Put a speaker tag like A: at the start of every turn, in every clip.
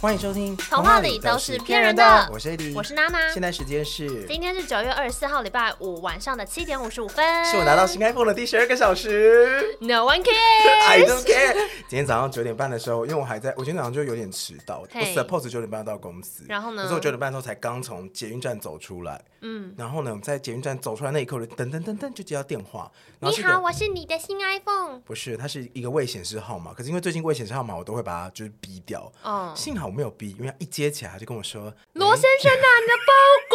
A: 欢迎收听《
B: 童话里都是骗人的
A: 我是 AD，
B: 我是娜娜。
A: 现在时间是，
B: 今天是九月二十四号，礼拜五晚上的七点五十五分。
A: 是我拿到新 iPhone 的第十二个小时。
B: No one
A: I
B: cares。
A: don't care。今天早上九点半的时候，因为我还在，我今天早上就有点迟到，我
B: 嘿
A: suppose 九点半要到公司，
B: 然后呢
A: 可是我九点半的时候才刚从捷运站走出来，
B: 嗯，
A: 然后呢，我在捷运站走出来那一刻，我就噔噔噔噔就接到电话，然后
B: 你
A: 是一
B: 好，
A: 个
B: 我是你的新 iPhone。
A: 不是，它是一个未显示号码，可是因为最近未显示号码我都会把它就是逼掉，
B: 哦，
A: 幸好我没有逼，因为他一接起来他就跟我说
B: 罗先生啊，你的包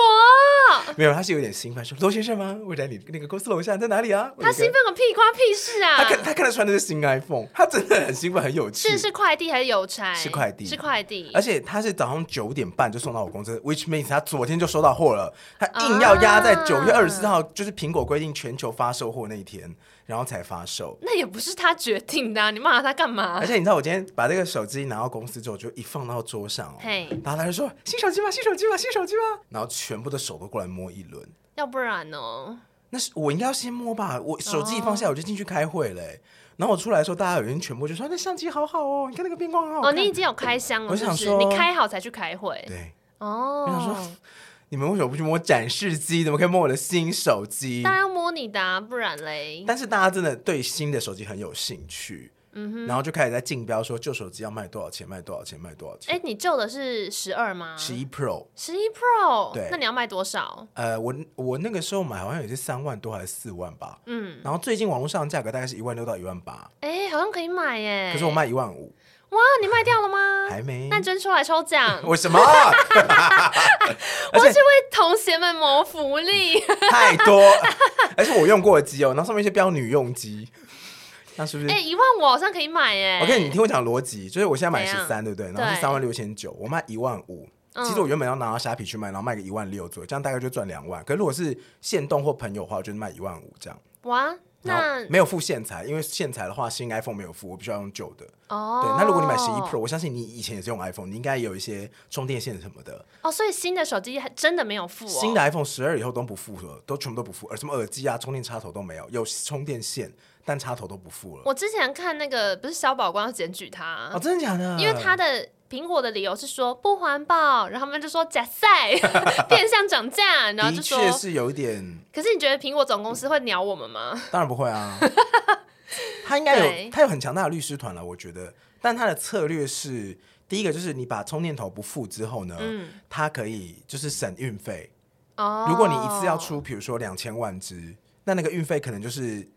B: 裹。
A: 没有，他是有点兴奋，说罗先生吗？我在你那个公司楼下，在哪里啊？我
B: 他
A: 就跟
B: 兴奋个屁关屁事啊
A: 他！看他看他穿的是新 iPhone，他真的很兴奋，很有趣。
B: 是是快递还是邮差？
A: 是快递
B: 是快递
A: 而。且他是早上九点半就送到我公司，which means 他昨天就收到货了，他硬要压在
B: 啊
A: 九月二十四号，就是苹果规定全球发售货那一天，然后才发售。
B: 那也不是他决定的啊，你骂他干嘛
A: 而？且你知道，我今天把这个手机拿到公司之后，就一放到桌上哦，
B: 嘿，
A: 然后他就说新手机吗？新手机吗？新手机吗？然后全部的手都过来摸一轮。
B: 要不然哦呢？
A: 那是我应该要先摸吧，我手机一放下我就进去开会嘞、然后我出来的时候，大家有人全部就说那相机好好哦，你看那个变光好好
B: 哦，
A: 看。
B: 你已经有开箱了，
A: 我
B: 是不是
A: 想说
B: 你开好才去开会。
A: 对，我想
B: 哦
A: 说，你们为什么不去摸展示机？怎么可以摸我的新手机
B: 当？然要摸你的啊，不然嘞。
A: 但是大家真的对新的手机很有兴趣，
B: 嗯哼。
A: 然后就开始在竞标说旧手机要卖多少钱，卖多少钱，卖多少
B: 哎、
A: 钱。
B: 你旧的是十二吗？
A: 十一 Pro，
B: 十一 Pro，
A: 对
B: 那你要卖多少？
A: 呃，我我那个时候买好像也是三万多还是四万吧，
B: 嗯，
A: 然后最近网络上的价格大概是一万六到一万八，
B: 哎、好像可以买耶。
A: 可是我卖一万五，
B: 哇，你卖掉了吗？
A: 还没。
B: 哎那你捐出来抽奖，
A: 我什么？
B: 我
A: 而
B: 是
A: 且
B: 为同学们谋福 利。
A: 太多，而且我用过的机哦，然后上面是标女用机，那是不是？
B: 哎、一万五好像可以买耶。
A: 我跟你你听我讲逻辑，就是我现在买
B: 怎
A: 十
B: 样
A: 三，对不对？然后是
B: 哎对
A: 三万六千九，我卖一万五。
B: 嗯
A: 其实我原本要拿到虾皮去卖，然后卖个一万六左右，这样大概就赚两万。可是如果是限动或朋友的话，我就是卖一万五这样。
B: 哇，
A: 然
B: 那
A: 后没有付现材，因为现材的话新 iPhone 没有付，我必须要用旧的。
B: 哦，
A: 对，那如果你买十一 Pro，我相信你以前也是用 iPhone，你应该也有一些充电线什么的。
B: 哦，所以新的手机还真的没有付哦。
A: 新的 iPhone 十二以后都不付了，都全部都不付，而什么耳机啊、充电插头都没有，有充电线，但插头都不付了。
B: 我之前看那个不是小宝光要检举他，
A: 哦，真的假的？
B: 因为他的。苹果的理由是说不环保，然后他们就说 假赛变相涨价，然后
A: 的
B: 就说
A: 确是有一点，
B: 可是你觉得苹果总公司会鸟我们吗？
A: 当然不会 啊。他应该有，
B: 对
A: 他有很强大的律师团了，我觉得。但他的策略是，第一个就是你把充电头不付之后呢，
B: 嗯
A: 他可以就是省运费。
B: 哦，
A: 如果你一次要，出，比如说两千万只，那那个运费可能就是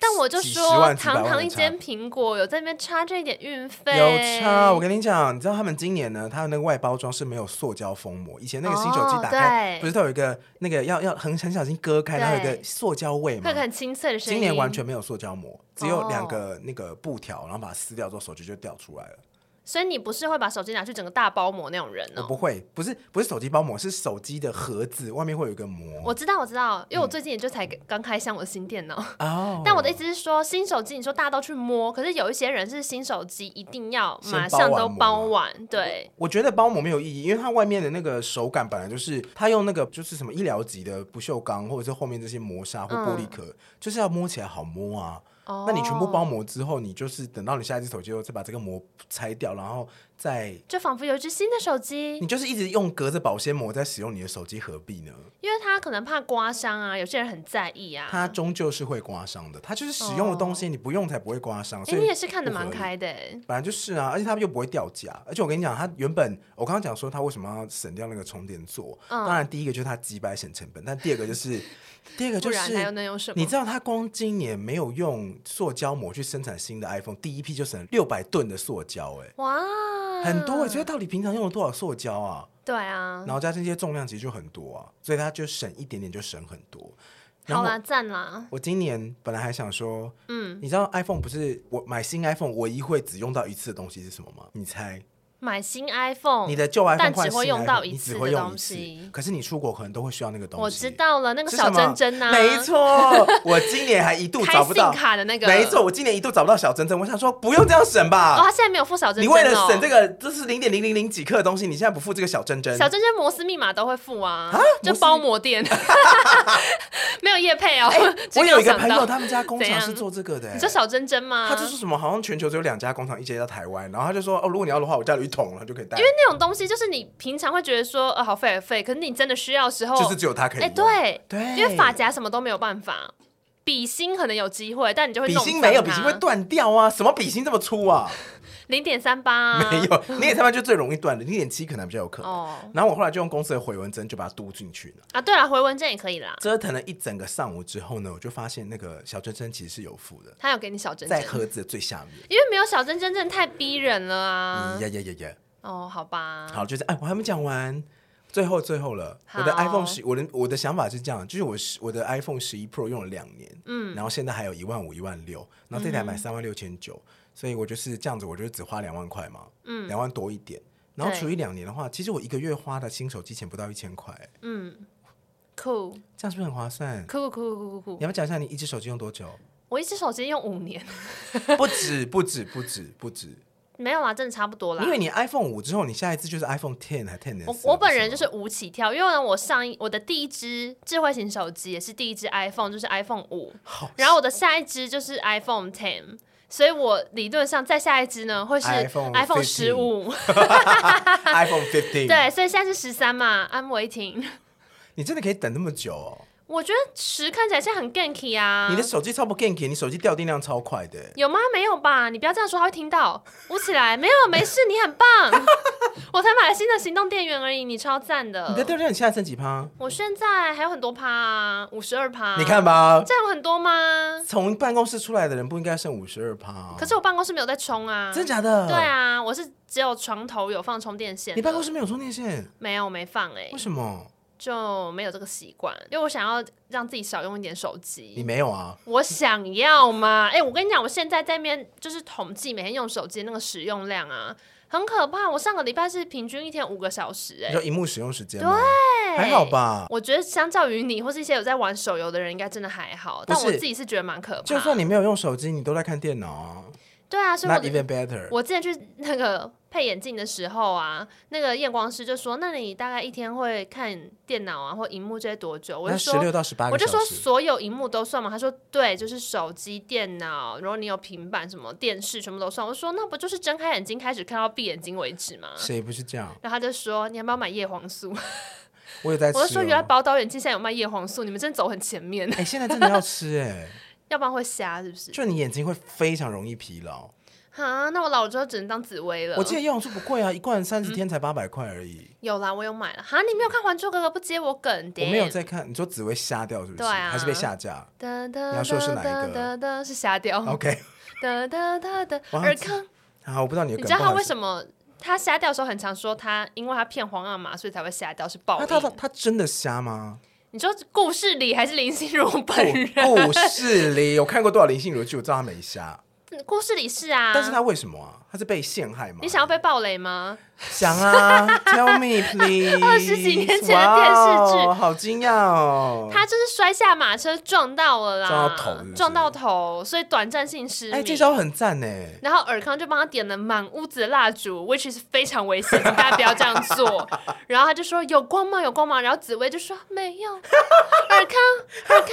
B: 但我就
A: 几十万
B: 说，
A: 几百万
B: 堂
A: 的
B: 堂一
A: 差
B: 间苹果有在那边差这一点运费，
A: 有差，我跟你讲，你知道他们今年呢，它的那个外包装是没有塑胶封膜。以前那个新手机
B: 哦
A: 打开，
B: 对
A: 不是都有一个那个要要很很小心割开，然后有一
B: 对
A: 个塑胶味吗
B: 会？很清脆的声音。
A: 今年完全，没有塑胶膜，只有
B: 哦
A: 两个那个布条，然后把它撕掉之后，手机就掉出来了。
B: 所以你不是会把手机拿去整个大包膜那种人
A: 我
B: 哦。
A: 不会，不是不是手机包膜，是手机的盒子外面会有一个膜
B: 我。知道，我知道，因为我最近也就才刚开箱我的新电脑。
A: 哦
B: 但我的意思是说，新手机你说大家都去摸，可是有一些人是新手机一定要
A: 先
B: 马
A: 包
B: 上
A: 完
B: 都
A: 膜
B: 包
A: 嘛
B: 完，对，
A: 我觉得包膜没有意义，因为它外面的那个手感本来就是，它用那个就是什么医疗级的不锈钢，或者是后面这些磨砂或玻璃壳，就是要摸起来好摸啊。
B: 哦
A: 那你全部包膜之后，你就是等到你下一只手机后，再把这个膜拆掉，然后再
B: 就仿佛有一只新的手机
A: 你，就是一直用隔着保鲜膜在使用你的手机，何必呢？
B: 因为他可能怕刮伤啊，有些人很在意啊。
A: 它终究是会刮伤的，它就是使用的东西，你不用才不会刮伤。
B: 哎、
A: 所以
B: 你也是看得蛮
A: 不合理
B: 开的、欸，
A: 本来就是啊，而且它又不会掉价。而且我跟你讲，它原本我刚刚讲说它为什么要省掉那个充电座，
B: 嗯
A: 当然第一个就是它几百省成本，但第二个就是第二个
B: 不
A: 就
B: 然还有
A: 是。
B: 能有什么？
A: 你知道它光今年没有用塑胶膜去生产新的 iPhone，第一批就省六百吨的塑胶、欸，
B: 哇，嗯
A: 很多、欸。所以到底平常用了多少塑胶啊？
B: 对啊
A: 然，后加上这些重量其实就很多啊，所以它就省一点点就省很多。然
B: 好
A: 后
B: 啦，赞啦，
A: 我今年本来还想说，
B: 嗯，
A: 你知道 iPhone 不是我买新 iPhone 唯一会只用到一次的东西是什么吗？你猜？
B: 买新 iPhone，
A: 你的旧 iPhone
B: 哦但
A: 换
B: 只会
A: 新
B: 用到
A: iPhone，
B: 一
A: 你
B: 次
A: 只会
B: 的
A: 用
B: 东
A: 一次
B: 西
A: 可是你出国可能都会需要那个东西。
B: 我知道了，那个
A: 是
B: 小
A: 什么
B: 珍珍啊，
A: 没，错，我今年还 一度
B: 开
A: 找不
B: 信
A: 到。
B: 卡的那个，
A: 没错，，我今年一度找不到小珍珍，我想说不用这样省
B: 哦，
A: 吧。
B: 他现在没有付小珍珍、哦，
A: 你为了省这。个，这是零点零零零几克的东西，你现在不付这个小珍珍，
B: 小珍珍摩斯密码都会付啊
A: 啊，
B: 就
A: 摩斯
B: 包 膜店，没有叶配哦。只
A: 哎我
B: 给
A: 有一个
B: 想
A: 朋
B: 到
A: 友，他们家工
B: 怎
A: 厂
B: 样
A: 是做这个的、欸
B: 你说小珍珍吗？
A: 他就说什么好像全球只有两家工厂，一家叫台湾，然后他就说哦，如果你要的话，我家有一桶了就可以带，
B: 因为那种东西就是你平常会觉得说呃好费而费，可是你真的需要的时候，
A: 就是只有它可以
B: 哎、
A: 用。
B: 对
A: 对
B: 因为发夹什么都没有办法，笔芯可能有机会，但你就会
A: 笔
B: 弄
A: 芯没有，
B: 脏
A: 笔
B: 它
A: 芯会断掉啊！什么笔芯这么粗啊？
B: 零点三八，
A: 没有，零点三八就最容易断的，零点七可能比较有可能。
B: 啊哦
A: 然后我后来就用公司的回纹针就把它嘟进去了，
B: 啊，对了，回文针也可以啦，
A: 折腾了一整个上午之后呢，我就发现那个小针针其实是有附的，
B: 他有给你小针针
A: 在，盒子的最下面。
B: 因为没有小针针真的太逼人了啊。
A: 呀呀呀呀！
B: 哦，好吧，
A: 好，就是哎，我还没讲完，最后最后了。我的
B: 好
A: iPhone 十，我的我的想法是这样，就是我十我的 iPhone 十一 Pro 用了两年，嗯，然后现在还有一万五、一万六，然后这台买三万六千九，所以我就是这样子，我就是只花两万块嘛，嗯，两万多一点。然后
B: 对
A: 除以两年的话，其实我一个月花的新手机钱不到一千块，
B: 嗯，酷
A: 这样是不是很划算？
B: 酷酷酷酷酷
A: 你
B: 酷，
A: 要不要讲一下你一只手机用多久？
B: 我一只手机用五年，
A: 不止，不止，不止，不 止，
B: 没有啦，真的差不多啦
A: 因。为你 iPhone 五之后，你下一次就是 iPhone Ten 还 Ten
B: 啊我我本 人就是五起跳，因为呢，我上一我的第一只智慧型手机也是第一只 iPhone，就是 iPhone 五，
A: 好
B: 然后我的下一只就是 iPhone Ten，所以我理论上再下一只呢会是
A: iPhone
B: iPhone 十 五，
A: iPhone Fifteen，
B: 对，所以现在是十三嘛，I'm waiting。
A: 你真的可以等那么久哦？
B: 我觉得十看起来现在很 ganky 啊
A: 你，的手机超不 ganky，你手机掉电量超快的。
B: 有吗？没有吧？你不要这样说，他会听到。捂起来，没有，没事，你很棒。 我才买了新的行动电源而已，你超赞
A: 你的
B: 的。
A: 掉电量现在剩几趴？
B: 我现在还有很多趴啊，五十二趴。
A: 你看，吧，
B: 这样有很多吗？
A: 从办公室出来的人不应该剩五十二趴。
B: 可是我办公室没有在充啊。
A: 真假的？
B: 对。啊，我是只有床头有放充电线的。
A: 你办公室没有充电线，
B: 没有没放哎、
A: 为什么？
B: 就没有这个习惯，因为我想要让自己少用一点手
A: 你
B: 机。
A: 没有啊？
B: 我想要嘛？哎、我跟你讲，我现在在面就是统计每天用手机那个使用量啊，很可怕。我上个礼拜是平均一天五个小时、
A: 你
B: 哎，
A: 说啊荧幕使用时间吗？还好吧。
B: 我觉得相较于你或是一些有在玩手游的人，应该真的还好。但
A: 不是
B: 我自己是觉得蛮可怕。
A: 就算你没有用手机，你都在看电脑啊。
B: 对啊，所以我
A: Not
B: 的
A: even better。
B: 我之前去那个配眼镜的时候啊，那个验光师就说：“那你大概一天会看电脑啊或荧幕这些多久？”我
A: 那
B: 就
A: 十
B: 说
A: 六到十八
B: 我
A: 个
B: 就
A: 小
B: 说
A: 时，
B: 所有荧幕都算吗？他说对，就是手机、电脑，然后你有平板、什么电视，全部都算。我说那不就是睁开眼睛开始看到闭眼睛为止吗？
A: 谁不是这样？
B: 然后他就说你要不要买叶黄素？
A: 我有在吃哦。
B: 我就说原来宝岛眼镜现在有卖叶黄素，你们真的走很前面，
A: 哎，现在真的要吃哎，
B: 要不然会瞎是不是？
A: 就你眼睛会非常容易疲劳。
B: 啊，那我老了之后只能当紫薇了。
A: 我记得叶黄素不贵啊，一罐三十天才八百块而已。
B: 有啦，我有买了。哈，你没有看《还珠格格》不接我梗的？
A: 我没有在看，你说紫薇瞎掉是不是？
B: 对啊
A: 还是被下架
B: 哒哒
A: 你要说是哪一个
B: 哒哒哒是瞎掉。
A: ？OK，
B: 哒哒哒哒，
A: 忘
B: 尔
A: 记
B: 康，
A: 好，我不知道你的
B: 你
A: 梗。
B: 知道他为
A: 么？
B: 什么他瞎掉的时候很常说他，因为他骗皇阿玛，所以才会瞎掉，是报
A: 那他他
B: 应。
A: 他真的瞎 吗？哦
B: 你说故事里还是林心如本人？
A: 故事里，我看过多少林心如的剧，我知道他没
B: 啊
A: 瞎，
B: 故事里是啊，
A: 但是他嗯为什么啊？他是被陷害吗？
B: 你想要被暴雷吗？
A: 想 啊？Tell me please。
B: 20几年前的电视剧
A: 哇哦好惊讶哦。
B: 他就是摔下马车撞到了啦，
A: 撞到头是不是
B: 撞到头所以短暂性失
A: 哎，
B: 明
A: 这。招很赞呢。
B: 然后尔康就帮他点了满屋子的蜡烛，which is 非常危险，请大家不要这样做。 然后他就说有光吗？有光吗？然后紫薇就说没有。 尔康，尔康，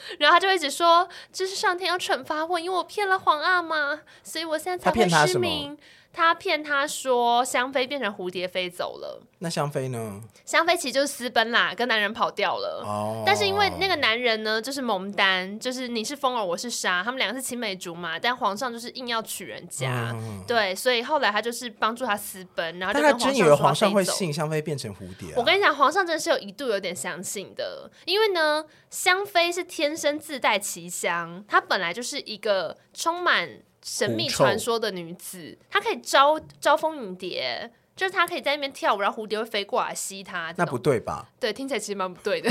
B: 然后他就一直说这是上天要惩罚我，因为我骗了皇阿玛，所以我现在才
A: 他骗
B: 会
A: 他
B: 失
A: 什么
B: 明。他骗他说香妃变成蝴蝶飞走了，
A: 那香妃呢？
B: 香妃其实就是私奔啦，跟男人跑掉了。
A: 哦，
B: 但是因为那个男人呢，就是蒙丹，就是你是风儿，我是沙，他们两个是青梅竹马，但皇上就是硬要娶人家，
A: 嗯
B: 对，所以后来他就是帮助他私奔，然后
A: 但
B: 就
A: 他
B: 跟
A: 真
B: 皇
A: 以为
B: 上
A: 皇上
B: 说
A: 会
B: 要飞走。
A: 信香妃变成蝴蝶啊？
B: 我跟你讲，皇上真的是有一度有点相信的，因为呢，香妃是天生自带奇香，她本来就是一个充满神秘
A: 狐臭
B: 传说的女子，她可以招招蜂引蝶，就是她可以在那边跳舞，然后蝴蝶会飞过来吸她。这
A: 那
B: 种
A: 不对吧？
B: 对，听起来其实蛮不对的。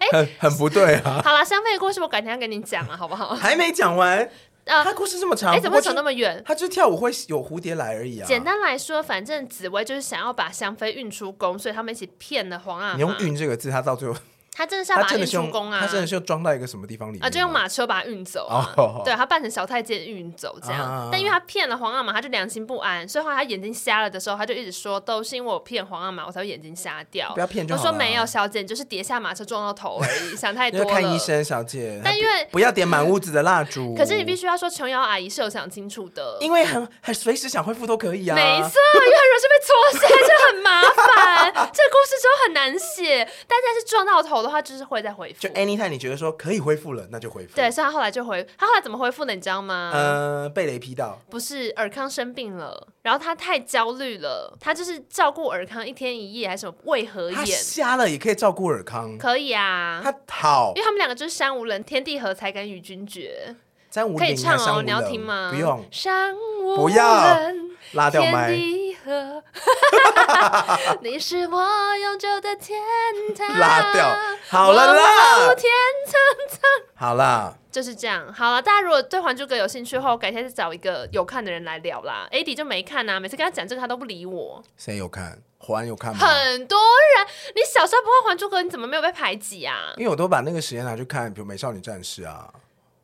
B: 哎
A: 很很不对 啊！
B: 好啦，香妃的故事我改天要跟你讲啊，好不好？
A: 还没讲完，
B: 呃，
A: 他故事这么长，
B: 哎，怎么会
A: 不过
B: 走
A: 就
B: 那么远？
A: 他就是跳舞会有蝴蝶来而已啊。
B: 简，单来说，反正紫薇就是想要把香妃运出宫，所以他们一起骗了皇阿
A: 你用“
B: 玛。
A: 运”这个字，他到最后
B: 他真的是要
A: 他
B: 把它
A: 真
B: 运
A: 的是
B: 出
A: 用
B: 宫啊，
A: 他真的是用装到一个什么地方里面
B: 啊，就用
A: 吗
B: 马车把它运走啊。
A: 哦，
B: 对，他扮成小太监运走这样，
A: 啊啊啊
B: 但因为他骗了皇阿玛，他就良心不安，所以后来他眼睛瞎了的时候，他就一直说都是因为我骗皇阿玛，我才会眼睛瞎掉
A: 不。要骗就
B: 我
A: 好
B: 说
A: 了
B: 没有，，小姐，你就是跌下马车撞到头而已，想太多
A: 要
B: 了。
A: 看医生小姐，
B: 但
A: 还
B: 因
A: 不
B: 为
A: 不要点满屋子的蜡烛，
B: 可是你必须要说琼瑶阿姨是有想清楚的，
A: 因为很很随时想恢复都可以啊，
B: 没错，因为很容易被戳瞎，这很麻烦。这个故事就很难写，但但是撞到头的话，就是会再回复
A: 就。anytime 哎你觉得说可以恢复了，那就恢复。
B: 对，，啊所以他后来就回，他后来怎么恢复的，你知道吗？
A: 呃，被雷劈到，
B: 不是尔康生病了，然后他太焦虑了，他就是照顾尔康一天一夜还是什么为何
A: 他
B: 眼？
A: 瞎了也可以照顾尔康，
B: 可以啊，
A: 他好
B: 因为他们两个就是山无人，天地合，才敢与君绝。
A: 在无
B: 可以
A: 林还
B: 唱
A: 是山无
B: 哦，你要
A: 啊人
B: 听吗？
A: 不用，
B: 山无
A: 不要
B: 人，
A: 拉掉
B: 天
A: 麦。
B: 地合， 你是我永久的天堂。
A: 拉掉好了啦
B: 我们无天
A: 好啦，
B: 就是这样，好了，大家如果对《还珠格格》有兴趣的话，我改天再找一个有看的人来聊啦。AD 就没看啊，每次跟他讲这个，他都不理我。
A: 谁有看？火安有看吗？
B: 很多人，你小时候不看《还珠格格》，你怎么没有被排挤啊？
A: 因为我都把那个时间拿去看，比如《美少女战士》啊，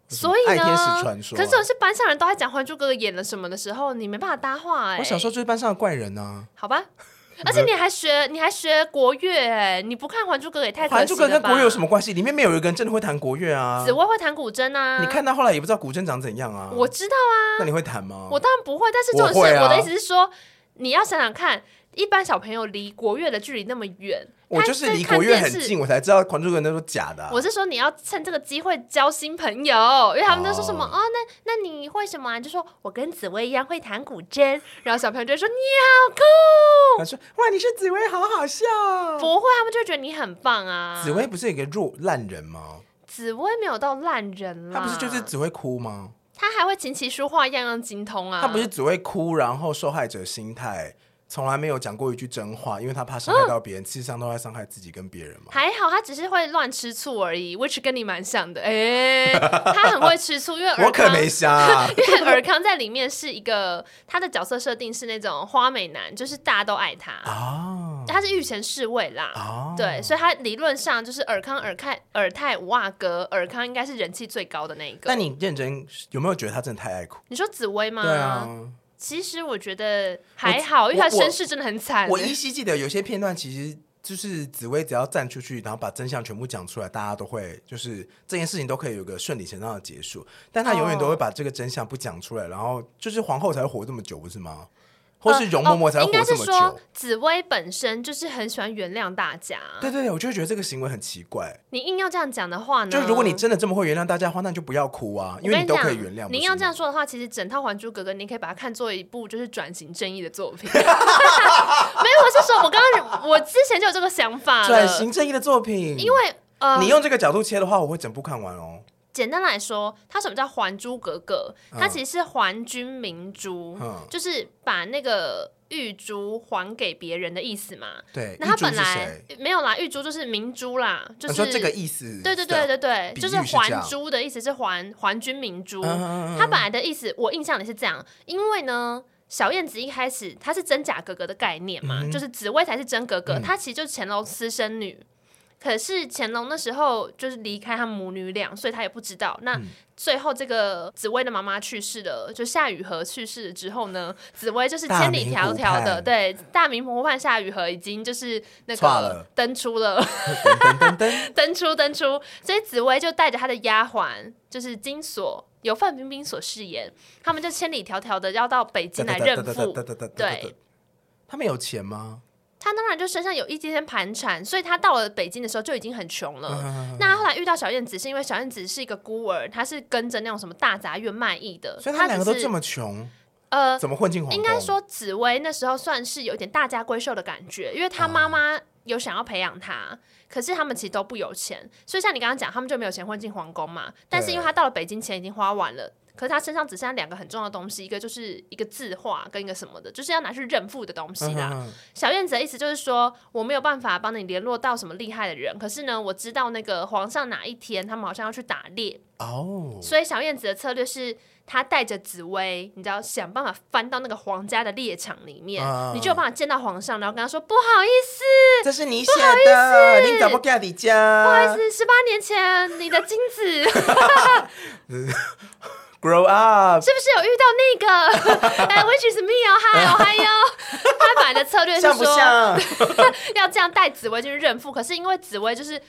B: 所以
A: 爱
B: 呢，
A: 天使传说啊
B: 可是总是班上人都在讲《还珠格格》演了什么的时候，你没办法搭话哎、
A: 我小时候就是班上的怪人啊。
B: 好吧， 而且你还学你还学国乐哎、你不看《还珠格格》也
A: 《
B: 太可惜了吧
A: 还珠格格》跟国乐有什么关系？里面没有一个人真的会弹国乐啊
B: 紫。薇会弹古筝啊，
A: 你看到后来也不知道古筝长怎样啊。
B: 我知道啊，
A: 那你会弹吗？
B: 我当然不会，但是这种
A: 我会
B: 事，
A: 啊
B: 我的意思是说，你要想想看，一般小朋友离国乐的距离那么远，
A: 我
B: 他
A: 就是
B: 在
A: 离
B: 看
A: 国乐
B: 电
A: 很
B: 视
A: 近，我才知道《还珠格格》那都假的啊、
B: 我是说，你要趁这个机会交新朋友，因为他们都说什么哦那那你会什么、啊？你就说我跟紫薇一样会弹古筝，然后小朋友就会说你好酷，
A: 他说：“哇，你是紫薇，好好笑哦。
B: 不会，他们就会觉得你很棒啊。
A: 紫薇不是有一个弱烂人吗？
B: 紫薇没有到烂人啦，
A: 她不是就是只会哭吗？
B: 她还会琴棋书画样样精通啊，
A: 她不是只会哭，然后受害者心态，从来没有讲过一句真话，因为她怕伤害到别
B: 啊
A: 人，事实上都在伤害自己跟别人嘛。
B: 还好，他只是会乱吃醋而已，which 跟你蛮像的。哎、他很会吃 醋，因为尔
A: 我可
B: 康，，
A: 没瞎、 啊
B: 因为尔康在里面是一个他的角色设定是那种花美男，就是大家都爱他，
A: 啊
B: 他是御前侍卫啦。
A: 啊
B: 对，所以他理论上就是尔康、尔泰、尔泰、五阿哥，尔康应该是人气最高的那一
A: 那
B: 个。
A: 你认真有没有觉得她真的太爱哭？
B: 你说紫薇吗？
A: 对啊，
B: 其实我觉得还好，因为他身世真的很惨。
A: 我依稀记得有些片段，其实就是紫薇只要站出去，然后把真相全部讲出来，大家都会就是这件事情都可以有个顺理成章的结束。但她永远都会把这个真相不讲出来，然后就是皇后才会活这么久，不是吗？或是容嬷嬷才
B: 呃
A: 会
B: 嗯哦
A: 活
B: 应该
A: 这
B: 是
A: 么久？
B: 说紫薇本身就是很喜欢原谅大家。
A: 对对对，我就会觉得这个行为很奇怪。
B: 你硬要这样讲的话呢？
A: 就如果你真的这么会原谅大家的话，那你就不要哭啊，因为你都可以原谅。
B: 您
A: 不是
B: 要
A: 吗
B: 这样，说的话，其实整套《还珠格格》，你可以把它看作一部就是转型正义的作品。 没有，我是说，我刚刚我之前就有这个想法
A: 转
B: 了，
A: 型正义的作品，
B: 因为呃，
A: 你用这个角度切的话，我会整部看完哦。
B: 简单来说，它什么叫《还珠格格》？它其实是还君明珠，
A: 嗯
B: 就是把那个玉珠还给别人的意思嘛。
A: 对，
B: 那它
A: 玉珠
B: 本
A: 是
B: 来
A: 谁？
B: 没有啦，玉珠就是明珠啦，就
A: 你
B: 是
A: 说这个意思？
B: 对对对对对，
A: 比喻
B: 就是
A: 是这
B: 还
A: 样
B: 珠的意思是还还君明珠。
A: 嗯，嗯嗯嗯
B: 他本来的意思，我印象里是这样，因为呢，小燕子一开始她是真假格格的概念
A: 嗯
B: 嘛，就是紫薇才是真格格，她其实就是乾隆私生女。可是乾隆那时候就是离开他们母女俩，所以他也不知道。那
A: 嗯
B: 最后这个紫薇的妈妈去世了，就夏雨荷去世了之后呢，紫薇就是千里迢迢的，
A: 大明湖畔
B: 对，大明湖畔夏雨荷已经就是那
A: 错
B: 个
A: 了
B: 登 出了，
A: 噔噔噔 噔，
B: 登出登出，所以紫薇就带着她的丫鬟，就是金锁，由范冰冰所饰演，他们就千里迢迢的要到北京来认父。对，
A: 他们有钱吗？
B: 她当然就身上有一点点盘缠，所以她到了北京的时候就已经很穷
A: 啊
B: 了。那她后来遇到小燕子，是因为小燕子是一个孤儿，她是跟着那种什么大杂院卖艺的，
A: 所以他们两个
B: 她
A: 都
B: 只是
A: 这么穷，
B: 呃。
A: 怎么混进皇宫？
B: 应该说，紫薇那时候算是有点大家闺秀的感觉，因为她妈妈有想要培养她，可是他们其实都不有钱，所以像你刚刚讲，他们就没有钱混进皇宫嘛。但是因为她到了北京，钱已经花完了，可是他身上只剩下两个很重要的东西，一个就是一个字画跟一个什么的，就是要拿去认父的东西啦。
A: 嗯
B: 小燕子的意思就是说，我没有办法帮你联络到什么厉害的人，可是呢，我知道那个皇上哪一天他们好像要去打猎，
A: 哦，
B: 所以小燕子的策略是，她带着紫薇，你知道，想办法翻到那个皇家的猎场里面，
A: 啊
B: 你就有办法见到皇上，然后跟他说不好意思，
A: 这是你写的，你怎么给你家？不
B: 不好意思，十八年前你的金子 是不
A: g r o w up，
B: 是有遇到那个？ 哎，which is me 哦，嗨 哦嗨哟，他本来的策略是
A: 像不
B: 说
A: 像？
B: 要这样带紫薇就是认父，可是因为紫薇就是。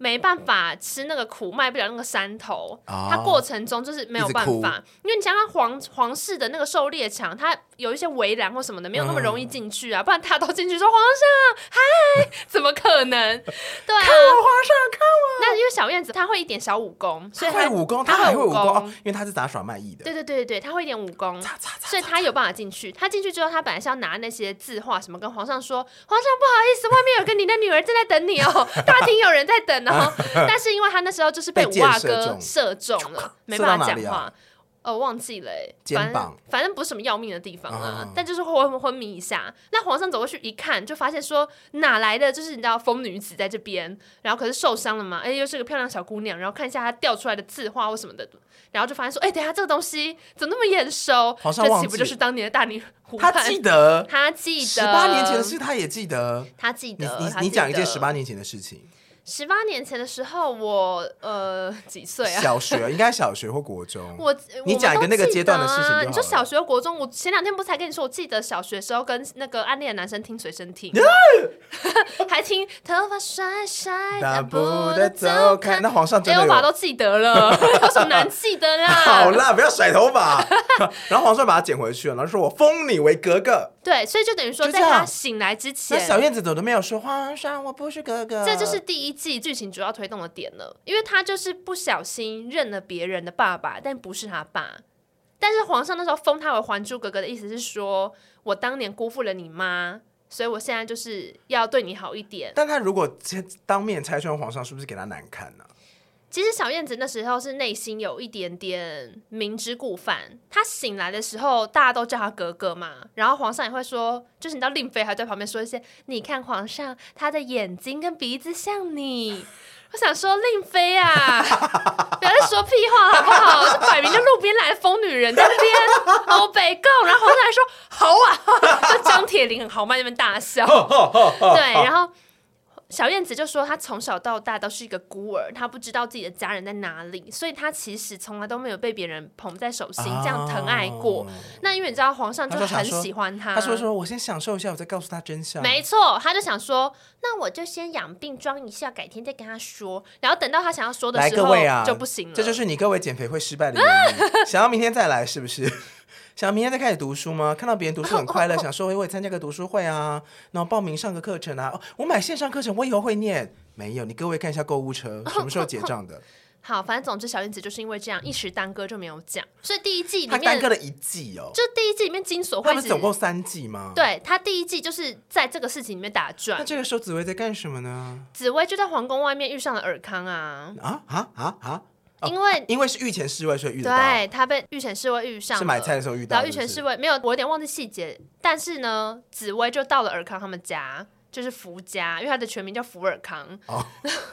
B: 没办法吃那个苦，迈不了那个山头。
A: 哦
B: 它过程中就是没有办
A: 一直
B: 法，因为你想想皇皇室的那个狩猎场，它有一些围栏或什么的，没有那
A: 嗯
B: 么容易进去啊。不然他都进去说皇上 嗨，怎么可 能？对啊，
A: 皇上看
B: 那因为小燕子她会一点小武功，所以
A: 他会武功，
B: 她
A: 他还会武
B: 武
A: 功，哦因为他是打耍卖艺的。
B: 对对对对对，他会一点武功，
A: 擦擦擦
B: 所以他有办法进去。他进去之后，他本来是要拿那些字画什么跟皇上说，皇上不好意思，外面有个你的女儿正在等你 哦，大厅有人在等哦。但是因为他那时候就是被
A: 被
B: 五
A: 箭
B: 阿
A: 射
B: 哥
A: 中
B: 射中了，没
A: 射
B: 办
A: 到哪
B: 法讲
A: 里啊
B: 话。哦，忘记了、欸，
A: 肩
B: 反正
A: 膀
B: 反正不是什么要命的地方啦，
A: 嗯
B: 但就是昏昏迷一下。那皇上走过去一看，就发现说哪来的就是你知道疯女子在这边，然后可是受伤了嘛，哎、又是个漂亮小姑娘，然后看一下她掉出来的字画或什么的，然后就发现说，哎、等一下这个东西怎么那么眼熟？
A: 皇上
B: 这
A: 忘
B: 岂
A: 记
B: 不就是当年的大明湖畔？
A: 他记得
B: 他记得
A: 十八年前的事，他也记得。
B: 他记
A: 你
B: 得，他
A: 你
B: 记
A: 你讲一件
B: 得
A: 十八年前的事情，
B: 十八年前的时候，我呃几岁啊？
A: 小学应该小学或国中。
B: 我
A: 你讲一个那个阶段的事情就
B: 我
A: 好了
B: 们都记得啊。你说小学、国中，我前两天不是才跟你说，我记得小学时候跟那个暗恋的男生听随 身听，还听头发甩甩，
A: 大
B: 但
A: 步
B: 不
A: 的
B: 得
A: 走
B: 走
A: 开，
B: 开。
A: 那皇上真
B: 哎，
A: 的
B: 我把 它
A: 有。
B: 都记得了， 有什么难记得啦？
A: 好啦，不要甩头发。 然后皇上把他捡回去了，然后说我封你为格格。
B: 对，所以就等于说，
A: 就这
B: 在
A: 样
B: 他醒来之
A: 那
B: 前，
A: 小燕子怎么都没有说皇上我不是格格？
B: 这就是第一季剧情主要推动的点了，因为他就是不小心认了别人的爸爸，但不是他爸。但是皇上那时候封他为还珠格格的意思是说，我当年辜负了你妈，所以我现在就是要对你好一点。
A: 但他如果切当面拆穿皇上，是不是给他难看呢、
B: 其实小燕子那时候是内心有一点点明知故犯。她醒来的时候，大家都叫她格格嘛，然后皇上也会说，就是你知道令妃还在旁边说一些，你看皇上他的眼睛跟鼻子像你。我想说令妃啊， 不要再说屁话好不好？这摆明就路边来的疯女人在那 边欧北共，然后皇上还说好啊， 就张铁林很豪迈在那边 大笑。对，然后小燕子就说，她从小到大都是一个孤儿，她不知道自己的家人在哪里，所以她其实从来都没有被别人捧在手心，这样疼爱过。
A: 哦
B: 那因为你知道，皇上就
A: 他就想
B: 很
A: 说
B: 喜欢她，
A: 他说说，我先享受一下，我再告诉他真相。
B: 没错，他就想说，那我就先养病装一下，改天再跟他说。然后等到他想要说的
A: 来，
B: 时
A: 各
B: 候、
A: 位啊，
B: 就不行了。
A: 这就是你各位减肥会失败的原 因。想要明天再来是不是？ 想要明天再开始读书吗？看到别人读书很 快乐，想说我也参加个读书会啊，然后报名上个课程啊。哦我买线上课程，我以后会念。没有，你各位看一下购物 车，什么时候结账的？
B: 好，反正总之小燕子就是因为这样一时耽搁就没有讲，所以第一季
A: 他
B: 里
A: 耽
B: 面
A: 搁了一季哦。
B: 就第一季里面金锁
A: 他
B: 会一
A: 们
B: 直
A: 总共三季吗？。
B: 对他第一季就是在这个事情里面打
A: 那
B: 转，
A: 这个时候紫薇在干什么呢？
B: 紫薇就在皇宫外面遇上了尔康啊，
A: 啊啊啊啊！哦
B: 因为。
A: 因为是御前侍卫，所以遇得到。
B: 对他被御前侍卫遇上了，
A: 是买菜的时候遇到
B: 然后
A: 是
B: 御
A: 不是
B: 前侍卫没有，我有点忘记细节。但是呢，紫薇就到了尔康他们家，就是福家，因为他的全名叫福尔康。
A: 哦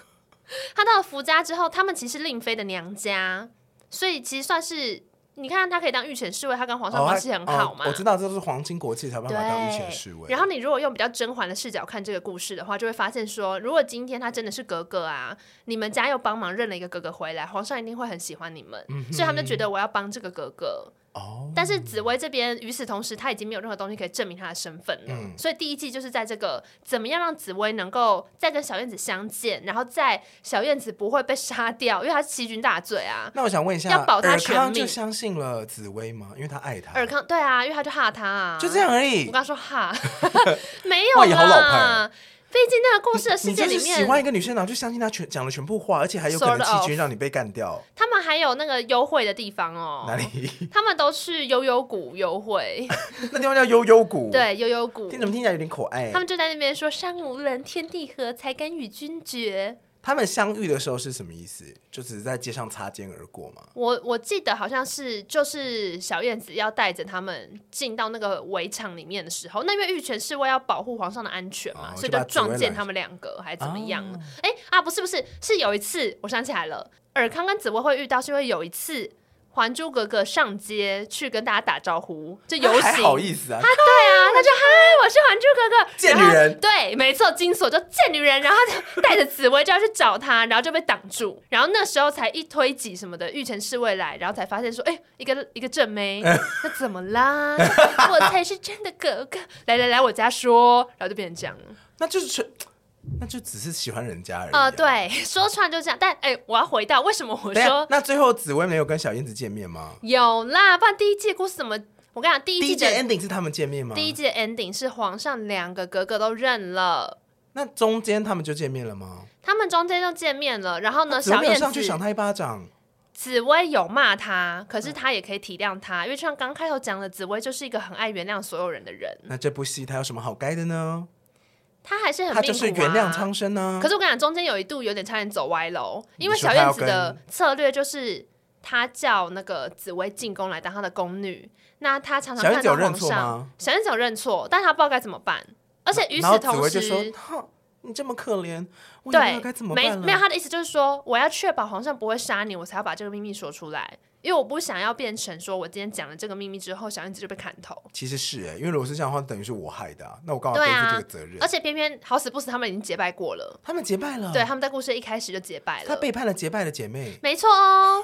B: 他到了福家之后，他们其实是令妃的娘家，所以其实算是你看他可以当御前侍卫，他跟皇上
A: 哦
B: 关系很好嘛。
A: 哦我知道这是皇亲国戚才有办法当御前侍卫。
B: 对，然后你如果用比较甄嬛的视角看这个故事的话，就会发现说，如果今天她真的是格格啊，你们家又帮忙认了一个格格回来，皇上一定会很喜欢你们，
A: 嗯
B: 所以他们就觉得我要帮这个格格。
A: 哦，
B: 但是紫薇这边，与此同时，她已经没有任何东西可以证明她的身份了。
A: 嗯
B: 所以第一季就是在这个怎么样让紫薇能够再跟小燕子相见，然后在小燕子不会被杀掉，因为她是欺君大罪啊。
A: 那我想问一下，
B: 要保他
A: 尔
B: 全
A: 康
B: 命
A: 就相信了紫薇吗？因为他爱他，
B: 尔康对啊，因为他就哈他啊，
A: 就这样而已
B: 我。刚说哈， 没有
A: 哇也好老派
B: 啦
A: 啊。
B: 毕竟那个故事的世
A: 你
B: 界
A: 就是
B: 里
A: 喜欢一
B: 面，
A: 个女生，然后就相信她全讲了全部话，而且还有可
B: Sort
A: 能细
B: of
A: 菌让你被干掉。
B: 他们还有那个幽会的地方哦
A: 哪。里？
B: 他们都去悠悠谷幽会，
A: 那地方叫悠悠谷。，
B: 对悠悠谷
A: 听，怎么听起来有点可爱
B: 他？们就在那边说“山无人，天地合，才敢与君绝”。
A: 他们相遇的时候是什么意思？就只是在街上擦肩而过吗？
B: 我我记得好像是就是小燕子要带着他们进到那个围场里面的时候，那因为玉泉是为要保护皇上的安全嘛，
A: 哦
B: 所以
A: 就把
B: 撞
A: 紫薇
B: 见
A: 拦
B: 他们两个还怎么样
A: 哦？
B: 哎、啊，不是不是，是有一次我想起来了，尔康跟紫薇会遇到，是因为有一次《还珠格格》上街去跟大家打招呼，就游
A: 还
B: 行。
A: 好意思啊？
B: 对啊，他就嗨，我是《还珠格格》
A: 贱女
B: 然后
A: 人
B: 对，没错，金锁就贱女人，然后他就带着紫薇就要去找他，然后就被挡住，然后那时候才一推挤什么的，御前侍卫来，然后才发现说，哎、一个一个 正妹，那怎么啦？我才是真的格格，来来来，我家说，然后就变成这样了。
A: 那就是纯，那就只是喜欢人家而已、啊
B: 呃，。对，说穿就这样，但哎、我要回到为什么我
A: 等一下
B: 说，
A: 那最后紫薇没有跟小燕子见面吗？
B: 有啦，不然第一季的故事怎么？我跟你讲，第一
A: 第
B: 季
A: 一季
B: 的
A: ending 是他们见面吗？
B: 第一季的 ending 是皇上两个格格都认了。
A: 那中间他们就见面了吗？
B: 他们中间就见面了，然后呢，
A: 紫薇
B: 小
A: 哦没有
B: 燕
A: 上去赏
B: 子
A: 他一巴掌，
B: 紫薇有骂他，
A: 嗯
B: 可是他也可以体谅他，因为就像刚开头讲的，紫薇就是一个很爱原谅所有人的人，
A: 那这部戏他有什么好该的呢？
B: 他还是很
A: 他
B: 命
A: 就
B: 苦
A: 是
B: 啊
A: 原谅苍生呢、
B: 可是我跟你讲，中间有一度有点差点走歪楼，因为
A: 你说
B: 小
A: 他
B: 燕子
A: 要
B: 的
A: 跟
B: 策略就是她叫那个紫薇进宫来当她的宫女，那她常常
A: 小
B: 看
A: 燕子
B: 到
A: 有认
B: 皇
A: 错
B: 上
A: 吗，
B: 小燕子有认错，但她不知道该怎么办。而且与
A: 然后
B: 此
A: 紫薇就
B: 同
A: 说
B: 时：“，
A: 哼，你这么可怜，我也不知
B: 对
A: 道该怎，么办
B: 没
A: 了。
B: 没有他的意思就是说，我要确保皇上不会杀你，我才要把这个秘密说出来，因为我不想要变成说我今天讲了这个秘密之后，小燕子就被砍头。
A: 其实是哎、因为如果是这样的话，等于是我害的、啊，那我干嘛
B: 对
A: 背
B: 啊
A: 负这个责任？
B: 而且偏偏好死不死，他们已经结拜过 了，
A: 他们结拜了，
B: 对，他们在故事一开始就结拜
A: 他
B: 了，，
A: 背叛了结拜的姐妹
B: 没错哦。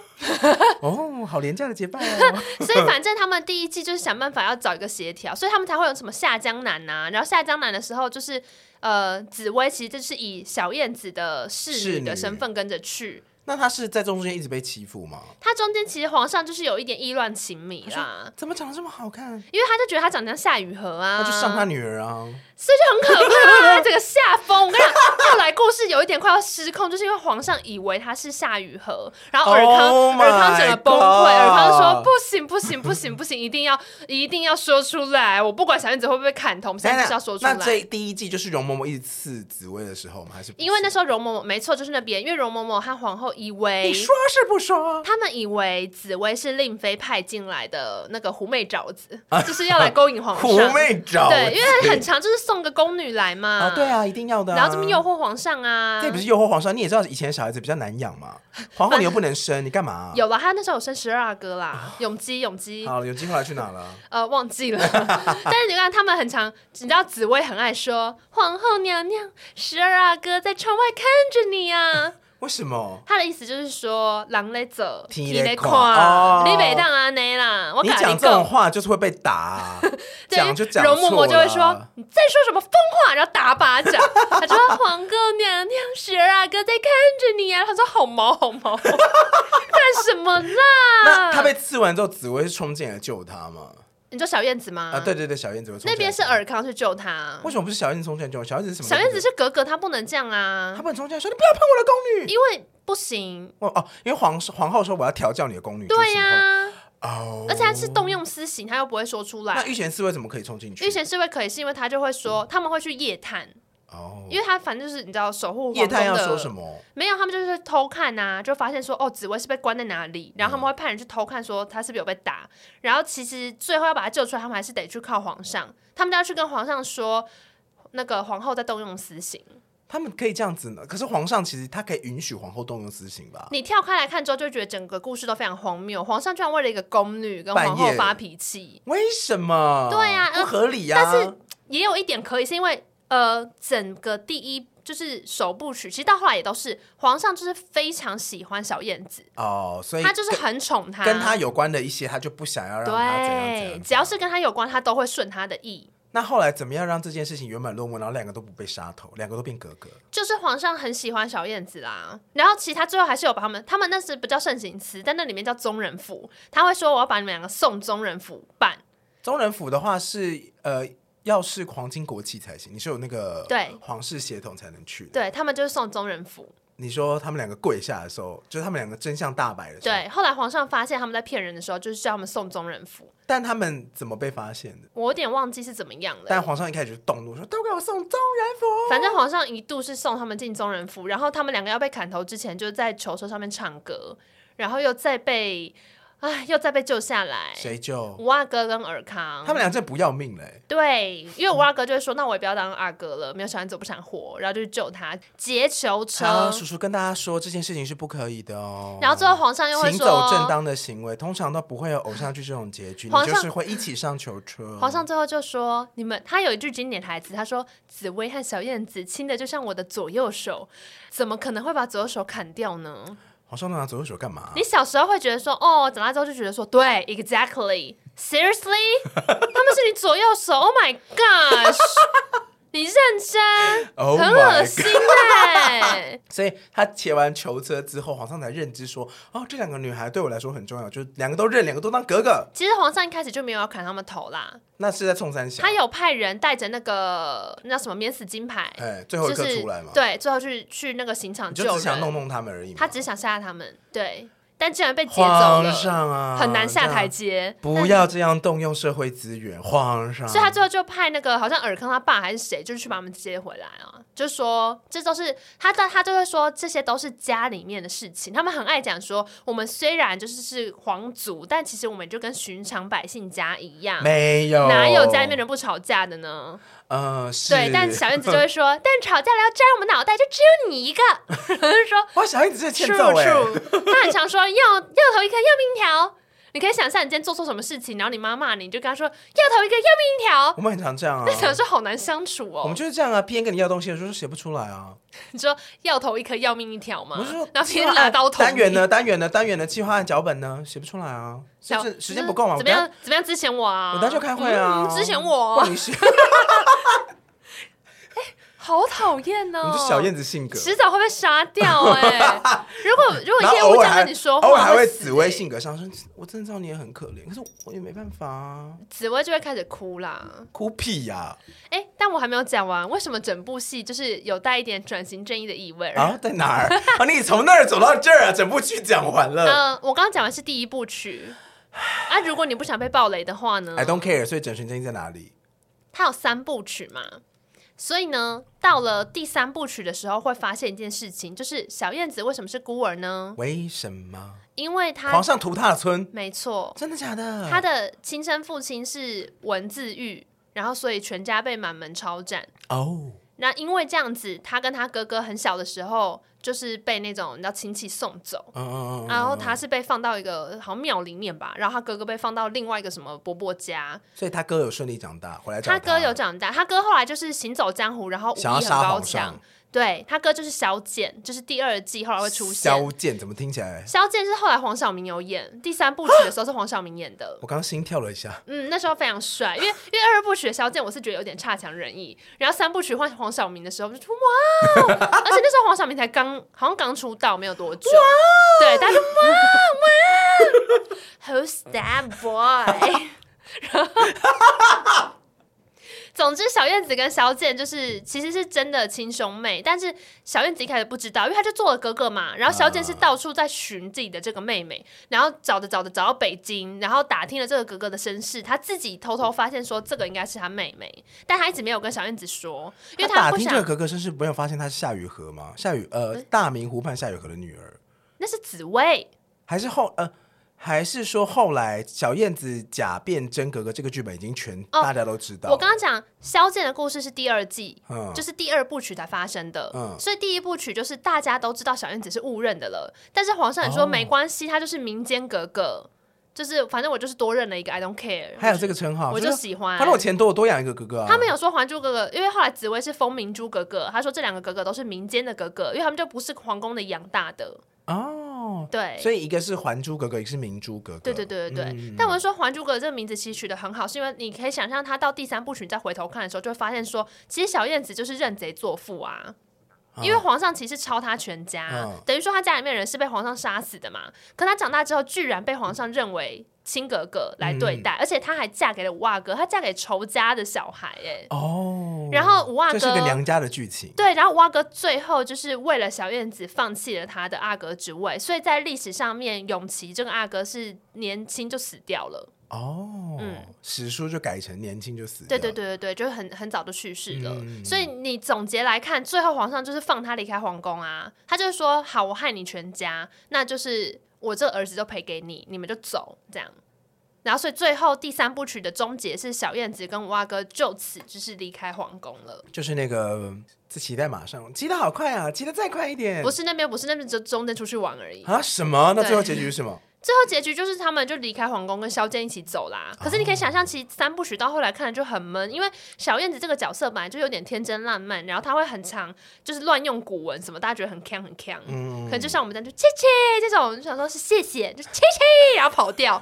A: 哦，好廉价的结拜哦。
B: 所以反正他们第一季就是想办法要找一个协调，所以他们才会有什么下江南呐、然后下江南的时候就是呃，紫薇其实就是以小燕子的侍
A: 侍
B: 女的
A: 女
B: 身份跟着去。
A: 那他是在中间一直被欺负吗？
B: 她中间其实皇上就是有一点意乱情迷啦，
A: 怎么长得这么好看？
B: 因为他就觉得他长得像夏雨荷啊，
A: 那就上他女儿 啊！
B: 所以就很可 怕、啊，整个吓疯。我跟你讲，后来故事有一点快要失控，就是因为皇上以为他是夏雨荷，然后尔康、
A: Oh my
B: 尔康整个崩溃，
A: God
B: 尔康说不行不行不行不行，一定要一定要说出来，我不管小燕子会不会砍头，我们现在就是要说出
A: 那这
B: 来。
A: 第一季就是容嬷嬷一直刺紫薇的时候吗？还是不是
B: 因为那时候容嬷嬷没错，就是那边，因为容嬷嬷和皇后以为
A: 你说是不说？
B: 他们以为紫薇是令妃派进来的那个狐媚爪 子，就是要来勾引皇上。
A: 狐媚找
B: 对，因为很常就是送个宫女来嘛。
A: 啊，哦对。啊，一定要的、啊。
B: 然后这边诱惑皇上啊，
A: 这也不是诱惑皇上，你也知道以前小孩子比较难养嘛，皇后你又不能生，你干嘛、啊
B: 有了，他那时候有生十二阿哥啦，永基永基，
A: 哦好了，有机会来去哪了？
B: 呃，忘记了。 但是你看他们很常，你知道紫薇很爱说皇后娘娘，十二阿哥在窗外看着你 啊。
A: 为什么？
B: 他的意思就是说，狼来走，
A: 天
B: 天在
A: 在
B: 看，
A: 看哦
B: 你北当安内啦。我
A: 你
B: 跟
A: 讲这种
B: 讲，
A: 话就是会被打啊、
B: 对
A: 讲就讲
B: 容嬷
A: 错
B: 嬷
A: 了啊
B: 就会说你在说什么疯话，然后打巴掌。 他说皇后娘娘，十二阿哥在看着你啊。他说好毛好毛， 干什么啦啊
A: 那？他被刺完之后，紫薇是冲进来救他嘛？
B: 你说小燕子吗？
A: 啊，对对对，小燕子会冲进
B: 那
A: 来
B: 边是
A: 救
B: 尔康去救他
A: 为，什么不是小燕子冲进来救？小燕子是什么？
B: 小燕子，是格格，她不能这样
A: 她
B: 啊，
A: 不能冲进来说你不要碰我的宫女。
B: 因为不行。
A: 哦哦，因为皇皇后说我要调教你的宫女。
B: 对
A: 就是什么
B: 呀、
A: 哦，
B: 而且她是动用私刑，她又不会说出
A: 那
B: 来。
A: 御前侍卫怎么可以冲进去？
B: 御前侍卫可以是因为她就会说，他们会去夜探，
A: 哦，
B: 因为她反正就是你知道守护
A: 夜
B: 皇宫
A: 探
B: 的。
A: 要说什？么？
B: 没有，他们就是偷看啊，就发现说哦，紫薇是被关在哪
A: 嗯
B: 里，然后他们会派人去偷看，说她是不是有被打。然后其实最后要把她救出来，他们还是得去靠皇上，他们都要去跟皇上说，那个皇后在动用私刑。
A: 他们可以这样子呢？可是皇上其实他可以允许皇后动用私刑吧？
B: 你跳开来看之后，就觉得整个故事都非常荒谬。皇上居然为了一个宫女跟皇
A: 半
B: 后
A: 夜
B: 发脾气，
A: 为什么？
B: 对啊呃
A: 不合理呀、
B: 但是也有一点可以是因为呃，整个第一就是首部曲，其实到后来也都是皇上就是非常喜欢小燕子，
A: 哦，所以
B: 他就是很宠她，
A: 跟他有关的一些，他就不想要让他怎样怎
B: 对，
A: 样。
B: 只要是跟她有关，他都会顺她的意。
A: 那后来怎么样让这件事情圆满落幕？然后两个都不被杀头，两个都变格格。
B: 就是皇上很喜欢小燕子啦，然后其实他最后还是有把他们，他们那是不叫盛行祠，但那里面叫宗人府，他会说我要把你们两个送宗人府办，
A: 宗人府的话是呃，要是皇亲国戚才行，你是有那个
B: 对
A: 皇室血统才能去的。
B: 对他们就是送宗人府，
A: 你说他们两个跪下的时候，就是他们两个真相大白的时候，
B: 对，后来皇上发现他们在骗人的时候，就是叫他们送宗人府。
A: 但他们怎么被发现的？
B: 我有点忘记是怎么样了。
A: 但皇上一开始就动怒，说都给我送宗人府。
B: 反正皇上一度是送他们进宗人府，然后他们两个要被砍头之前，就在囚车上面唱歌，然后又再被，唉，又再被救下来。
A: 谁救？
B: 五阿哥跟尔康，
A: 他们俩真的不要命嘞、
B: 对，因为
A: 嗯
B: 五阿哥就会说，那我也不要当二哥了，没有小燕子我不想活，然后就去救他劫囚
A: 好，
B: 车。
A: 叔叔跟大家说，这件事情是不可以的哦。
B: 然后最后皇上又会
A: 行
B: 说，
A: 走正当的行为，通常都不会有偶像剧这种结局，你
B: 皇
A: 就
B: 上
A: 是会一起上囚车。
B: 皇上最后就说：“你们，他有一句经典台词，他说紫薇和小燕子亲的就像我的左右手，怎么可能会把左右手砍掉呢？
A: 皇上拿左右手干嘛？
B: 你小时候会觉得说，哦，长大之后就觉得说，对，exactly，seriously，他 们是你左右手，Oh my gosh，你认真，
A: Oh
B: 很
A: my
B: 恶心哎、
A: 所以他切完囚车之后，皇上才认知说，哦，这两个女孩对我来说很重要，就两个都认，两个都当格格。
B: 其实皇上一开始就没有要砍他们头啦，
A: 那是在冲三小
B: 他，有派人带着那个那叫什么免死金牌，
A: 哎，最后一
B: 就
A: 个
B: 是
A: 出来嘛，，
B: 对，最后去去那个刑场
A: 你
B: 救
A: 就
B: 人，
A: 只想弄弄他们而已嘛。
B: 他只是想吓吓他们，对，但竟然被劫走
A: 皇
B: 了，
A: 上啊，
B: 很难下台
A: 这样。
B: 阶。
A: 不要这样动用社会资源，皇上。
B: 所以他最后就派那个好像尔康他爸还是谁，就是去把他们接回来啊，就说这都是他在他就会说这些都是家里面的事情，他们很爱讲说我们虽然就是是皇族，但其实我们就跟寻常百姓家一样，
A: 没有，
B: 哪有家里面人不吵架的呢？
A: 呃，是
B: 对，但小燕子就会说，但吵架了要摘我们脑袋，就只有 你一个，然后就说
A: 哇，小燕子这欠
B: 是
A: 揍哎、
B: 是，他很常说要要头一颗，要命一条。你可以想象你今天做错什么事情，然后你妈骂你，你就跟他说要头一个，要命一条。
A: 我们很常这样啊
B: 那，想说好难相处
A: 我
B: 哦
A: 们。就是这样啊。别人跟你要东西的时候写不出来啊，
B: 你说要头一颗，要命一条嘛
A: 我是说，，啊
B: 然后别人拿刀捅
A: 单元
B: 你。
A: 呢，单元呢，单元呢，计划案脚本呢，写不出来啊，是
B: 小嗯
A: 不是时间不够嘛？
B: 怎么样？怎么样？之前我啊，
A: 我等下去开会啊
B: 嗯之前
A: 我等下？
B: 我啊
A: 不，你是，
B: 好讨厌哦。
A: 你是小燕子性格，
B: 迟早会被杀掉 哎。如果如
A: 然
B: 果
A: 后
B: 业
A: 偶
B: 务这
A: 尔
B: 样
A: 还
B: 跟你说话，
A: 偶尔还会
B: 死欸
A: 紫薇性格上升。我真的知道你也很可怜，可是我也没办法啊，
B: 紫薇就会开始哭啦。
A: 哭屁呀！
B: 哎，但我还没有讲完，为什么整部戏就是有带一点转型正义的意味？
A: 啊，在哪儿？ 啊，你从那儿走到这儿啊，整部剧讲完 了。
B: 嗯，我刚刚讲的是第一部曲。啊，如果你不想被暴雷的话呢
A: I don't care，所以整神经在哪里？
B: 它有三部曲嘛，所以呢，到了第三部曲的时候，会发现一件事情，就是小燕子为什么是孤儿呢？
A: 为什么
B: 因为
A: 皇
B: 她
A: 上屠他的村？
B: 没错，
A: 真的假的？
B: 她的亲生父亲是文字狱，然后所以全家被满门抄斩。
A: 哦，
B: 那因为这样子，她跟她哥哥很小的时候，就是被那种你知道亲戚送走，
A: 嗯嗯嗯，
B: 然后
A: 嗯，
B: 他是被放到一个好像庙里面吧，然后他哥哥被放到另外一个什么伯伯家，
A: 所以他哥有顺利长大，回来找
B: 他哥有长大，他哥后来就是行走江湖，然后武艺
A: 想要
B: 很
A: 杀
B: 高
A: 皇
B: 强
A: 上，，
B: 对他哥就是萧剑，就是第二季后来会出现。
A: 萧剑怎么听起来？
B: 萧剑是后来黄晓明有演，第三部曲的时候是黄晓明演的。
A: 我刚心跳了一下，
B: 嗯，那时候非常帅，因为因为二部曲的萧剑我是觉得有点差强人意，然后三部曲换黄晓明的时候我就说哇哦，而且那时候黄晓明才刚好像刚出道没有多久，对，大家就哇哇，Who's that boy？然后，总之小燕子跟萧剑就是其实是真的亲兄妹，但是小燕子一开始不知道，因为她就做了哥哥嘛，然后萧剑是到处在寻自己的这个妹妹，然后找着找着找到北京，然后打听了这个哥哥的身世，他自己偷偷发现说这个应该是他妹妹，但他一直没有跟小燕子说，因为
A: 他打
B: 不
A: 听
B: 想嗯
A: 这个格格身世，没有发现她是夏雨荷吗？夏雨呃，大明湖畔夏雨荷的女儿，
B: 那是紫薇，
A: 还是后呃，还是说后来小燕子假变真格格这个剧本已经全
B: 哦
A: 大家都知道了？
B: 我刚刚讲萧剑的故事是第二季，
A: 嗯
B: 就是第二部曲才发生的，
A: 嗯
B: 所以第一部曲就是大家都知道小燕子是误认的了，但是皇上也
A: 哦
B: 说没关系，她就是民间格格，就是反正我就是多认了一个，I don't care，
A: 还有这个称号，
B: 我
A: 是
B: 就喜欢
A: 他。如果钱多，我多养一个哥哥啊。
B: 他们有说《还珠格格》，因为后来紫薇是封明珠格格，他说这两个格格都是民间的格格，因为他们就不是皇宫的养大的。
A: 哦，
B: 对，
A: 所以一个是《还珠格格》，一个是《明珠格格》。
B: 哎对对对对
A: 嗯
B: 对。但我是说，《还珠格格》这个名字其实取得很好，是因为你可以想象，它到第三部曲你再回头看的时候，就会发现说，其实小燕子就是认贼作父啊。因为皇上其实抄他全家，
A: 嗯
B: 等于说他家里面人是被皇上杀死的嘛。可他长大之后，居然被皇上认为亲哥哥来对
A: 嗯
B: 待，而且她还嫁给了五阿哥，她嫁给仇家的小孩哎、
A: 哦，
B: 然后五阿
A: 这是一个
B: 哥
A: 娘家的剧情，
B: 对，然后五阿哥最后就是为了小燕子放弃了他的阿哥职位，所以在历史上面，永琪这个阿哥是年轻就死掉了。
A: 哦，
B: 嗯
A: 史书就改成年轻就死，
B: 对对，对对对，就是很很早就去世了。
A: 嗯
B: 所以你总结来看，最后皇上就是放他离开皇宫啊，他就是说好，我害你全家，那就是我这儿子就赔给你，你们就走这样。然后，所以最后第三部曲的终结是小燕子跟五阿哥就此就是离开皇宫了，
A: 就是那个这骑在马上，骑得好快啊，骑得再快一点，
B: 不是那边，不是那边，就中间出去玩而已。
A: 啊什么？那
B: 对
A: 最后结局是什么？
B: 最后结局就是他们就离开皇宫，跟萧剑一起走啦。可是你可以想象，其实三部曲到后来看的就很闷，因为小燕子这个角色本来就有点天真烂漫，然后她会很常就是乱用古文什么，大家觉得很强很强。
A: 嗯
B: 可能就像我们这样就切切这种，就想说是谢谢，就切切，然后跑 掉，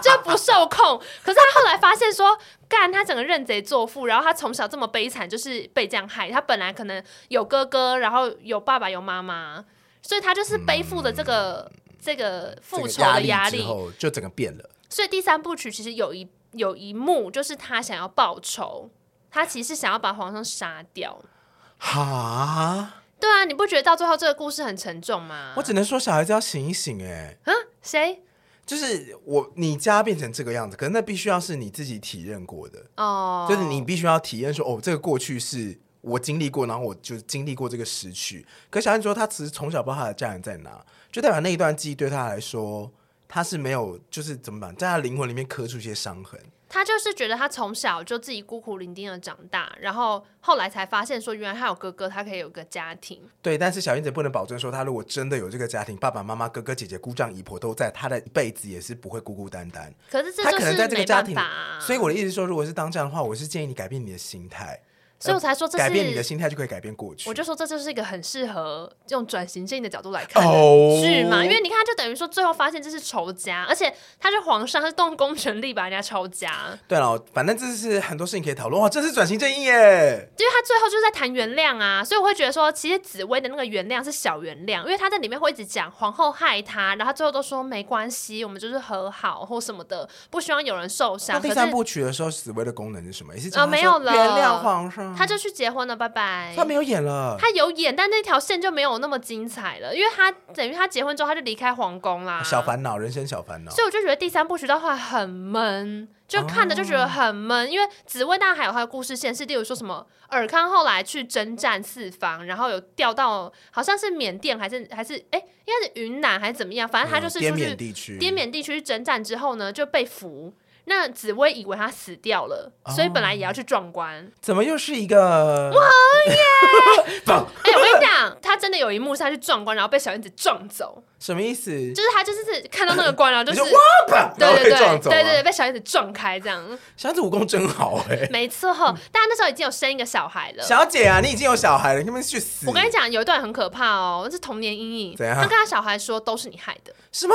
B: 就不受控。可是他后来发现说，干他整个认贼作父，然后他从小这么悲惨，就是被这样害。他本来可能有哥哥，然后有爸爸有妈妈，所以他就是背负的这个、这个 复仇的压
A: 压
B: 力
A: 之。后就嗯整个变了。
B: 所以第三部曲其实有一有一幕就是他想要报仇，他其实想要把皇上杀掉。
A: 哈，
B: 对啊，你不觉得到最后这个故事很沉重吗
A: 我？只能说小孩子要醒一醒、哎，
B: 嗯谁？
A: 就是我你家变成这个样子，可是那必须要是你自己体验过的，
B: 哦，
A: 就是你必须要体验说，哦，这个过去是我经历过，然后我就经历过这个失去。可小燕说，她其实从小不知道她的家人在哪，就代表那一段记忆对她来说，她是没有，就是怎么讲，在她灵魂里面刻出一些伤痕。
B: 他就是觉得他从小就自己孤苦伶仃的长大，然后后来才发现说，原来他有哥哥，他可以有个家庭。
A: 对，但是小燕子不能保证说，她如果真的有这个家庭，爸爸妈妈、哥哥姐姐、姑丈姨婆都在，她的一辈子也是不会孤孤单单。
B: 可是这
A: 他
B: 就
A: 可能
B: 是
A: 在这个
B: 没
A: 家
B: 办
A: 庭
B: 法、啊，
A: 所以我的意思是说，如果是当这样的话，我是建议你改变你的心态，
B: 所以我才说这
A: 改变你的
B: 是，
A: 心态就可以改变过去。
B: 我就说这就是一个很适合用转型正义的角度来看的
A: 哦
B: 剧嘛，因为你看，他就等于说最后发现这是仇家，而且他是皇上，他是动公权力把人家仇家，
A: 对了，反正这是很多事情可以讨论。哇，这是转型正义耶！
B: 因为他最后就是在谈原谅啊，所以我会觉得说，其实紫薇的那个原谅是小原谅，因为他在里面会一直讲皇后害他，然后他最后都说没关系，我们就是和好或什么的，不希望有人受
A: 那
B: 伤。可
A: 第
B: 是
A: 三部曲的时候，紫薇的功能是什么？也是叫
B: 呃
A: 她
B: 没
A: 说
B: 有了
A: 原谅皇上，
B: 他就去结婚了，拜拜。
A: 嗯他没有演了。
B: 他有演，但那条线就没有那么精彩了，因为他等于他结婚之后他就离开皇宫啦。
A: 啊哦小烦恼，人生小烦恼。
B: 所以我就觉得第三部曲到后来很闷，就看的就觉得很
A: 哦
B: 闷，因为紫薇当然还有她的故事线是，例如说什么呃尔康后来去征战四方，然后有调到好像是缅甸还是还是哎、应该是云南还是怎么样，反正他就是
A: 嗯滇
B: 出去
A: 缅地区，
B: 滇缅地区征战之后呢就被俘。那紫薇以为他死掉了，所以本来也要去 壮观。
A: 怎么又是一个？ 哇耶！
B: 哎、我跟你讲，他真的有一幕是他去壮观，然后被小燕子撞走，
A: 什么意思？
B: 就是他就是看到那个关，然后就
A: 你
B: 是
A: 说哇吧，
B: 对
A: 然后
B: 对
A: 被
B: 对
A: 撞
B: 对
A: 走了。
B: 对对，被小燕子撞开这样。
A: 小子武功真好哎！
B: 没错，但他那时候已经有生一个小孩了。
A: 小姐啊，你已经有小孩了，你们去死！
B: 呃我跟你讲，有一段很可怕哦，是童年阴影。
A: 怎样
B: 他跟他小孩说都是你害的，
A: 什么？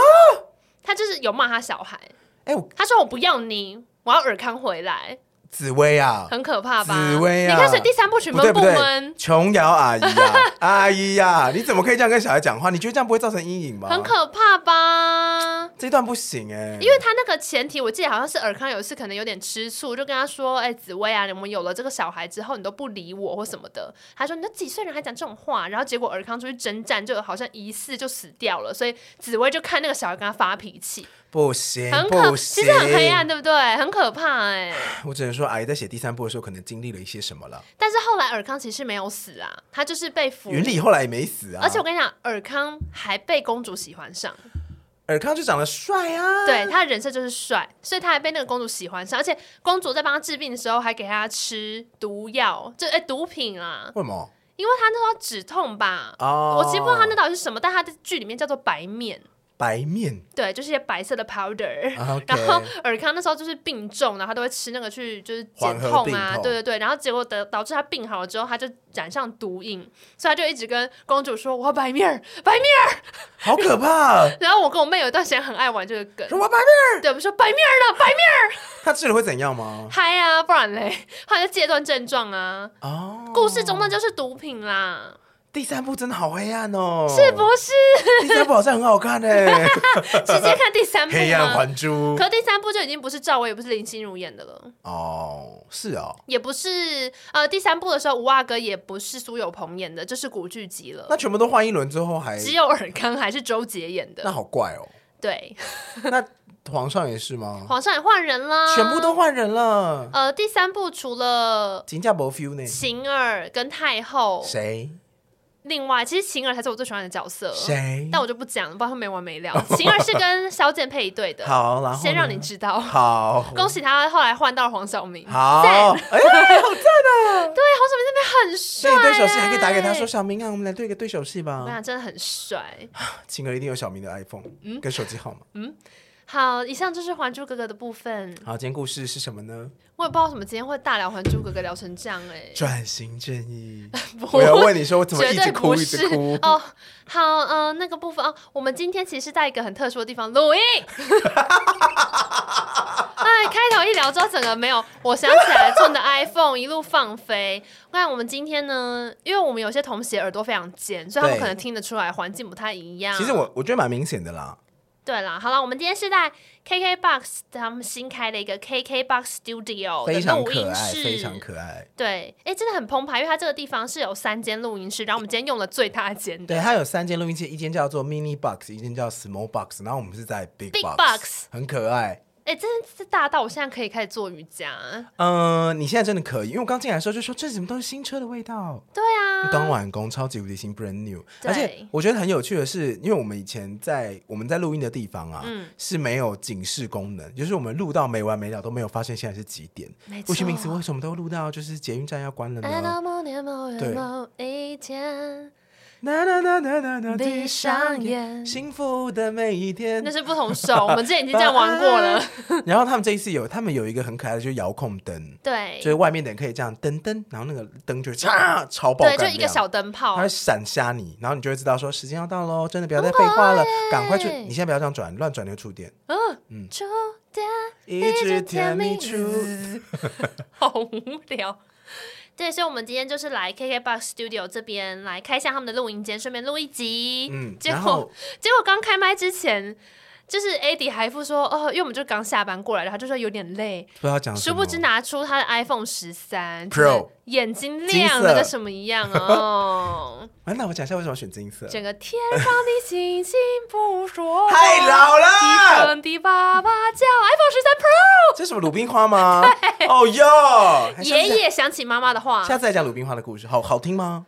B: 他就是有骂他小孩，
A: 哎，我
B: 他说我不要你，我要尔康回来，
A: 紫薇啊，
B: 很可怕吧？
A: 紫薇啊
B: 你看所以第三部曲
A: 不对
B: 闷
A: 不对
B: 闷，？
A: 琼瑶阿姨啊，阿姨呀、你怎么可以这样跟小孩讲话？你觉得这样不会造成阴影吗？
B: 很可怕吧？
A: 这一段不行哎、
B: 因为他那个前提，我记得好像是尔康有一次可能有点吃醋，就跟他说：“哎、紫薇啊，我们有了这个小孩之后，你都不理我或什么的。”他说：“你都几岁人还讲这种话？”然后结果尔康出去征战，就好像疑似就死掉了，所以紫薇就看那个小孩跟他发脾气，
A: 不行，
B: 很可，
A: 哎不
B: 其
A: 行，
B: 实很黑暗，。对不对？很可怕哎、
A: 我只能说，阿姨在写第三部的时候，可能经历了一些什么了。
B: 但是后来尔康其实没有死啊，他就是被俘。
A: 云里后来也没死啊，
B: 而且我跟你讲，尔康还被公主喜欢上，
A: 尔康就长得帅啊，
B: 对，他的人设就是帅，所以他还被那个公主喜欢上，而且公主在帮他治病的时候还给他吃毒药，就哎、毒品啊，
A: 为什么？
B: 因为他那时候止痛吧，
A: 哦，
B: 我其实不知道他那到底是什么，但他的剧里面叫做白面，
A: 白面
B: 对，就是一些白色的 powder。
A: 啊，OK，
B: 然后尔康那时候就是病重，然后他都会吃那个去就是
A: 缓
B: 减
A: 和
B: 痛
A: 病
B: 啊，
A: 痛
B: 对对对，然后结果得导致他病好了之后，他就染上毒瘾，所以他就一直跟公主说我要白面儿白面儿。
A: 好可 怕！
B: 然后我跟我妹有一段时间很爱玩这个梗，
A: 什么白面？
B: 对，我们说白面儿呢，白面儿。
A: 他治了会怎样吗？
B: 嗨啊，不然嘞，他就戒断症状啊。
A: 哦，
B: 故事中那就是毒品啦，
A: 第三部真的好黑暗哦，
B: 是不 是？
A: 第三部好像很好看呢，
B: 直接看第三部
A: 黑暗
B: 吗？
A: 还珠
B: 可第三部就已经不是赵薇，也不是林心如演的了，
A: 哦，是哦，
B: 也不是呃第三部的时候，五阿哥也不是苏有朋演的，这是古巨基了
A: 那，全部都换一轮之后还
B: 只有尔康还是周杰演
A: 那
B: 的。
A: 好怪 哦，
B: 对，
A: 那皇上也是吗？
B: 皇上也换人啦，
A: 全部都换人了，
B: 呃第三部除了
A: 金价博 feel 呢？
B: 晴儿跟太后，
A: 谁
B: 另外其实晴儿才是我最喜欢的角色，
A: 谁？
B: 但我就不讲了，不然会没完没了。晴儿是跟萧剑配一对的，
A: 好，然后
B: 先让
A: 呢哦
B: 你知道。
A: 好，
B: 恭喜他后来换到了黄晓 明，
A: 好，哎，
B: 很帅、
A: 所以对手戏还可以打给 他说：“
B: 欸。
A: 小明啊，我们来对个对手戏
B: 我
A: 吧。
B: 想真的很帅。”
A: 晴儿一定有小明的 iPhone
B: 嗯
A: 跟手机号码。
B: 好，以上就是《还珠格格》的部分。
A: 好，今天故事是什么呢？
B: 我也不知道为什么今天会大聊《还珠格格》聊成这样 哎、欸，
A: 转型正义。
B: 不
A: 我要问你说，我怎么
B: 绝
A: 一直
B: 对
A: 哭
B: 不
A: 一
B: 是
A: 直哭？
B: 哦。好，呃，那个部分哦，我们今天其实在一个很特殊的地方 录音。哎，开头一聊之后，整个没有，我想起来，从你的 iPhone 一路放飞。那我们今天呢，因为我们有些同学耳朵非常尖，所以他们
A: 对
B: 可能听得出来环境不太一样。
A: 其实我我觉得蛮明显的啦。
B: 对啦，好了，我们今天是在 KKBOX 他们新开了一个 KKBOX Studio
A: 非
B: 的
A: 常
B: 录
A: 可
B: 音
A: 爱，
B: 室，
A: 非常可爱。
B: 对，哎，真的很澎湃，因为它这个地方是有三间录音室，然后我们今天用了最大间的
A: 对，啊它有三间录音室，一间叫做 Mini Box，一间叫 Small Box，然后我们是在 Big
B: Big
A: Box，,
B: Box
A: 很可爱。
B: 哎，真的是大到我现在可以开始做瑜伽，
A: 嗯、你现在真的可以，因为我刚进来的时候就说这是什么都是新车的味道，
B: 对啊，
A: 刚完工，超级无敌新，brand new。
B: 对
A: 而且我觉得很有趣的是，因为我们以前在我们在录音的地方啊，
B: 嗯
A: 是没有警示功能，就是我们录到没完没了都没有发现现在是几点。
B: 没
A: 不
B: 错。
A: 行，名词为什么都录到就是捷运站要关了
B: 来
A: 呢？
B: 到某年某月
A: 对
B: 某一天，
A: 啦啦啦啦啦啦，
B: 闭上眼
A: 幸福的每一天
B: 那。是不同手，我们之前已经这样玩过 了。
A: 然后他们这一次有，他们有一个很可爱的，就是遥控灯，
B: 对
A: 就是外面的人可以这样噔噔，然后那个灯就嚓超爆
B: 对，
A: 干
B: 就
A: 亮，
B: 一个小灯泡
A: 它，会闪瞎你，然后你就会知道说时间要到喽，真的不要再废话了，赶快去！你现在不要这样转，乱转就触电，
B: 触电
A: 一直甜蜜
B: 一
A: 处
B: 直。甜蜜 好无聊。对，所以我们今天就是来 KKBOX Studio 这边来开箱他们的录音间，顺便录一集。
A: 嗯，
B: 结
A: 然
B: 果
A: 后
B: 结果刚开麦之前，就是 AD 还附说哦，因为我们就刚下班过来，然后他就说有点累，
A: 不知道讲什
B: 殊
A: 么，
B: 不知拿出他的 iPhone 十三
A: 啊 Pro
B: 眼睛
A: 金
B: 亮
A: 色
B: 的跟什么一样 哦，
A: 啊，那我讲一下为什么选金 色，
B: 整个天上的星星不说话
A: 太老
B: 地
A: 了，
B: 上的爸爸叫 iPhone 十三 Pro。
A: 这是什么鲁冰花 吗？哦哟，还下次
B: 爷爷想起妈妈的话，
A: 下次再讲鲁冰花的故事，好好听吗？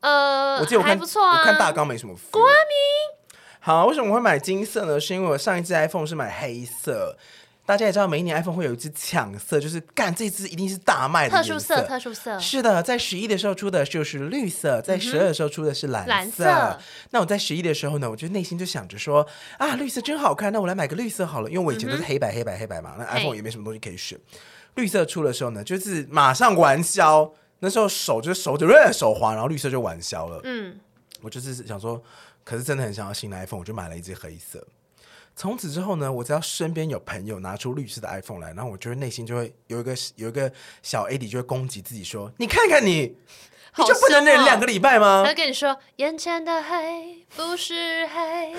B: 呃，
A: 我记得我
B: 还
A: 看
B: 不错啊。
A: 我看大纲没什么。郭阿明，好，为什么我会买金色呢？是因为我上一只 iPhone 是买黑色。大家也知道，每一年 iPhone 会有一只抢色，就是干这只一定是大卖的
B: 特殊
A: 颜
B: 色，特殊色，
A: 是的，在十一的时候出的就是绿色，在十二的时候出的是蓝色。
B: 嗯蓝色
A: 那我在十一的时候呢，我就内心就想着说啊，绿色真好看，那我来买个绿色好了，因为我以前都
B: 嗯
A: 是黑白、黑白黑白嘛，那
B: 嘿
A: iPhone 也没什么东西可以选。绿色出的时候呢，就是马上完销，那时候手就是手就呃手滑，然后绿色就完销了。
B: 嗯，
A: 我就是想说，可是真的很想要新的 iPhone，我就买了一只黑色。从此之后呢，我只要身边有朋友拿出绿色的 iPhone 来，然后我就会内心就会有一个有一个小 AD 就会攻击自己说：“你看看你，你
B: 好
A: 就不能
B: 深
A: 忍
B: 哦
A: 两个啊礼拜吗
B: 他就跟你说，眼前的黑不是黑，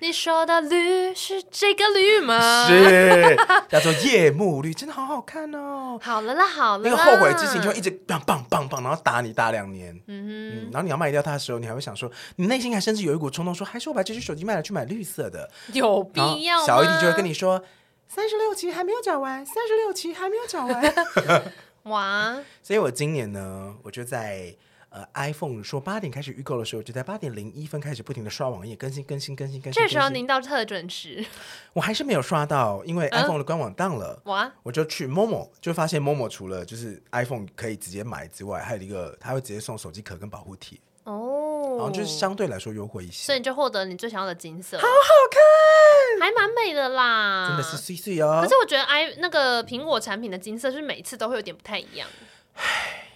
B: 你说的绿是这个绿？”吗？
A: 是叫做夜幕绿，真的好好看哦。
B: 好了啦，好了
A: 那
B: 啦，
A: 个后悔之情就会一直棒棒棒棒，然后打你打两年。嗯然后你要卖掉它的时候，你还会想说，你内心还甚至有一股冲动说，还是我把这只手机卖了去买绿色的。
B: 有必
A: 然后
B: 要吗？
A: 小 AD 就会跟你说，三十六期还没有讲完，三十六期还没有讲 完。
B: 哇，
A: 所以我今年呢，我就在呃 iPhone 说八点开始预购的时候，我就在八点零一分开始不停的刷网页更新更新更新更新。
B: 这时候
A: 更新
B: 您到特准时，
A: 我还是没有刷到，因
B: 嗯
A: 为 iPhone 的官网当了。
B: 哇，
A: 我就去 Momo，就发现 Momo 除了就是 iPhone 可以直接买之外，还有一个它会直接送手机壳跟保护贴，
B: 哦，
A: 然后就是相对来说优惠一
B: 所
A: 些
B: 以，你就获得你最想要的金色，好好看，还蛮美的啦，
A: 真的是碎碎哦
B: 可是。我觉得 i 那个苹果产品的金色是每次都会有点不太一样。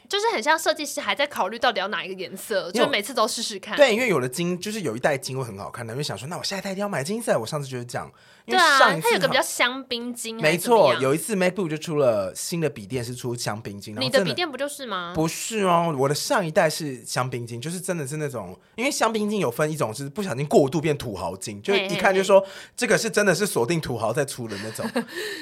B: 就是很像设计师还在考虑到底要哪一个颜色，
A: 因为
B: 就每次都试试看。
A: 对，因为有的金就是有一袋金会很好看，然后就想说，那我下一代一定要买金色。我上次就是这样，因为
B: 对
A: 上
B: 啊
A: 一，次
B: 它有个
A: 好
B: 比较香槟金，还
A: 没
B: 是怎么
A: 错，
B: 样
A: 有一次 MacBook 就出了新的笔电，是出香槟金，然后
B: 你
A: 真
B: 的
A: 的
B: 笔电不就是吗？
A: 不是哦，我的上一代是香槟金，就是真的是那种，因为香槟金有分一种是不小心过度变土豪金，就
B: 嘿嘿
A: 一看就说这个是真的是锁定土豪在出的 那种，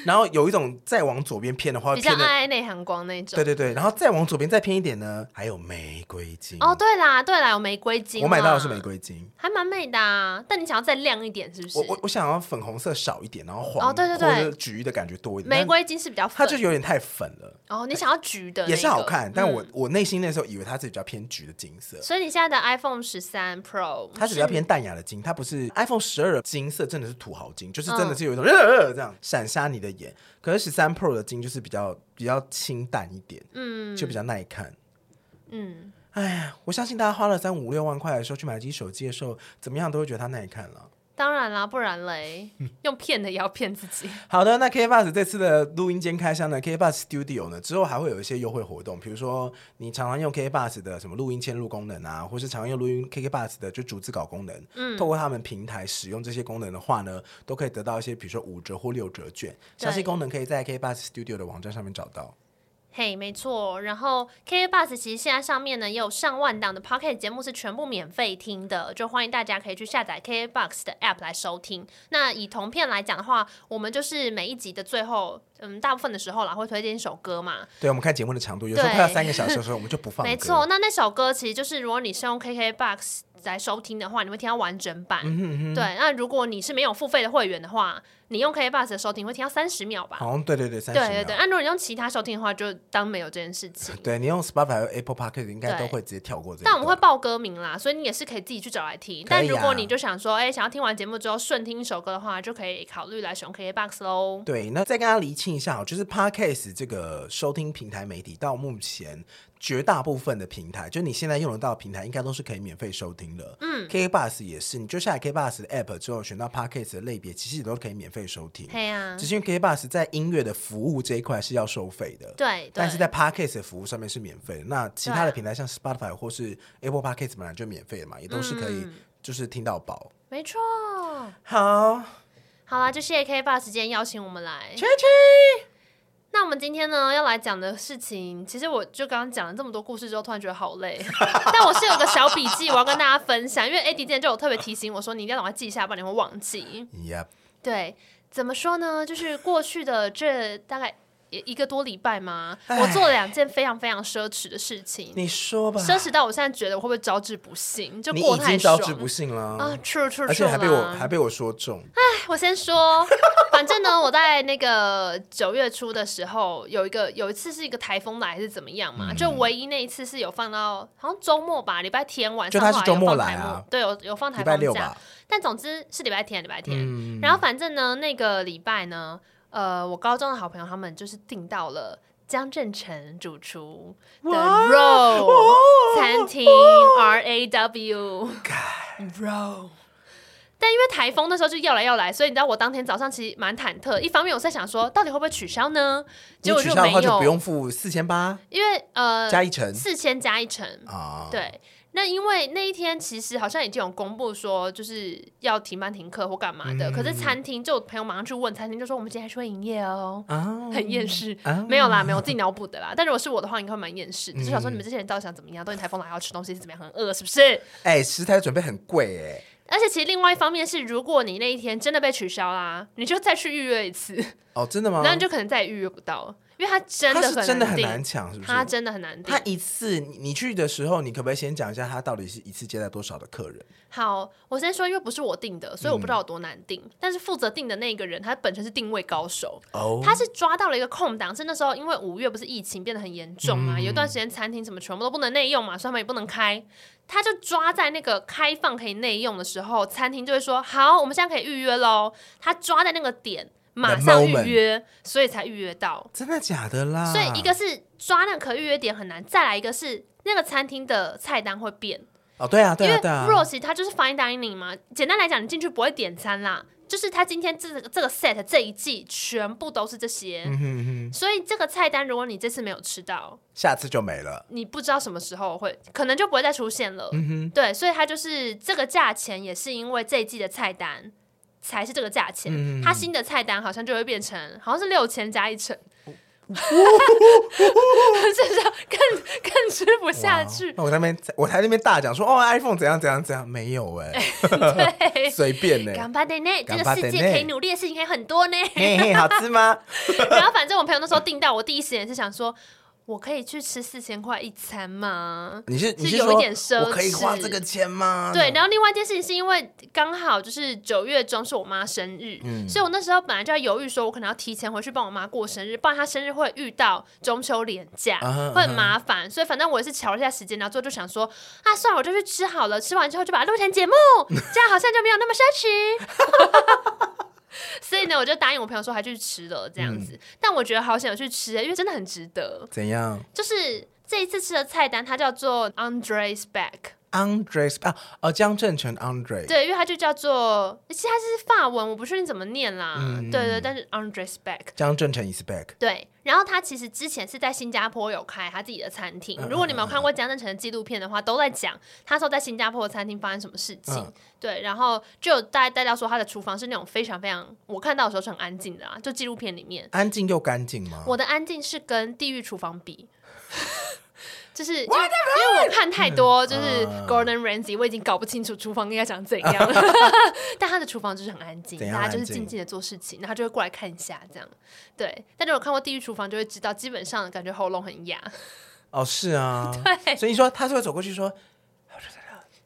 A: 然后有一种再往左边偏的话，
B: 比较
A: 呃偏的
B: 暗暗内含光那种
A: 对。对对，然后再往左边再偏一点呢，还有玫瑰金
B: 哦，对啦，对啦，有玫瑰金，啊
A: 我买到的是玫，瑰金，
B: 还蛮美的、啊。但你想要再亮一点，是不是
A: 我？我我想要粉红色少一点，然后黄
B: 哦对对对
A: 或者橘的感觉多一点，
B: 玫瑰金是比较
A: 但它
B: 粉
A: 就，有点太粉了，
B: 哦，你想要橘的、那
A: 也是
B: 个
A: 好看，但我
B: 嗯
A: 我内心那时候以为它是比较偏橘的金色。
B: 所以你现在的 iPhone 十三 Pro，
A: 它是比较偏淡雅的金，它不是 iPhone 十二金色，真的是土豪金，就是真的
B: 嗯
A: 是有一种、呃呃呃这样闪瞎你的眼。可是十三 Pro 的金就是比较比较清淡一点，
B: 嗯
A: 就比较耐看。
B: 嗯，
A: 哎呀，我相信大家花了三五六万块的时候去买这机手机的时候，怎么样都会觉得它耐看了。
B: 当然啦，不然嘞，用骗的也要骗自己。
A: 好的，那 K Bus 这次的录音间开箱呢，K Bus Studio 呢之后还会有一些优惠活动，比如说你常常用 K Bus 的什么录音嵌入功能啊，或是常用录音 KK Bus 的就逐字稿功能，嗯，透过他们平台使用这些功能的话呢，都可以得到一些比如说五折或六折券，
B: 对
A: 详细功能可以在 K Bus Studio 的网站上面找到。
B: 嘿没错。然后 KK Bus 其实现在上面呢也有上万档的 p o c k e t 节目是全部免费听的，就欢迎大家可以去下载 KK Box 的 App 来收听。那以同片来讲的话，我们就是每一集的最后，嗯，大部分的时候啦会推荐一首歌嘛。
A: 对，我们看节目的长度，有时候
B: 对
A: 快要三个小时的时候，我们就不放歌。
B: 没错，，那那首歌其实就是如果你是用 KK Box 来收听的话，你会听到完整版。
A: 嗯
B: 对，那如果你是没有付费的会员的话，你用 KK Box 的收听会听到三十秒吧。
A: 好像对对对，三
B: 对
A: 十
B: 对
A: 秒。
B: 对，那如果你用其他收听的话，就当没有这件事情。
A: 对你用 Spotify 和 Apple Podcast 应该都
B: 对
A: 会直接跳过这一段。
B: 但我们会报歌名啦，所以你也是可以自己去找来听。
A: 可以啊
B: 但如果你就想说，哎、想要听完节目之后顺听一首歌的话，就可以考虑来使用 KKBOX 喽。
A: 对，那再跟大家厘清一下哦，就是 Podcast 这个收听平台媒体到目前。绝大部分的平台，就你现在用得到的平台，应该都是可以免费收听的。嗯，K Bus 也是，你就下载 K Bus 的 App 之后，选到 Podcast 的类别，其实也都可以免费收听。
B: 嘿啊呀、
A: 只是因为 K Bus 在音乐的服务这一块是要收费的，
B: 对，
A: 但是
B: 对
A: 在 Podcast 的服务上面是免费的。那其他的平台像 Spotify 或是 Apple Podcast 本来就免费的嘛，也都是可
B: 嗯
A: 以就是听到饱。
B: 没错。
A: 好，
B: 好啦，就谢谢 KKBOX 今天邀请我们来。
A: 切切，
B: 那我们今天呢要来讲的事情，其实我就刚刚讲了这么多故事之后，突然觉得 好累。但我是有个小笔记，我要跟大家分享，因为 AD 今天就有特别提醒我说，你一定要赶快记一下，不然你会忘记。
A: Yep，
B: 对，怎么说呢？就是过去的这大概一一个多礼拜嘛，
A: 唉
B: 我做了两件非常非常奢侈的事情，
A: 你说吧。
B: 奢侈到我现在觉得我会不会招致不幸，就
A: 你
B: 过
A: 已
B: 得太
A: 经
B: 爽
A: 招致不幸了，
B: 啊，true true
A: 而且
B: true
A: 还被我
B: 啦
A: 还被我说中。
B: 我先说，反正呢，我在那个九月初的时候，有一个有一次是一个台风来还是怎么样
A: 嗯
B: 嘛，就唯一那一次是有放到好像周末吧，礼拜天晚
A: 就
B: 上
A: 它
B: 后
A: 是
B: 来
A: 周
B: 有
A: 末
B: 放
A: 来
B: 台
A: 啊
B: 风，对，有有放台
A: 礼拜六
B: 风假
A: 吧，，
B: 但总之是礼拜天，礼拜天。
A: 嗯，
B: 然后反正呢，那个礼拜呢，呃，我高中的好朋友他们就是订到了江振成主厨的
A: 哇
B: Row
A: 哦
B: 餐厅 R A W Row。但因为台风那时候就要来要来，所以你知道我当天早上其实蛮忐忑。一方面我在想说，到底会不会取消呢？结
A: 你
B: 果
A: 取
B: 就
A: 消
B: 没
A: 的话
B: 有，
A: 就不用付四千八
B: 因为呃，
A: 加一成
B: 四千加一成，
A: 啊。，
B: 对，那因为那一天其实好像已经有公布说就是要停班停课或干嘛
A: 嗯
B: 的，可是餐厅就有朋友马上去问餐厅，就说我们今天还是会营业哦，
A: 啊，
B: 很厌世。
A: 啊
B: 没有啦，没有，我自己脑补的啦。但如果是我的话，应该会蛮厌世的，就想
A: 嗯
B: 说你们这些人到底想怎么样？都你台风来还要吃东西是怎么样？很饿是不是？
A: 哎，食材准备很贵哎，
B: 而且其实另外一方面是，如果你那一天真的被取消啦，你就再去预约一次，
A: 哦，真的吗？
B: 然后你就可能再也预约不到，因为它真
A: 它
B: 的
A: 是
B: 很
A: 真的很
B: 定
A: 难，抢，是不是？
B: 它真的很难定
A: 他。一次你你去的时候，你可不可以先讲一下他到底是一次接待多少的客人？
B: 好，我先说，因为不是我定的，所以我不
A: 嗯
B: 知道有多难定。但是负责定的那个人，他本身是定位高手，
A: 哦
B: 他是抓到了一个空档，是那时候因为五月不是疫情变得很严
A: 嗯
B: 重嘛，有一段时间餐厅什么全部都不能内用嘛，所以他们也不能开。他就抓在那个开放可以内用的时候，餐厅就会说：“好，我们现在可以预约喽。”他抓在那个点，马上预
A: moment
B: 约，所以才预约到。
A: 真的假的啦？
B: 所以一个是抓那个可预约点很难，再来一个是那个餐厅的菜单会变。
A: 哦，对啊，对
B: 因为
A: 啊，对啊
B: Rose 它就是 fine dining 嘛，简单来讲，你进去不会点餐啦，就是他今天这这个 set 这一季全部都是这些，
A: 嗯哼哼，
B: 所以这个菜单如果你这次没有吃到，
A: 下次就没了。
B: 你不知道什么时候会，可能就不会再出现了。
A: 嗯哼，
B: 对，所以它就是这个价钱，也是因为这一季的菜单才是这个价钱。
A: 嗯
B: 它新的菜单好像就会变成，好像是六千加一成，
A: 哦
B: 是不是更更吃不下
A: 哇
B: 去？
A: 哦那我在那边，我在那边大讲说，哦，iPhone 怎样怎样怎样，没有哎、
B: 对，
A: 随便呢、
B: 干巴的呢，这
A: 干
B: 个
A: 巴
B: 世
A: 的
B: 界
A: 呢
B: 可以努力的事情还很多 呢。
A: 嘿嘿，好吃吗？
B: 然后反正我朋友那时候订到，我第一时间也是想说，我可以去吃四千块一餐吗？
A: 你是你
B: 是有
A: 说
B: 一点奢
A: 我可以花
B: 侈
A: 这个钱吗？
B: 对，然后另外一件事情是因为刚好就是九月中是我妈生日，
A: 嗯
B: 所以我那时候本来就在犹豫，说我可能要提前回去帮我妈过生日，不然她生日会遇到中秋连假，
A: 啊哈
B: 会很麻烦。所以反正我也是瞧了一下时间，然后最后就想说，啊，算了，我就去吃好了，吃完之后就把它录 成节目，这样好像就没有那么奢侈。 所以呢，我就答应我朋友说还去吃了这样子，
A: 嗯
B: 但我觉得好想有去吃、因为真的很值得。
A: 怎样
B: 就是这一次吃的菜单，它叫做 Andre's Back。
A: ？Andre 啊，哦，江正成 Andre，
B: 对，因为它就叫做，其实它是法文，我不确定怎么念啦。
A: 嗯
B: 对对，但是 Andre s p e c
A: 江正成 is back。
B: 对，然后他其实之前是在新加坡有开他自己的餐厅。
A: 嗯
B: 如果你们有看过江正成的纪录片的话，都在讲他说在新加坡的餐厅发生什么事情。
A: 嗯
B: 对，然后就有大家带到说他的厨房是那种非常非常，我看到的时候是很安静的啊，就纪录片里面，
A: 安静又干净吗？
B: 我的安静是跟地狱厨房比。 就是因为因为我看太多，就是
A: 嗯
B: Gordon Ramsay，我已经搞不清楚厨房应该长 怎样了。但他的厨房就是很安静，
A: 怎样
B: 大家就是
A: 安静
B: 静静的做事情，然后就会过来看一下这样。对，但是我看过《地狱厨房》就会知道，基本上感觉喉咙很哑，
A: 哦，是啊，对所以说他是会走过去说，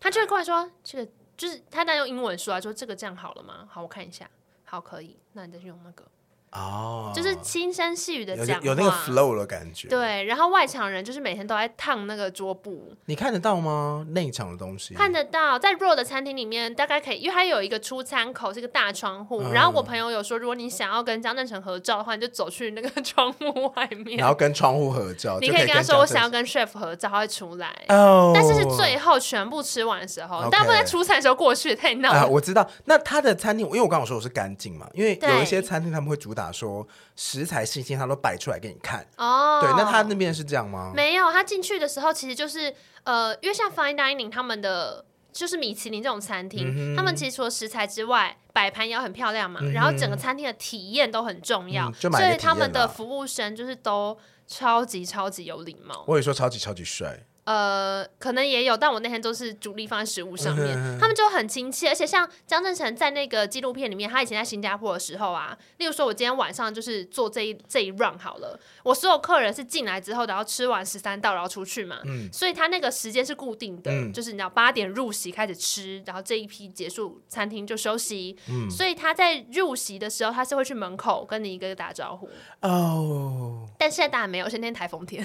B: 他就会过来说这个，就是他在用英文说啊，说这个这样好了吗？好，我看一下，好，可以，那你再去用那个，
A: 哦，
B: 就是轻声细语的
A: 有
B: 讲话，
A: 有那个 flow 的感觉。，
B: 对，然后外场人就是每天都在烫那个桌布，
A: 你看得到吗？内场的东西，
B: 看得到，在 RO 的餐厅里面，大概可以，因为它有一个出餐口是一个大窗户。
A: 嗯
B: 然后我朋友有说，如果你想要跟江正成合照的话，你就走去那个 窗户外面
A: 然，后跟窗户合照，
B: 你
A: 就
B: 可以
A: 以
B: 跟他说我
A: 江正
B: 想要跟 chef 合照，他会出来。
A: 哦，
B: 但是是最后全部吃完的时候，
A: OK
B: 大家不能在出餐的时候过去，太闹
A: 啊，
B: 了。
A: 我知道。那他的餐厅，因为我刚刚说我是干净嘛，因为有
B: 对
A: 一些餐厅他们会主打说食材新鲜，他都摆出来给你看。
B: 哦，
A: 对，那他那边是这样吗？
B: 没有，他进去的时候其实就是呃，因为像 Fine Dining 他们的就是米其林这种餐厅，
A: 嗯哼嗯
B: 他们其实除了食材之外，摆盘也要很漂亮嘛，然后整个餐厅的体验都很重要，
A: 嗯就买
B: 所
A: 一个
B: 以他
A: 体
B: 们
A: 验
B: 的
A: 啦
B: 服务生就是都超级超级有礼貌。
A: 我也说超级超级帅，
B: 呃，可能也有，但我那天都是主力放在食物上面，
A: 嗯
B: 他们就很亲切。而且像江正成在那个纪录片里面，他以前在新加坡的时候啊，例如说，我今天晚上就是做这一这一 round 好了，我所有客人是进来之后，然后吃完十三道，然后出去嘛，所以他那个时间是固定的，
A: 嗯
B: 就是你知道八点入席开始吃，然后这一批结束，餐厅就休息。
A: 嗯
B: 所以他在入席的时候，他是会去门口跟你一个一个打招呼，
A: 哦，
B: 但现在当然没有，现在台风天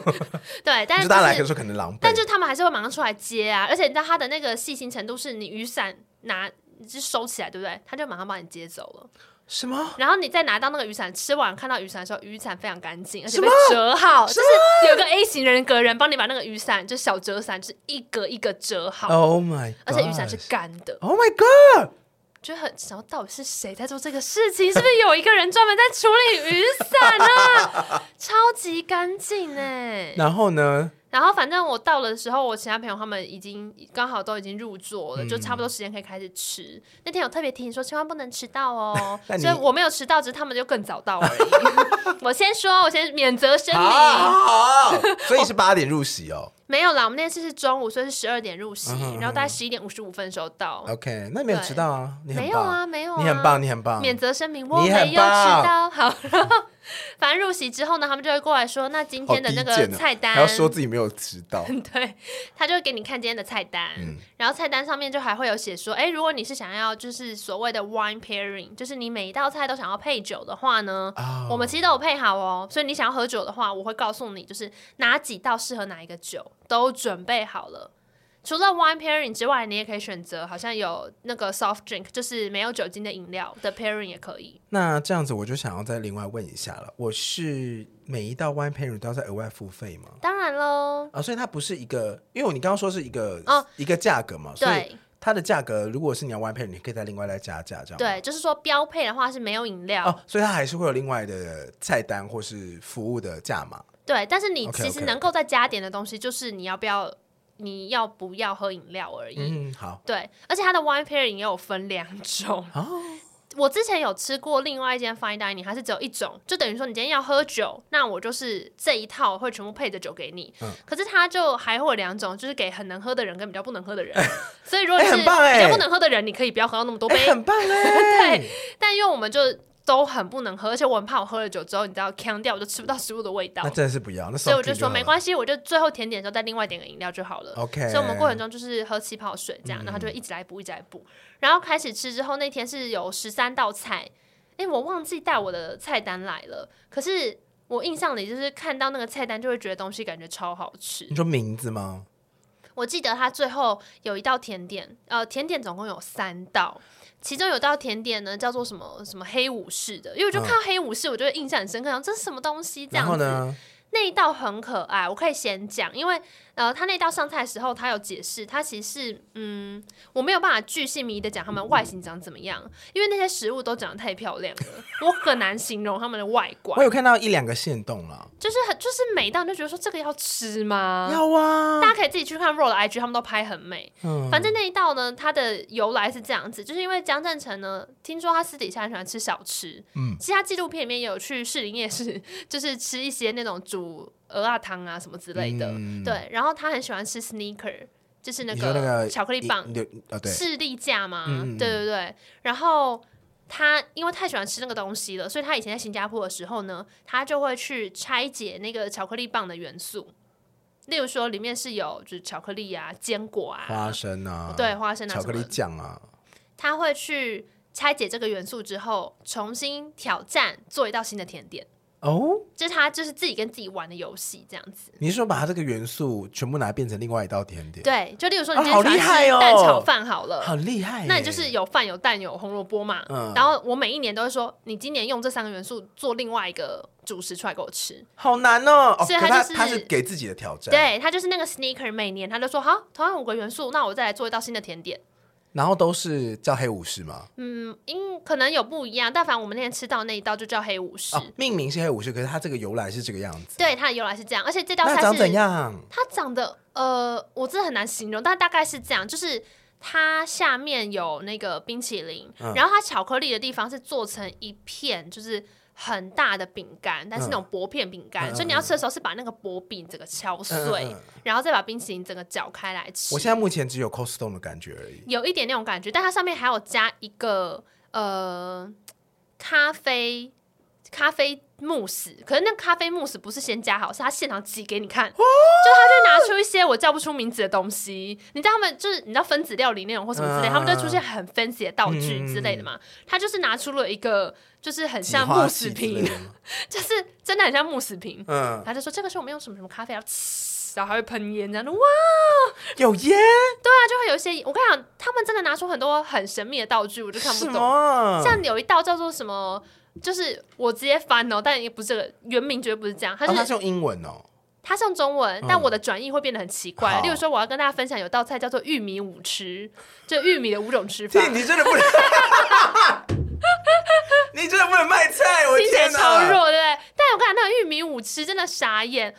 B: 对，但
A: 你说
B: 是就
A: 大家来
B: 是
A: 的时候可能狼狈，
B: 但就是他们还是会马上出来接啊，而且你知道他的那个细心程度是，你雨伞拿就收起来，对不对？他就马上帮你接走了。
A: 什么？
B: 然后你再拿到那个雨伞，吃完看到雨伞的时候，雨伞非常干净，而且
A: 什
B: 被
A: 么
B: 折好，就是有个 A 型人格人帮你把那个雨伞，就小折伞，就是一格一格折好，
A: Oh my！
B: 而且雨伞是
A: gosh
B: 干的，
A: Oh my God！
B: 就很想要到底是谁在做这个事情？是不是有一个人专门在处理雨伞 啊？超级干净哎！
A: 然后呢？
B: 然后反正我到了的时候，我其他朋友他们已经刚好都已经入座
A: 嗯，
B: 了，就差不多时间可以开始吃。那天有特别提醒说，千万不能迟到哦
A: 那你
B: 所以我没有迟到，只是他们就更早到而 已。我先说，我先免责声
A: 好
B: 明，
A: 好， 好所以是八点入席哦。
B: 没有啦，我们那次是中午，所以是十二点入席
A: 嗯哼嗯，哼
B: 然后大概十一点五十五分的时候到。
A: OK，那没有迟到啊，你很
B: 没
A: 棒
B: 有啊，，没有啊，
A: 你很棒，你很棒。
B: 免责声明，我没
A: 你
B: 有
A: 很
B: 迟
A: 棒
B: 到。好，然后反正入席之后呢，他们就会过来说，那今
A: 好
B: 天的
A: 低
B: 那个
A: 贱哦
B: 菜单，
A: 还要说自己没有迟 到，
B: 对，他就会给你看今天的菜单，
A: 嗯
B: 然后菜单上面就还会有写说，哎，如果你是想要就是所谓的 wine pairing，就是你每一道菜都想要配酒的话呢，
A: 哦
B: 我们其实都有配好哦。所以你想要喝酒的话，我会告诉你，就是哪几道适合哪一个酒，都准备好了。除了 wine pairing 之外，你也可以选择，好像有那个 soft drink，就是没有酒精的饮料的 pairing 也可以。
A: 那这样子我就想要再另外问一下了，我是每一道 wine pairing 都要再额外付费吗？
B: 当然喽，
A: 啊，所以它不是一个，因为你刚刚说是一个
B: 哦
A: 一个价格嘛，所以
B: 对，
A: 它的价格如果是你要外配，你可以再另外再加价这样。
B: 对，就是说标配的话是没有饮料，
A: 哦，所以它还是会有另外的菜单或是服务的价码。
B: 对，但是你
A: OK，
B: 其实
A: OK，
B: 能够再加点的东西，就是你要不要，你要不要喝饮料而已。
A: 嗯，好
B: 对，而且它的 wine pairing 也有分两种。
A: 哦
B: 我之前有吃过另外一间 fine dining，它是只有一种，就等于说你今天要喝酒，那我就是这一套会全部配着酒给你。
A: 嗯
B: 可是它就还会有两种，就是给很能喝的人跟比较不能喝 的人。所以如果
A: 哎
B: 你是
A: 很棒哎
B: 比较不能喝的人，你可以不要喝到那么多杯。
A: 哎很棒 哎、对，
B: 但因为我们就都很不能喝，而且我很怕我喝了酒之后，你知道呛掉，我就吃不到食物的味道
A: 那。真的是不要，那
B: 所以我就
A: soft drink
B: 说
A: 好了
B: 没关系，我就最后甜点的时候再另外点个饮料就好了。
A: OK，
B: 所以我们过程中就是喝气泡水这样，然后就一直来补，一直来补。然后开始吃之后，那天是有十三道菜，哎，我忘记带我的菜单来了。可是我印象里就是看到那个菜单，就会觉得东西感觉超好吃
A: 你。说名字吗？
B: 我记得它最后有一道甜点，呃，甜点总共有三道，其中有道甜点呢叫做什么什么黑武士的，因为我就看到黑武士，我就会印象很深刻，然后这是什么东西这
A: 嗯然
B: 样
A: 后
B: 子。
A: 呢？
B: 那一道很可爱，我可以先讲，因为呃，他那道上菜的时候，他有解释，他其实是嗯，我没有办法巨细靡遗的讲他们外形长怎么样，因为那些食物都长得太漂亮了，我很难形容他们的外
A: 我
B: 观，
A: 有看到一两个线动啦，
B: 就是很就是每一道你就觉得说这个要吃吗？
A: 要啊，
B: 嗯大家可以自己去看 RO 的 IG，他们都拍很美。
A: 嗯，
B: 反正那一道呢，它的由来是这样子，就是因为江振成呢，听说他私底下很喜欢吃小吃，
A: 嗯
B: 其实他纪录片里面也有去士林夜市， 就是吃一些那种煮鹅啊汤啊什么之类的，
A: 嗯
B: 对。然后他很喜欢吃 sneaker，就是那
A: 你说那个
B: 个巧克力棒，
A: 你，你哦对，
B: 士力架嘛，
A: 嗯嗯嗯
B: 对对对。然后他因为太喜欢吃那个东西了，所以他以前在新加坡的时候呢，他就会去拆解那个巧克力棒的元素，例如说里面是有就是巧克力啊、坚果啊，
A: 花生啊，
B: 对，花生啊
A: 巧
B: 什
A: 克
B: 么
A: 力
B: 的，
A: 酱啊，
B: 他会去拆解这个元素之后，重新挑战做一道新的甜点，
A: 哦，
B: 这、是他就是自己跟自己玩的游戏这样子。
A: 你是说把它这个元素全部拿来变成另外一道甜点？
B: 对，就例如说
A: 啊
B: 你今
A: 好
B: 天喜
A: 厉
B: 欢
A: 害
B: 吃
A: 哦
B: 蛋炒饭好了，
A: 好厉害耶，
B: 那你就是有饭有蛋有红萝卜嘛。
A: 哎嗯
B: 然后我每一年都会说，你今年用这三个元素做另外一个主食出来给我吃。
A: 好难哦，哦
B: 所以
A: 可
B: 它
A: 它
B: 就是
A: 它是给自己的挑战，，
B: 对，他就是那个 sneaker，每年他就说好，同样五个元素，那我再来做一道新的甜点。
A: 然后都是叫黑武士嘛，
B: 嗯，因可能有不一样，但凡我们那天吃到那一道就叫黑武士。
A: 哦，命名是黑武士，可是它这个由来是这个样子，
B: 对，它的由来是这样，而且这道
A: 那
B: 菜
A: 长
B: 是
A: 怎样？
B: 它长得呃，我真的很难形容，但大概是这样，就是它下面有那个冰淇淋，
A: 嗯
B: 然后它巧克力的地方是做成一片，就是。很大的饼干，但是那种薄片饼干，
A: 嗯嗯
B: 所以你要吃的时候是把那个薄饼整个敲碎，
A: 嗯嗯嗯
B: 然后再把冰淇淋整个搅开来吃
A: 我。现在目前只有 cos stone 的感觉而已，
B: 有一点那种感觉，但它上面还有加一个呃咖啡咖啡慕斯，可是那咖啡慕斯不是先加好，是他现场挤给你
A: 哦
B: 看，就他就拿出一些我叫不出名字的东西，你知道他们就是你知道分子料理那种或什么之类，
A: 嗯
B: 他们就出现很 fancy 的道具之类的嘛，他就是拿出了一个就是很像
A: 挤花
B: 慕斯
A: 器之
B: 瓶
A: 类，的吗
B: 就是真的很像慕斯瓶，
A: 嗯，
B: 他就说这个是我们用什么什么咖啡啊。然后还会喷烟，这样的哇，
A: 有耶，
B: 他就会有一些，我跟你讲，他们真的拿出很多很神秘的道具，我就看不
A: 什
B: 懂。
A: 么？哦
B: 像有一道叫做什么，就是我直接翻哦，但也不是这个原名，绝对不是这样，它
A: 哦，
B: 是、
A: 它是用英文哦，
B: 它是用中文，
A: 嗯
B: 但我的转译会变得很奇怪。
A: 好
B: 例如说，我要跟大家分享有道菜叫做玉米五吃，就玉米的五种吃 法
A: 天，，你真的不能，你真的不能卖菜，我的
B: 听起来
A: 天
B: 超
A: 哪！
B: 弱，对不对？但我跟你讲，那个玉米五吃真的傻眼，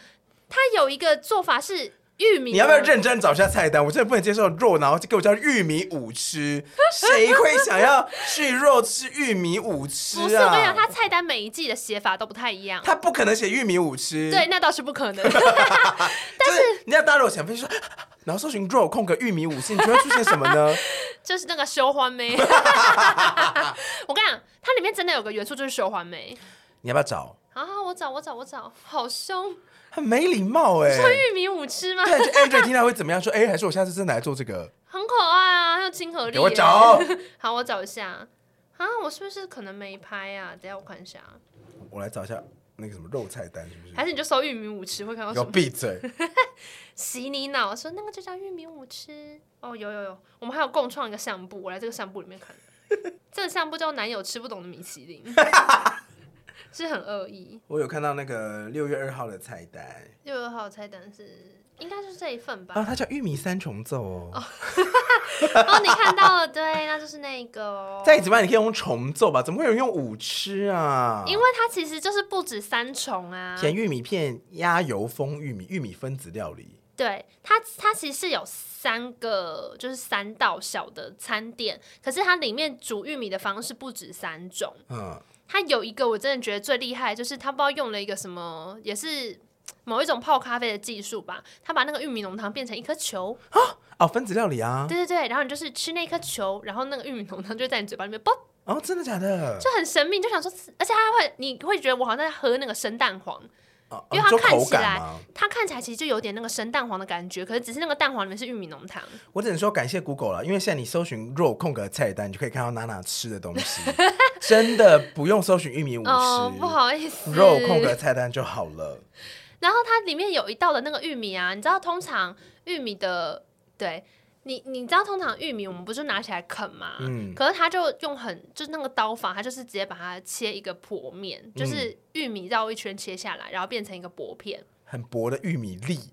B: 它有一个做法是玉米，
A: 你要不要？认啊真找一下菜单？我真的不能接受肉，然后就给我叫玉米五 吃，谁会想要去肉吃玉米五吃啊？
B: 不是，我跟你讲，它菜单每一季的写法都不太一样。
A: 他不可能写玉米五吃，
B: 对，，那倒是不可 能。
A: 但是 你要大家如果想分析说，然后搜寻肉空格玉米五吃，你觉得会出现什么 呢？
B: 就是那个修欢梅。 我跟你讲，它里面真的有个元素就是修欢梅。
A: 你要不要找？
B: 啊，我找我找我找，好 凶！
A: 很没礼貌哎、
B: 说
A: 欸。
B: 玉米五吃吗？
A: 对，就 Andrew 听到会怎么样？说，哎、还是我下次真的来做这个？
B: 很可爱啊，还有亲和力。
A: 给我找。
B: 好，我找一下。啊，我是不是可能没拍啊？等一下我看一下，
A: 我来找一下那个什么肉菜单，是不是？
B: 还是你就搜玉米五吃会看到
A: 给
B: 什
A: 我
B: 么？
A: 闭嘴！
B: 洗你脑，说那个就叫玉米五吃。哦，有有有，我们还有共创一个 相簿，我来这个相簿里面看。这个相簿叫男友吃不懂的米其林。是很恶意。
A: 我有看到那个六月二号的菜单
B: 六月号菜单是应该是这一份吧？
A: 啊，它叫玉米三重奏哦。
B: 哦，你看到了，对，那就是那个哦。
A: 在一起吧，你可以用重奏吧？怎么会有人用五吃啊？
B: 因为它其实就是不止三重啊，
A: 甜玉米片、鸭油封玉米、玉米分子料理。
B: 对它，它其实是有三个，就是三道小的餐点，可是它里面煮玉米的方式不止三种。
A: 嗯，
B: 它有一个我真的觉得最厉害，就是它不知道用了一个什么，也是某一种泡咖啡的技术吧，它把那个玉米浓汤变成一颗球，
A: 哦，分子料理啊。
B: 对对对，然后你就是吃那颗球，然后那个玉米浓汤就在你嘴巴里面啵，
A: 哦，真的假的？
B: 就很神秘，你就想说，而且它会，你会觉得我好像在喝那个生蛋黄，
A: 哦，
B: 因为
A: 哦
B: 它
A: 就
B: 看
A: 口
B: 起
A: 感
B: 来
A: 吗？
B: 它看起来其实就有点那个生蛋黄的感觉，可是只是那个蛋黄里面是玉米浓汤。
A: 我只能说感谢 Google 了，因为现在你搜寻肉空格菜单，你就可以看到娜娜吃的东 西，真的不用搜寻玉米五
B: 哦，不
A: 十，
B: 好意思，
A: 肉空格菜单就好了。
B: 然后它里面有一道的那个玉米啊，你知道通常玉米的对。你你知道通常玉米我们不是拿起来啃嘛，
A: 嗯
B: 可是它就用很就是那个刀法，它就是直接把它切一个薄
A: 嗯
B: 面，就是玉米绕一圈切下来，然后变成一个薄片。
A: 很薄的玉米粒，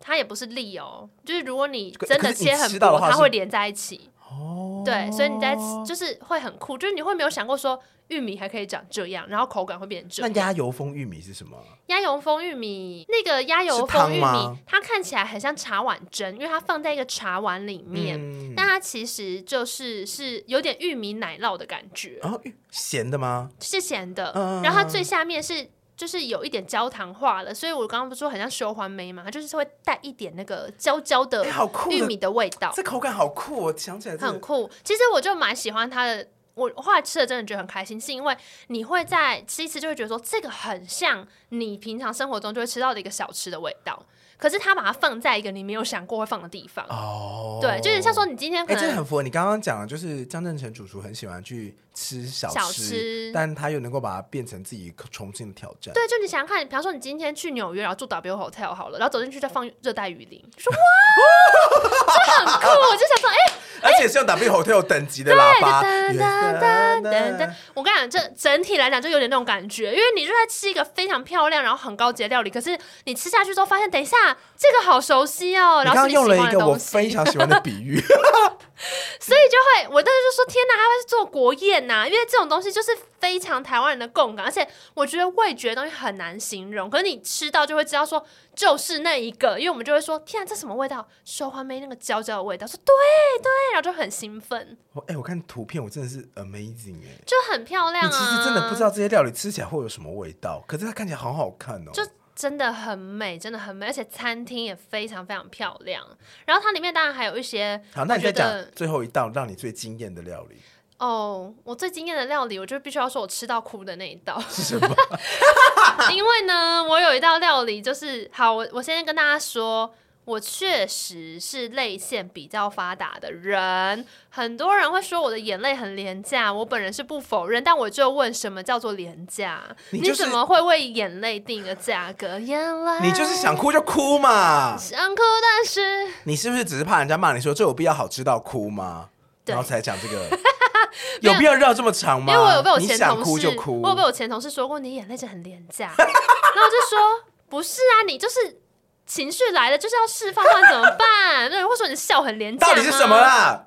B: 它也不是粒哦，就是如果你
A: 可
B: 真的
A: 可是你
B: 切很
A: 吃到
B: 薄，
A: 的话
B: 它
A: 是
B: 会连在一起。
A: 哦，
B: 对，所以你在吃就是会很酷，就是你会没有想过说玉米还可以长这样，然后口感会变成这
A: 那
B: 样。
A: 鸭油封玉米是什么？
B: 鸭油封玉米，那个鸭油
A: 是汤
B: 封玉
A: 吗
B: 米，它看起来很像茶碗蒸，因为它放在一个茶碗里面，
A: 嗯，
B: 但它其实就是是有点玉米奶酪的感觉，
A: 然后玉咸的吗？
B: 是咸的。
A: 哦嗯
B: 然后它最下面是就是有一点焦糖化了，所以我刚刚不是说很像修环梅嘛，它就是会带一点那个焦焦的
A: 哎好酷的
B: 玉米的味道，
A: 这口感好酷哦，想起来这
B: 很
A: 个
B: 酷。其实我就蛮喜欢它的。我后来吃了真的觉得很开心，是因为你会在吃一次就会觉得说这个很像你平常生活中就会吃到的一个小吃的味道，可是它把它放在一个你没有想过会放的地方，
A: 哦，
B: 对，就有点像说你今天可
A: 哎、这
B: 能
A: 很符合你刚刚讲的，就是江正成主厨很喜欢去吃小吃，
B: 小吃
A: 但他又能够把它变成自己重新的挑战。
B: 对，就你想想看，比方说你今天去纽约，然后住 W Hotel 好了，然后走进去再放热带雨林， 就说哇，这很酷，我就想说，哎、
A: 而且是用 W Hotel 等级的喇叭。
B: 噔噔噔噔噔！我跟你讲，这整体来讲就有点那种感觉，因为你就在吃一个非常漂亮，然后很高级的料理，可是你吃下去之后发现，等一下这个好熟悉哦，
A: 你
B: 然
A: 刚刚
B: 后是你
A: 用
B: 喜
A: 了一
B: 欢的
A: 个我
B: 东西，
A: 非常喜欢的比喻，
B: 所以就会我当时就说，天哪，他会是做国宴呐、因为这种东西就是非常台湾人的共感，而且我觉得味觉的东西很难形容，可是你吃到就会知道说就是那一个，因为我们就会说，天啊，这什么味道？收花梅那个焦焦的味道，说对对，然后就很兴奋，
A: 我哎、我看图片我真的是 amazing 哎、
B: 就很漂亮
A: 你
B: 啊。
A: 其实真的不知道这些料理吃起来会有什么味道，可是它看起来好好看哦。
B: 就真的很美，真的很美，而且餐厅也非常非常漂亮。然后它里面当然还有一些，
A: 好，那你
B: 我
A: 再
B: 觉得
A: 讲最后一道让你最惊艳的料理
B: 哦，我最惊艳的料理，我就必须要说我吃到哭的那一道，
A: 是什么？
B: 因为呢，我有一道料理就是，好，我我先跟大家说。我确实是泪腺比较发达的人，很多人会说我的眼泪很廉价，我本人是不否认，但我就问什么叫做廉价？
A: 你
B: 你,、
A: 就是
B: 怎么会为眼泪定一个价格？眼泪，
A: 你就是想哭就哭嘛，
B: 想哭，但是
A: 你是不是只是怕人家骂你说这有必要好吃到哭吗？
B: 对
A: 然后才讲这 个，有必要绕这么长吗？
B: 因为我有被我
A: 你
B: 前
A: 想
B: 同
A: 哭
B: 事
A: 就，哭，
B: 我有被我前同事说过，你眼泪是很廉 价。然后我就说不是啊，你就是情绪来了就是要释放，不然怎么办？ 对，或者说你笑很廉价，
A: 到底是什么？啦？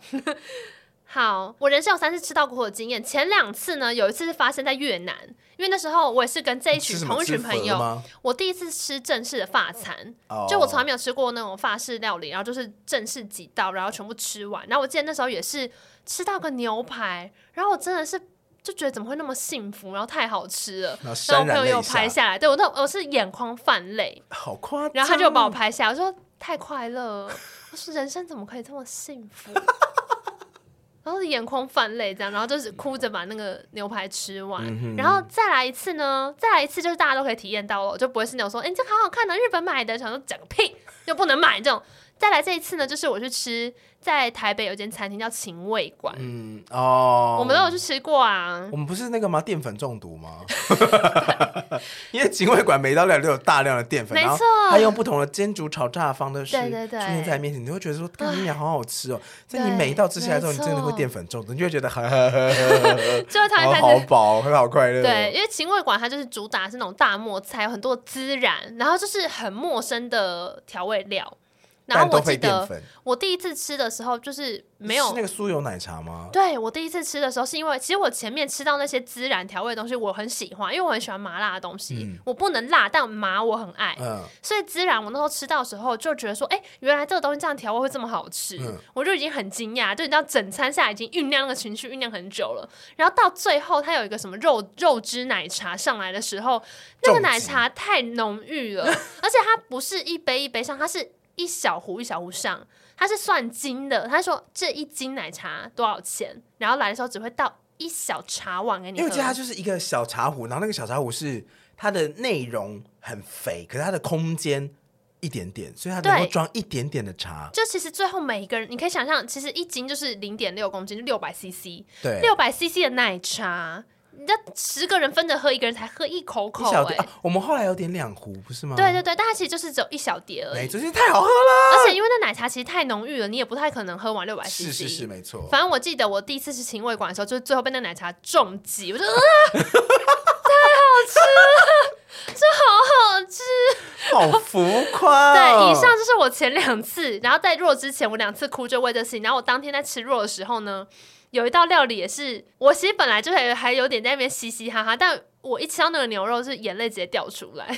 B: 好，我人生有三次吃到苦的经验，前两次呢，有一次是发生在越南，因为那时候我也是跟这一群
A: 是什么
B: 同一群
A: 吃
B: 朋
A: 粉
B: 友，
A: 吗？
B: 我第一次吃正式的法餐，
A: 哦
B: 就我从来没有吃过那种法式料理，然后就是正式几道，然后全部吃完。然后我记得那时候也是吃到个牛排，然后我真的是就觉得怎么会那么幸福，然后太好吃了。
A: 然后
B: 然
A: 潸
B: 后我朋
A: 然
B: 友
A: 泪
B: 有拍下来，对我那我是眼眶泛泪，
A: 好夸张。
B: 然后他就把我拍下来，我说太快乐了，我说人生怎么可以这么幸福？ 然后眼眶泛泪，这样，然后就是哭着把那个牛排吃完，
A: 嗯
B: 然后再来一次呢，再来一次哦就是大家都可以体验到了，就不会是那种说，哎、你这个好好看的，日本买的，想说讲个屁，又不能买这种，再来这一次呢，就是我去吃在台北有间餐厅叫秦味馆，
A: 嗯哦，
B: 我们都有去吃过啊。
A: 我们不是那个吗？淀粉中毒 吗？因为警卫馆每一道料理都有大量的淀粉，
B: 没
A: 然后
B: 错
A: 它用不同的煎煮炒炸的方式
B: 对对对
A: 出现在你面前，你会觉得说，干你娘好好吃哦！
B: 对
A: 在你每一道吃下来之后，你真的会
B: 没错
A: 淀粉中毒，你就会觉得呵呵呵呵呵，
B: 就是 他一
A: 好
B: 开
A: 好
B: 始。
A: 饱，很好快乐。
B: 对，，因为秦味馆它就是主打是那种大漠菜，有很多孜然，然后就是很陌生的调味料。然
A: 但
B: 后
A: 都
B: 我记
A: 配淀
B: 得
A: 粉，
B: 我第一次吃的时候，就是没
A: 是
B: 有
A: 那个酥油奶茶吗？
B: 对我第一次吃的时候，是因为其实我前面吃到那些孜然调味的东西，我很喜欢，因为我很喜欢麻辣的东西。
A: 嗯
B: 我不能辣，但麻我很爱，
A: 嗯，
B: 所以孜然我那时候吃到的时候就觉得说，哎、原来这个东西这样调味会这么好吃，
A: 嗯
B: 我就已经很惊讶。就你知道，整餐下来已经酝酿那个情绪酝酿很久了，然后到最后它有一个什么肉肉汁奶茶上来的时候，那个
A: 重
B: 奶
A: 击
B: 茶太浓郁了，而且它不是一杯一杯上，它是一小壶一小壶上，它是算斤的。他说这一斤奶茶多少钱，然后来的时候只会倒一小茶碗给你
A: 因为
B: 喝
A: 我。记得它就是一个小茶壶，然后那个小茶壶是它的内容很肥，可是它的空间一点点，所以它能够
B: 对
A: 装一点点的茶。
B: 就其实最后每一个人，你可以想象，其实一斤就是零点六公斤，就六百 CC，
A: 对，
B: 六哎百 CC 的奶茶，你这十个人分着喝，一个人才喝一口
A: 一
B: 口、
A: 小
B: 欸，
A: 碟、啊。我们后来有点两壶，不是吗？
B: 对对对，但它其实就是只有一小碟而
A: 没
B: 已，
A: 错，就是太好喝了。
B: 而且因为那奶茶其实太浓郁了，你也不太可能喝完六百 CC。
A: 是是是，没错。
B: 反正我记得我第一次去秦味馆的时候，就是最后被那奶茶重 击，我就啊，太好吃了，这好好吃。
A: 好浮夸、
B: 对，
A: 哦。
B: 以上就是我前两次，然后在弱之前我两次哭就为这事情，然后我当天在吃弱的时候呢，有一道料理也是，我其实本来就是还有点在那边嘻嘻哈哈，但我一吃到那个牛肉，是眼泪直接掉出来。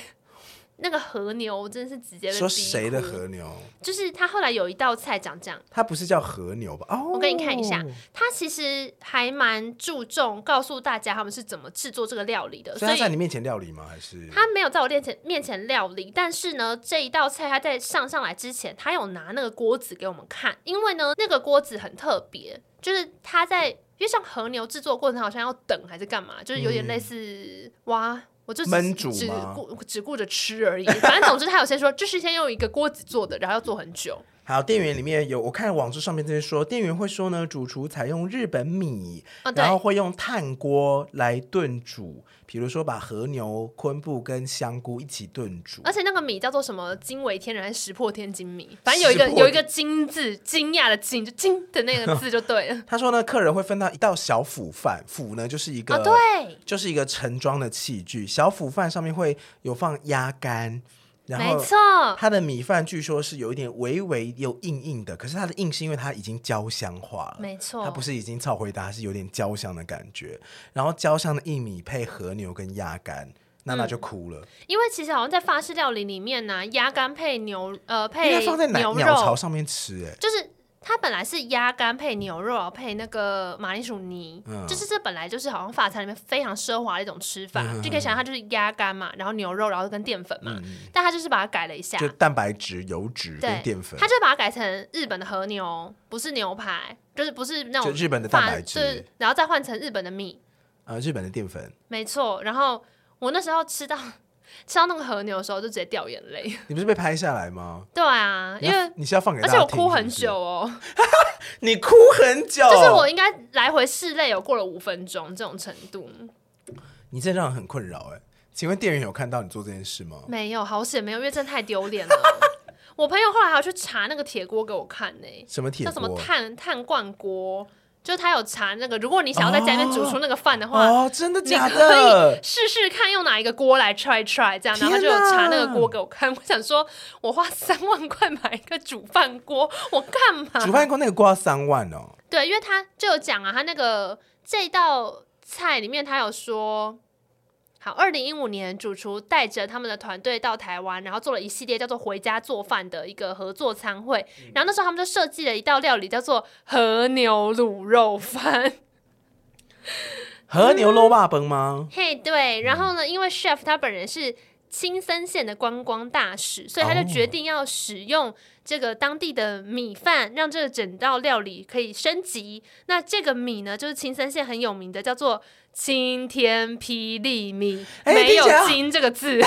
B: 那个和牛，我真的是直接被逼
A: 说谁的
B: 哭？
A: 和牛？
B: 就是他后来有一道菜长这样，
A: 它不是叫和牛吧？哦，
B: 我给你看一下，他其实还蛮注重告诉大家他们是怎么制作这个料理的，
A: 所
B: 所
A: 以它在
B: 以
A: 你面前料理吗？还是
B: 他没有在我面前面前料理，但是呢，这一道菜他在上上来之前，他有拿那个锅子给我们看，因为呢，那个锅子很特别，就是他在因为像和牛制作过程好像要等还是干嘛，就是有点类似、哇。我就只
A: 焖煮
B: 只
A: 吗
B: 顾只顾着吃而已，反正总之他有先说，这是先用一个锅子做的，然后要做很久。
A: 好？店员里面有，我看网志上面这些说，店员会说呢，主厨采用日本米，
B: 啊，对
A: 然，后会用炭锅来炖煮，比如说把和牛、昆布跟香菇一起炖煮
B: 而。且那个米叫做什么惊为天人还是石破天惊米，反正有一个
A: 石破
B: 有一个惊字，惊讶的惊，就惊的那个字就对了。
A: 他说呢，客人会分到一道小釜饭，釜呢就是一个、
B: 啊，对，
A: 就是一个盛装的器具，小釜饭上面会有放鸭肝，然
B: 没
A: 后
B: 错，
A: 它的米饭据说是有一点微微又硬硬的，可是它的硬是因为它已经焦香化了，
B: 没错，
A: 它不是已经超回答，它是有点焦香的感觉。然后焦香的薏米配和牛跟鸭肝，娜
B: 嗯
A: 娜就哭了，
B: 因为其实好像在法式料理里面呢、鸭肝配牛呃
A: 因
B: 配
A: 为它放在鸟
B: 牛
A: 鸟巢
B: 肉，
A: 上面吃、哎，
B: 就是它本来是鸭肝配牛肉，然后配那个马铃薯泥，
A: 嗯
B: 就是这本来就是好像法餐里面非常奢华的一种吃法，
A: 嗯
B: 就可以想象它就是鸭肝嘛，然后牛肉，然后跟淀粉嘛，但它就是把它改了一下，
A: 嗯就蛋白质、油脂
B: 对
A: 跟淀粉
B: 他，就把它改成日本的和牛，不是牛排，就是不是那种
A: 就日本的
B: 法
A: 蛋白质
B: 对，然后再换成日本的米，
A: 呃，日本的淀粉。
B: 没错。然后我那时候吃到吃到那个和牛的时候，就直接掉眼泪。
A: 你不是被拍下来吗？
B: 对啊，
A: 你
B: 因
A: 要
B: 为
A: 你是要放给
B: 而
A: 大
B: 且
A: 家
B: 我
A: 听
B: 哭很，
A: 是哦
B: 久哦，
A: 不是你哭很久，
B: 就是我应该来回室内有过了五分钟这种程度，
A: 你这让人很困扰哎、请问店员有看到你做这件事吗？
B: 没有，好险没有，因为真的太丢脸了。 我朋友后来还要去查那个铁锅给我看呢、
A: 什么铁
B: 叫
A: 锅？
B: 什么碳碳罐锅，就是他有查那个，如果你想要在家里面煮出那个饭的话，
A: 哦，真的
B: 你
A: 假
B: 可以
A: 的？
B: 试试看用哪一个锅来 try try 这样，然后
A: 天哪
B: 他就有查那个锅给我看。我想说，我花三万块买一个煮饭锅，我干
A: 煮
B: 嘛？
A: 饭锅那个锅要三万哦，
B: 对，因为他就有讲啊，他那个这道菜里面他有说。好，二零一五年，主厨带着他们的团队到台湾，然后做了一系列叫做“回家做饭”的一个合作餐会。然后那时候他们就设计了一道料理，叫做和牛卤肉饭。
A: 和牛肉霸崩吗？
B: 嘿对，然后
A: 嗯
B: 呢，因为 chef 他本人是青森县的观光大使，所以他就
A: 哦
B: 决定要使用这个当地的米饭，让这个整道料理可以升级。那这个米呢，就是青森县很有名的，叫做青天霹雳米，
A: 哎
B: 没
A: 听
B: 有
A: 起来
B: “金”这个字。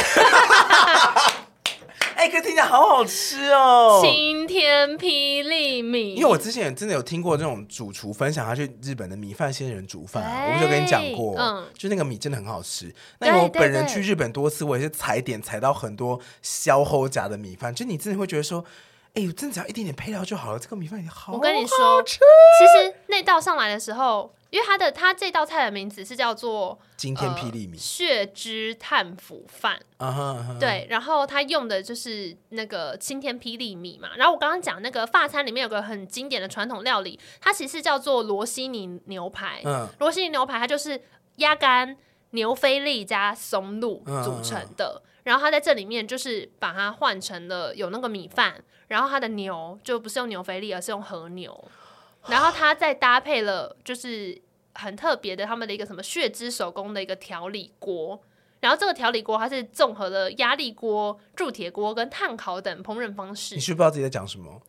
A: 哎、哎、可是听起来好好吃 哦。
B: 晴天霹雳米，
A: 因为我之前真的有听过这种主厨分享，他去日本的米饭仙人煮饭、啊，
B: 对
A: 我就跟你讲过，
B: 哎嗯
A: 就那个米真的很好吃。那因为我
B: 对对
A: 本人
B: 对
A: 去日本多次，我也是踩点踩到很多消齁夹的米饭，就你真的会觉得说，哎、呦，真的只要一点点配料就好了，这个米饭也好。
B: 我跟你
A: 好
B: 说，
A: 吃
B: 其实那道上来的时候，因为它的它这道菜的名字是叫做
A: 惊天霹雳米
B: 呃，血汁炭腐饭。
A: 啊哈啊哈，
B: 呃对，然后它用的就是那个青天霹雳米嘛。然后我刚刚讲那个法餐里面有个很经典的传统料理，它其实叫做罗西尼牛排。
A: 嗯
B: 罗西尼牛排它就是鸭肝、牛菲力加松露组成的。然后它在这里面就是把它换成了有那个米饭，然后它的牛就不是用牛菲力，而是用和牛。然后它再搭配了就是很特别的他们的一个什么血脂手工的一个调理锅。然后这个调理锅它是综合了压力锅、铸铁锅跟炭烤等烹饪方式
A: 你。是不是不知道自己在讲什么？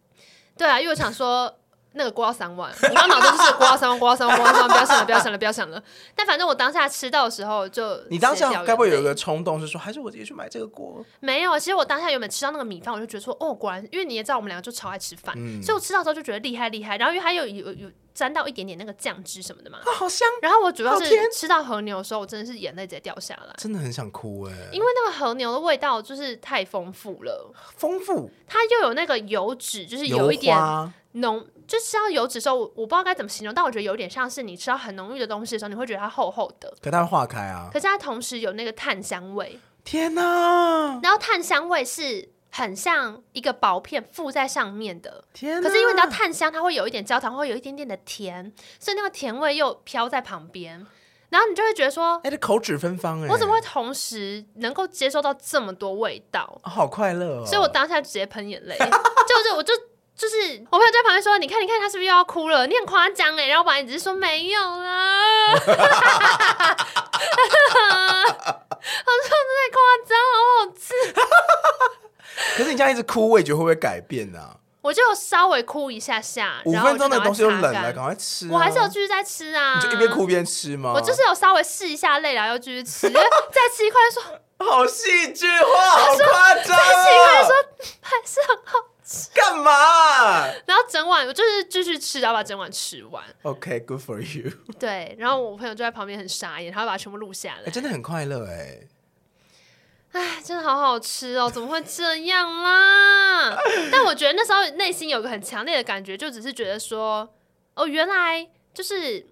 B: 对啊，因为我想说那个锅要三万，我刚脑中就是锅要三万，锅要三万，锅要三万，不要想了，不要想了，不要想了。但反正我当下吃到的时候就，
A: 你当下该不会有一个冲动是说，还是我自己去买这个锅？
B: 没有？其实我当下原本吃到那个米饭，我就觉得说，哦，果然，因为你也知道我们两个就超爱吃饭，
A: 嗯
B: 所以我吃到之后就觉得厉害厉害。然后因为它有有有沾到一点点那个酱汁什么的嘛。
A: 啊，好香！
B: 然后我主要
A: 好
B: 是
A: 甜
B: 吃到和牛的时候，我真的是眼泪直接掉下来，
A: 真的很想哭哎、
B: 因为那个和牛的味道就是太丰富了，
A: 丰富
B: 它又有那个油脂，就是有一点
A: 花
B: 浓，就吃到油脂的时候，我我不知道该怎么形容，但我觉得有点像是你吃到很浓郁的东西的时候，你会觉得它厚厚的，
A: 可它会化开啊！
B: 可是它同时有那个炭香味，
A: 天哪，
B: 然后炭香味是很像一个薄片附在上面的。
A: 天哪！
B: 可是因为你知道
A: 啊
B: 炭香，它会有一点焦糖，会有一点点的甜，所以那个甜味又飘在旁边，然后你就会觉得说，
A: 哎，这口齿芬芳哎、
B: 我怎么会同时能够接受到这么多味道？
A: 啊好快乐哦！
B: 所以我当下直接喷眼泪，就是我就就是我朋友在旁边说，你看你看他是不是又要哭了？你很夸张哎，然后我本来只是说没有啦，我说真的太夸张了，好好吃，
A: 可是你这样一直哭，味觉会不会改变啊？
B: 我就稍微哭一下下，
A: 五
B: 然后
A: 分钟的东西
B: 就
A: 都
B: 赶
A: 冷了，
B: 快擦干
A: 赶快吃、啊。
B: 我还是有继续在吃啊，
A: 你就一边哭。一边吃吗？
B: 我就是有稍微试一下累了，又继续吃，再吃一块说
A: 好戏剧化，好夸张、
B: 再吃一块说
A: 啊！
B: 还是很好，
A: 干嘛啊、
B: 然后整碗我就是继续吃，然后把整碗吃完。
A: o k good for you、
B: 对，然后我朋友就在旁边很傻眼，他把它全部录下
A: 哎
B: 来。
A: 真的很快乐哎、
B: 哎，真的好好吃哦，怎么会这样啦？但我觉得那时候内心有个很强烈的感觉，就只是觉得说，哦，原来就是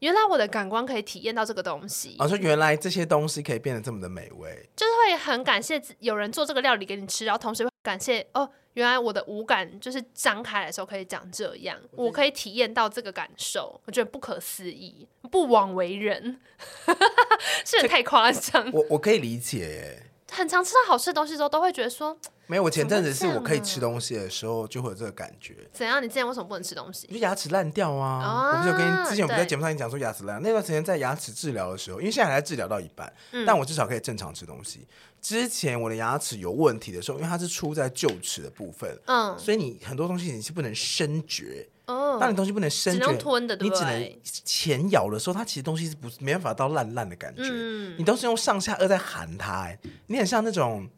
B: 原来我的感官可以体验到这个东西，
A: 哦我、说原来这些东西可以变得这么的美味，
B: 就是会很感谢自有人做这个料理给你吃，然后同时会感谢哦，原来我的五感就是张开来的时候可以长这样，我可以体验到这个感受，我觉得不可思议，不枉为人， 是不是太夸张了？
A: 我我可以理解耶、
B: 很常吃到好吃的东西之后，都会觉得说，
A: 没有，我前阵子是
B: 怎么这
A: 我
B: 样啊
A: 可以吃东西的时候就会有这个感觉，
B: 怎样？你之前为什么不能吃东西？
A: 就牙齿烂掉啊！
B: 啊
A: 我不是有跟你之前我们在
B: 对
A: 节目上已经讲说牙齿烂，那段时间在牙齿治疗的时候，因为现在还在治疗到一半，
B: 嗯
A: 但我至少可以正常吃东西。之前我的牙齿有问题的时候，因为它是出在臼齿的部分，
B: 嗯，
A: 所以你很多东西你是不能深嚼。当
B: 哦，
A: 你东西不能深
B: 只
A: 嚼，
B: 能吞的对
A: 你
B: 不
A: 只能
B: 对
A: 前咬的时候，它其实东西是不没办法到烂烂的感觉，
B: 嗯
A: 你都是用上下颚在含它、哎，你很像那种。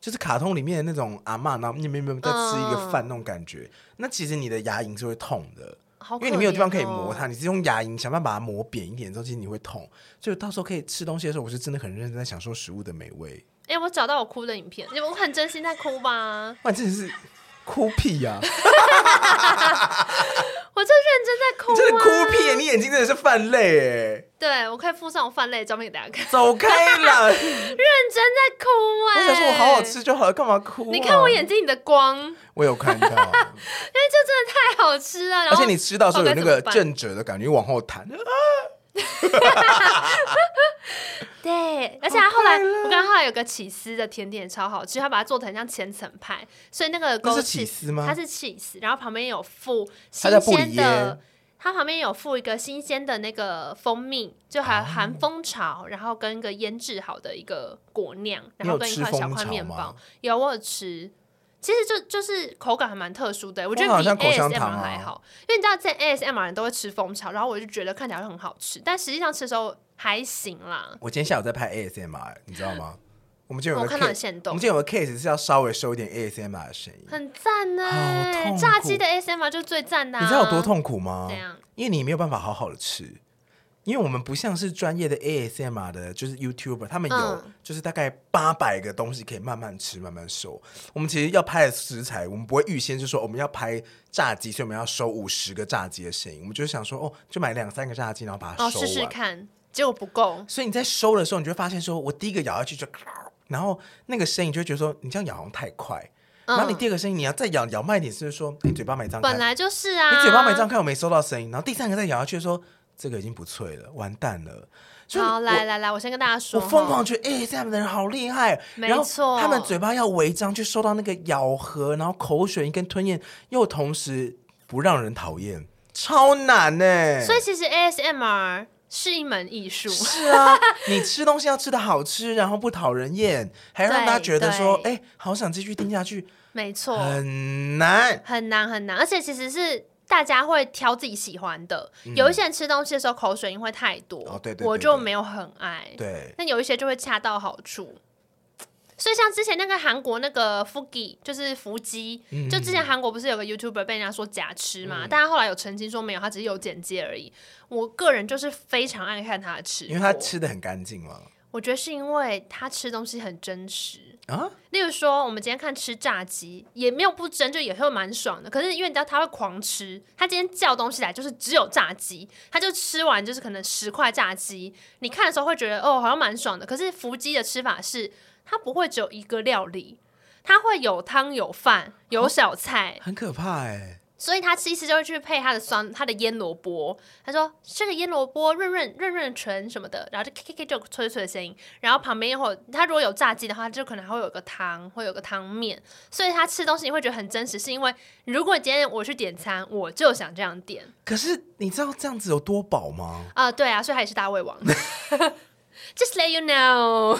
A: 就是卡通里面的那种阿嬷，然后你明明在吃一个饭那种感觉，那其实你的牙龈是会痛的，
B: 好
A: 因
B: 可怜
A: 为
B: 哦，
A: 你没有地方可以磨它，你是用牙龈想办法把它磨扁一点之后，其实你会痛。所以到时候可以吃东西的时候，我是真的很认真在享受食物的美味。
B: 哎、我找到我哭的影片，你们很真心在哭吧？
A: 哇，你真的是哭屁啊 呀、
B: 我就认真在哭、啊，
A: 你真的哭屁、你眼睛真的是泛泪哎、
B: 对，我可以附上我泛泪的照片给大家看，
A: 走开啦！
B: 认真在哭哎、
A: 我想说，我好好。吃就好了，干嘛哭、啊
B: 你看我眼，睛里的光，因为
A: 我有看到，
B: 这真的太好吃 了。然
A: 而
B: 后
A: 且你吃到的时候有那个
B: 不知道该怎么
A: 震折的感觉，往后弹。
B: 办对，而且他后
A: 好快
B: 来，
A: 乐
B: 我刚刚后来有个起司的甜点超好吃，他把它做成像千层派，所以那个
A: 那
B: 勾
A: 是起司吗
B: 它？是 cheese，然后旁边有附
A: 它叫
B: 新
A: 布里
B: 鲜的
A: 耶，
B: 它旁边有附一个新鲜的那个蜂蜜，就
A: 哦
B: 还有含蜂巢，然后跟一个腌制好的一个果酿，然后跟一块小块面
A: 你有吃蜂巢
B: 包
A: 吗。
B: 有我有吃，其实就就是口感还蛮特殊的，我觉得
A: 好
B: 比
A: 像口香
B: ASMR
A: 糖啊
B: 还好，因为你知道在 ASMR 人都会吃蜂巢，然后我就觉得看起来很好吃，但实际上吃的时候还行啦。
A: 我今天下午在拍 ASMR，你知道吗？我们今天
B: 哦我
A: 有个
B: 看到你
A: case，
B: 现
A: 我
B: 动
A: 们今，天有个 case 是要稍微收一点 ASMR 的声音。
B: 很赞呢、
A: 好痛苦啊
B: 炸鸡的 ASMR 就是最赞的、啊，
A: 你知道有多？痛苦吗
B: 怎？样？
A: 因为你没有办法好好的吃，因为我们不像是专业的 ASMR 的，就是 YouTuber，他们有
B: 嗯
A: 就是大概八百个东西可以慢慢吃、慢慢收。我们其实要拍的食材，我们不会预先就说我们要拍炸鸡，所以我们要收五十个炸鸡的声音，我们就是想说哦，就买两三个炸鸡，然后把它
B: 哦，
A: 收
B: 试
A: 完。
B: 试看，结果不够，
A: 所以你在收的时候，你就会发现说，我第一个咬下去就咔，然后那个声音就会觉得说，你这样咬好像太快。
B: 嗯
A: 然后你第二个声音，你要再咬咬慢一点，是不是说你嘴巴没张开？
B: 本来就是啊，
A: 你嘴巴没张开，我没收到声音。然后第三个再咬下去说，这个已经不脆了，完蛋了。所以
B: 好，
A: 我
B: 来来来，我先跟大家说
A: 我
B: 哈，
A: 疯狂觉得，哎、这样的人好厉害。
B: 没
A: 然后
B: 错
A: 他们嘴巴要违章，去受到那个咬合，然后口水跟吞咽，又同时不让人讨厌，超难呢、
B: 所以其实 ASMR 是一门艺术，
A: 是啊，你吃东西要吃的好吃，然后不讨人厌，还要让大家觉得说，哎、
B: 对
A: 好想继续听下去，
B: 没错，
A: 很难。
B: 很难很难，而且其实是大家会挑自己喜欢的，有一些人吃东西的时候口水音会太多，
A: 嗯哦对对对
B: 我就没有很爱，
A: 对，
B: 那有一些就会恰到好处。所以像之前那个韩国那个 Fugi 就是伏鸡，
A: 嗯
B: 就之前韩国不是有个 YouTuber 被人家说假吃嘛，但他后来有澄清说没有，他只是有简介而已。我个人就是非常爱看他的吃，
A: 因为他，吃的很干净嘛。
B: 我觉得是因为他吃东西很真实，
A: 啊，
B: 例如说，我们今天看吃炸鸡，也没有不蒸，就也会蛮爽的。可是因为你知道他会狂吃，他今天叫东西来就是只有炸鸡，他就吃完就是可能十块炸鸡，你看的时候会觉得哦好像蛮爽的。可是伏鸡的吃法是，它不会只有一个料理，它会有汤有饭有小菜，
A: 很可怕哎、
B: 所以他吃一吃就会去配他的酸，他的腌萝卜。他说这个腌萝卜润润润润唇什么的，然后就 K K K 就有脆脆的声音。然后旁边又有他如果有炸鸡的话，他就可能还会有个汤，会有个汤面。所以他吃东西你会觉得很真实，是因为如果今天我去点餐，我就想这样点
A: 可是你知道这样子有多饱吗？
B: 啊、对啊，所以他也是大胃王。Just let you know，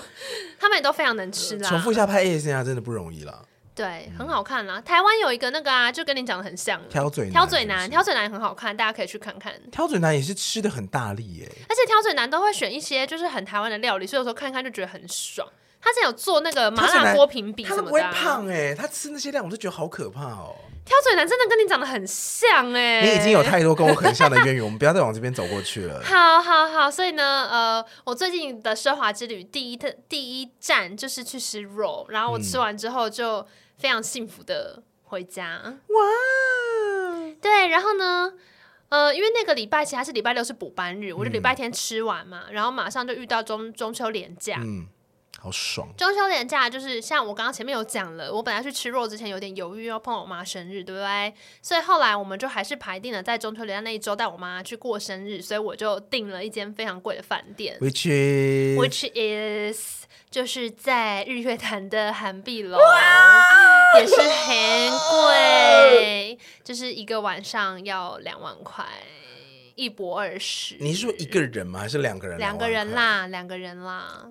B: 他们也都非常能吃啦。
A: 重复一下拍 ASMR 真的不容易啦，
B: 对，很好看啦。台湾有一个那个啊，就跟你讲的很像了，
A: 挑嘴男
B: 挑嘴男，
A: 是不是
B: 挑嘴男很好看，大家可以去看看。
A: 挑嘴男也是吃的很大力耶、
B: 而且挑嘴男都会选一些就是很台湾的料理，所以有时候看看就觉得很爽。他之前有做那个麻
A: 挑嘴
B: 辣
A: 男
B: 锅评比
A: 他
B: 什
A: 都
B: 么
A: 不会
B: 的、啊，
A: 胖哎、他吃那些量我都觉得好可怕哦、
B: 挑嘴男真的跟你长得很像哎、
A: 你已经有太多跟我很像的渊源，我们不要再往这边走过去 了。
B: 好好好，所以呢，呃，我最近的奢华之旅第一特第一站就是去吃肉，然后我吃完之后就非常幸福的回家。
A: 哇，
B: 对，然后呢，呃，因为那个礼拜其实它是礼拜六是补班日，我就礼拜天吃完嘛，然后马上就遇到中中秋连假，
A: 嗯，好爽。
B: 中秋连假就是像我刚刚前面有讲了，我本来去吃肉之前有点犹豫，要碰我妈生日，对不对？所以后来我们就还是排定了在中秋连假那一周带我妈去过生日，所以我就订了一间非常贵的饭店
A: Which is
B: ，which is 就是在日月潭的韩碧楼，也是很贵，就是一个晚上要两万块，一博二十。
A: 你是说一个人吗？还是两个人？啊
B: 两个人。啦，两个人啦。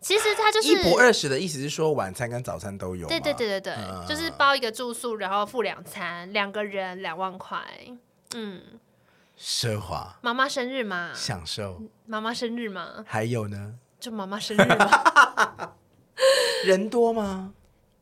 B: 其实它就是
A: 一博二十的意思是说晚餐跟早餐都有。
B: 对对。对对对，
A: 嗯
B: 就是包一个住宿，然后付两餐，两个人两万块。嗯，
A: 奢华
B: 妈妈生日嘛，
A: 享受，
B: 妈妈生日嘛，
A: 还有呢？
B: 就妈妈生日 嘛。
A: 人多吗？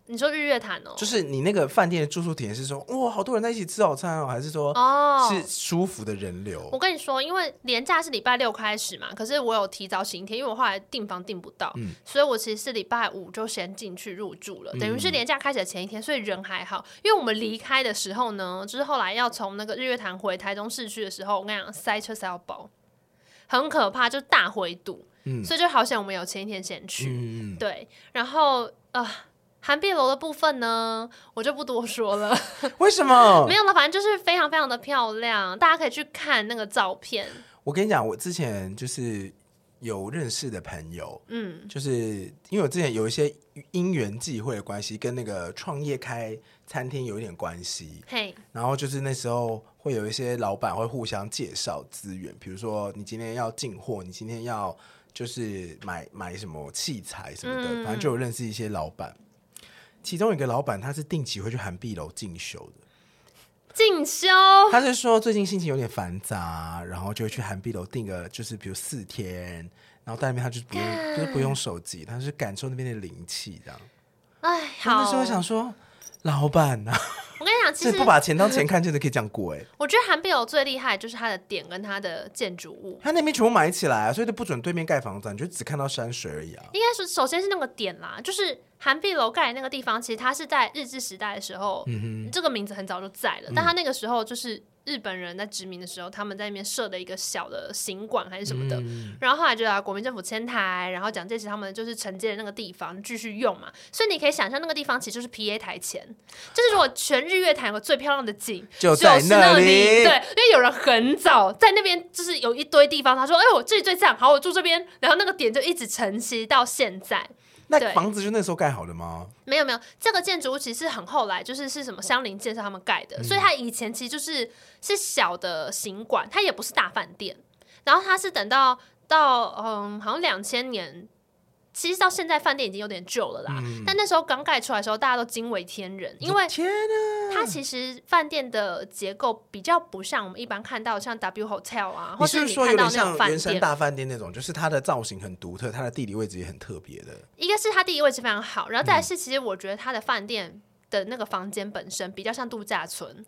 B: 你说日月潭哦，
A: 就是你那个饭店的住宿体验是说，哇，好多人在一起吃早餐哦，还是说
B: 哦，
A: 是舒服的人流？
B: 我跟你说，因为连假是礼拜六开始嘛，可是我有提早请一天，因为我后来订房订不到，所以我其实是礼拜五就先进去入住了，等于是连假开始的前一天，所以人还好。因为我们离开的时候呢，就是后来要从那个日月潭回台中市区的时候，我跟你讲，塞车塞到爆，很可怕，就大回堵，所以就好险我们有前一天先去，
A: 嗯，
B: 对，然后呃。韩碧楼的部分呢，我就不多说了。
A: 嗯 为什么
B: 没？有了，反正就是非常非常的漂亮，大家可以去看那个照片。
A: 我跟你讲，我之前就是有认识的朋友，
B: 嗯，
A: 就是因为我之前有一些因缘际会的关系，跟那个创业开餐厅有一点关系。
B: 嘿，
A: 然后就是那时候会有一些老板会互相介绍资源，比如说你今天要进货，你今天要就是买买什么器材什么的，
B: 嗯
A: 反正就有认识一些老板。其中有一个老板他是定期会去韩碧楼进修的，
B: 进修
A: 他是说最近心情有点繁杂，然后就会去韩碧楼订个就是比如四天，然后到那边他就是不用，就是不用手机，他是感受那边的灵气这样。
B: 哎，
A: 我
B: 好，
A: 那时候想说，老板呐、啊，
B: 我跟你讲，其
A: 这
B: 实
A: 不把钱当钱看，真的可以这样过哎、
B: 我觉得韩碧楼最厉害就是它的点跟它的建筑物，
A: 他那边全部埋起来、啊，所以就不准对面盖房子、啊，你就只看到山水而已啊。
B: 应该是首先是那个点啦，就是韩碧楼盖的那个地方，其实它是在日治时代的时候，
A: 嗯
B: 这个名字很早就在了，但它那个时候就是日本人在殖民的时候，他们在那边设的一个小的行馆还是什么的，
A: 嗯
B: 然后后来就啊国民政府迁台，然后蒋介石他们就是承接了那个地方继续用嘛，所以你可以想象那个地方其实就是 PA 台前，就是如果全日月潭有个最漂亮的景，
A: 就
B: 就
A: 在
B: 是
A: 那
B: 里。
A: 里
B: 对，因为有人很早在那边，就是有一堆地方，他说：“哎，我这里最赞，好，我住这边。”然后那个点就一直承袭到现在。
A: 那
B: 对
A: 房子就那时候盖好的吗？
B: 没有没有，这个建筑物其实是很后来，就是是什么相邻建设他们盖的，所以它以前其实就是是小的行馆，它也不是大饭店。然后它是等到到嗯，好像两千年，其实到现在饭店已经有点旧了啦。但那时候刚盖出来的时候，大家都惊为天人，因为
A: 天啊哪！
B: 它其实饭店的结构比较不像我们一般看到像 W Hotel 啊，或
A: 你是不
B: 你
A: 是说
B: 看
A: 有
B: 到
A: 点
B: 那种
A: 像
B: 饭
A: 圆山
B: 店。
A: 大饭店那种，就是它的造型很独特，它的地理位置也很特别的。
B: 一个是它地理位置非常好，然后
A: 嗯
B: 再来是其实我觉得它的饭店的那个房间本身比较像度假村。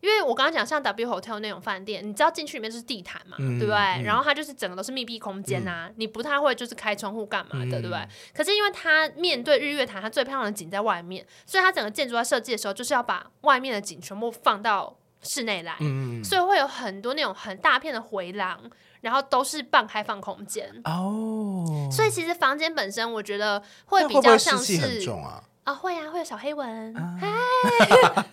B: 因为我刚刚讲像 W Hotel 那种饭店，你知道进去里面就是地毯嘛，
A: 嗯
B: 对不对？
A: 嗯
B: 然后它就是整个都是密闭空间啊，你不太会就是开窗户干嘛的，对不对？
A: 嗯
B: 可是因为它面对日月潭，它最漂亮的景在外面，所以它整个建筑在设计的时候，就是要把外面的景全部放到室内来，
A: 嗯，
B: 所以会有很多那种很大片的回廊，然后都是半开放空间。
A: 哦，
B: 所以其实房间本身，我觉得会
A: 那
B: 比
A: 会不
B: 较
A: 会
B: 像
A: 湿气
B: 是
A: 很重啊？
B: 啊，会啊，会有小黑蚊， 嗨，
A: 而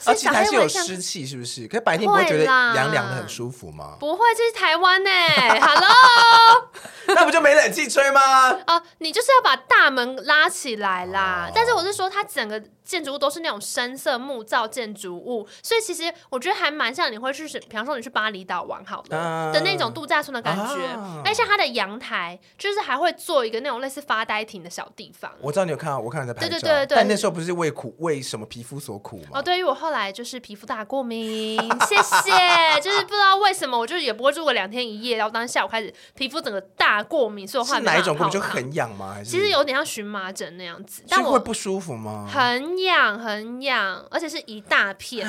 B: 所以
A: 且
B: 小
A: 啊还
B: 黑
A: 是有
B: 蚊像
A: 湿气，是不是？可是白天你不会觉得
B: 会啦
A: 凉凉的很舒服吗？
B: 不会，这是台湾呢、h e l l o
A: 那不就没冷气吹吗？
B: 哦、你就是要把大门拉起来啦。
A: 哦
B: 但是我是说，它整个建筑物都是那种深色木造建筑物，所以其实我觉得还蛮像你会去是，比方说你去巴厘岛玩好了、
A: 啊
B: 的那种度假村的感觉
A: 啊。
B: 而且它的阳台就是还会做一个那种类似发呆亭的小地方。
A: 我知道你有看到，我看到你在拍照，
B: 对对对对
A: 但那时候不是为苦为什么皮肤所苦吗？
B: 哦，对于我后来就是皮肤大过敏，谢谢。就是不知道为什么，我就也不会住个两天一夜，然后当天下午开始皮肤整个大过敏，所以我后来
A: 是
B: 没
A: 哪一种根
B: 办法
A: 本就
B: 泡汤
A: 很痒吗？还是
B: 其实，有点像荨麻疹那样子，
A: 所
B: 但
A: 以会
B: 我
A: 不舒服吗？
B: 很痒很痒，而且是一大片。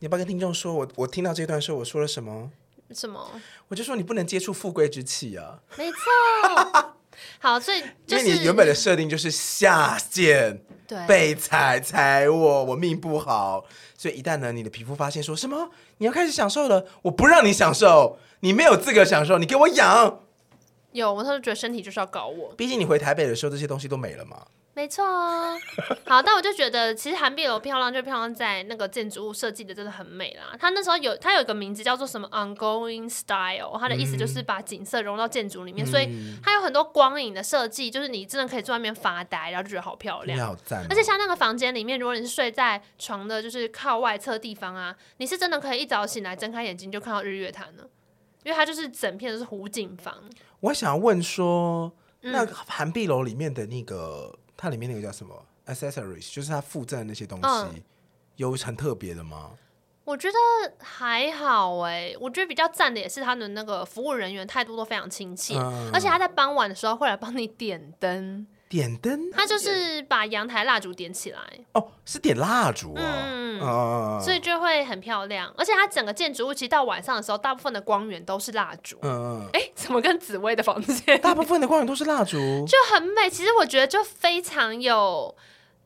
A: 你要不要跟听众说，我我听到这段时候我说了什么？
B: 什么？
A: 我就说你不能接触富贵之气啊，
B: 没错。好，所以就
A: 因为
B: 是
A: 你原本的设定就是下贱。
B: 对
A: 被踩踩我，我命不好。所以一旦呢，你的皮肤发现说什么你要开始享受了，我不让你享受，你没有资格享受，你给我养。
B: 有，我那时候觉得身体就是要搞我，
A: 毕竟你回台北的时候，这些东西都没了嘛。
B: 没错哦。好，但我就觉得其实韩碧楼漂亮就漂亮在那个建筑物设计的真的很美啦。它那时候有它有一个名字叫做什么 ongoing style，它的意思就是
A: 嗯
B: 把景色融到建筑里面，所以它有很多光影的设计，就是你真的可以坐在那边发呆，然后就觉得好漂
A: 你
B: 亮。
A: 好赞哦、
B: 而且像那个房间里面，如果你是睡在床的，就是靠外侧地方啊，你是真的可以一早醒来睁开眼睛就看到日月潭了，因为它就是整片都是湖景房。
A: 我想要问说，
B: 嗯
A: 那韩碧楼里面的那个，它里面那个叫什么 accessories，就是它附赠的那些东西，
B: 嗯
A: 有很特别的吗？
B: 我觉得还好哎、我觉得比较赞的也是他的那个服务人员态度都非常亲切，
A: 嗯
B: 而且他在傍晚的时候会来帮你点灯，
A: 点灯，
B: 他就是把阳台蜡烛点起来，
A: 哦，是点蜡烛哦，嗯
B: 嗯
A: 嗯
B: 所以就会很漂亮。而且它整个建筑物其实到晚上的时候，大部分的光源都是蜡烛。
A: 嗯，
B: 哎、怎么跟紫薇的房间
A: 大部分的光源都是蜡烛，
B: 就很美。其实我觉得就非常有，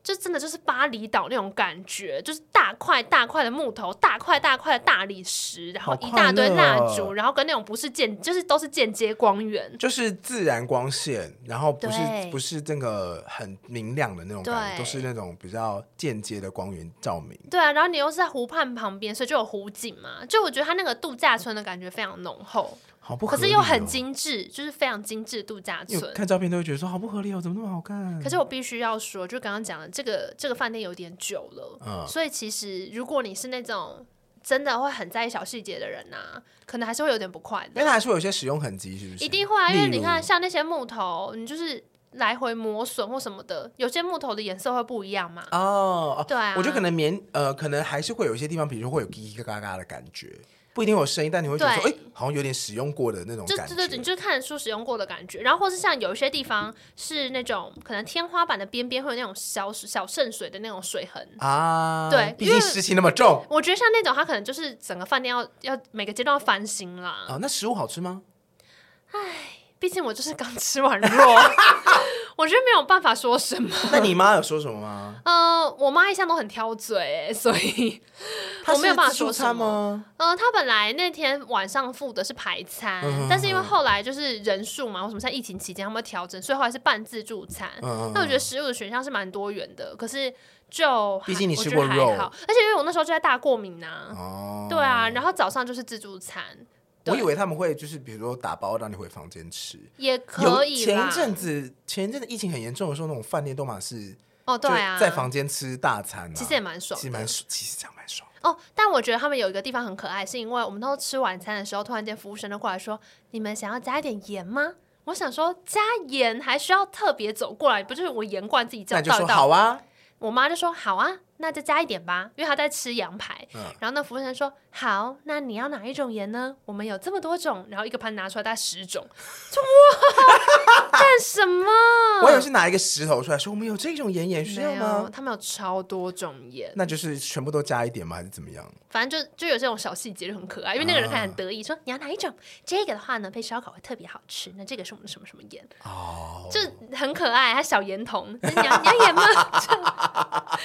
B: 就真的就是巴厘岛那种感觉，就是大块大块的木头，大块大块的大理石，然后
A: 好
B: 一
A: 快
B: 大堆
A: 乐
B: 蜡
A: 哦
B: 烛，然后跟那种不是间，就是都是间接光源。
A: 就是自然光线，然后不是
B: 对
A: 不是这个很明亮的那种感觉，
B: 对
A: 都是那种比较间接的光源照明。
B: 对啊，然后你又是在湖畔旁边，所以就有湖景嘛。就我觉得它那个度假村的感觉非常浓厚，
A: 好不合理、
B: 可
A: 哦，
B: 是又很。精致，就是非常精致度假
A: 因为
B: 村
A: 我。看照片都会觉得说好不合理哦，怎么那么好看？
B: 可是我必须要说，就刚刚讲的这个这个饭店有点久了，
A: 嗯
B: 所以其实如果你是那种真的会很在意小细节的人呐、可能还是会有点不快
A: 因为
B: 乐，
A: 它还是会有一些使用痕迹，是不是？
B: 一定会啊，因
A: 例
B: 为
A: 如
B: 你看像那些木头，你就是来回磨损或什么的，有些木头的颜色会不一样嘛，
A: 哦哦，
B: 对啊，
A: 我觉得可能棉呃，可能还是会有一些地方，比如说会有叽叽嘎嘎的感觉，不一定有声音，但你会觉得说，哎、
B: 对
A: 好像有点使用过的那种
B: 就
A: 感
B: 对
A: 觉。
B: 对，你就看书使用过的感觉，然后或是像有一些地方是那种可能天花板的边边会有那种小小渗水的那种水痕。
A: 啊，
B: 对
A: 毕
B: 因为
A: 竟湿气那么重
B: 我觉得像那种，它可能就是整个饭店要要每个阶段要翻新啦。
A: 啊。那食物好吃吗？
B: 毕竟我就是刚吃完肉， 我觉得没有办法说什么。
A: 那你妈有说什么吗？
B: 呃，我妈一向都很挑嘴，所以，
A: 她
B: 我没有
A: 是
B: 办法
A: 自助
B: 说什
A: 餐
B: 么
A: 吗？
B: 呃，她本来那天晚上付的是排餐，
A: 嗯
B: 但是因为后来就是人数嘛，或什么在疫情期间他们调整，所以后来是半自助餐。
A: 嗯
B: 那我觉得食物的选项是蛮多元的，可是就还
A: 毕竟你
B: 我
A: 吃
B: 觉得
A: 过
B: 还
A: 肉
B: 好而且因为我那时候就在大过敏呐、
A: 哦，
B: 对啊，然后早上就是自助餐，对
A: 我以为他们会就是比如说打包让你回房间吃。
B: 也
A: 有
B: 可以
A: 前
B: 啦
A: 一。阵子，前一阵子疫情很严重的时候，那种饭店都满是
B: 哦，对啊，
A: 就在房间吃大餐、啊，
B: 其实也蛮爽的，
A: 其实蛮爽，其实这样蛮爽。
B: 哦，但我觉得他们有一个地方很可爱，是因为我们都吃晚餐的时候，突然间服务生就过来说：“你们想要加一点盐吗？”我想说加盐还需要特别走过来，不就是我盐罐自己
A: 那
B: 叫
A: 你就说
B: 倒一倒？
A: 好啊，
B: 我妈就说：“好啊，那再加一点吧。”因为她在吃羊排。
A: 嗯
B: 然后那服务生说：“好，那你要哪一种盐呢？我们有这么多种。”然后一个盘拿出来大概十种， 说：“哇，干什么
A: 我有是拿一个石头出来说，我们有这种盐？”盐需要
B: 嗯没有，
A: 吗？
B: 他们有超多种盐。
A: 那就是全部都加一点吗？还是怎么样？
B: 反正就就有这种小细节就很可爱，因为那个人
A: 啊
B: 看起来很得意，说你要哪一种？这个的话呢，配烧烤会特别好吃。那这个是我们的什么什么盐，
A: 哦，
B: 就很可爱。他小盐筒， 那你要你要盐吗？就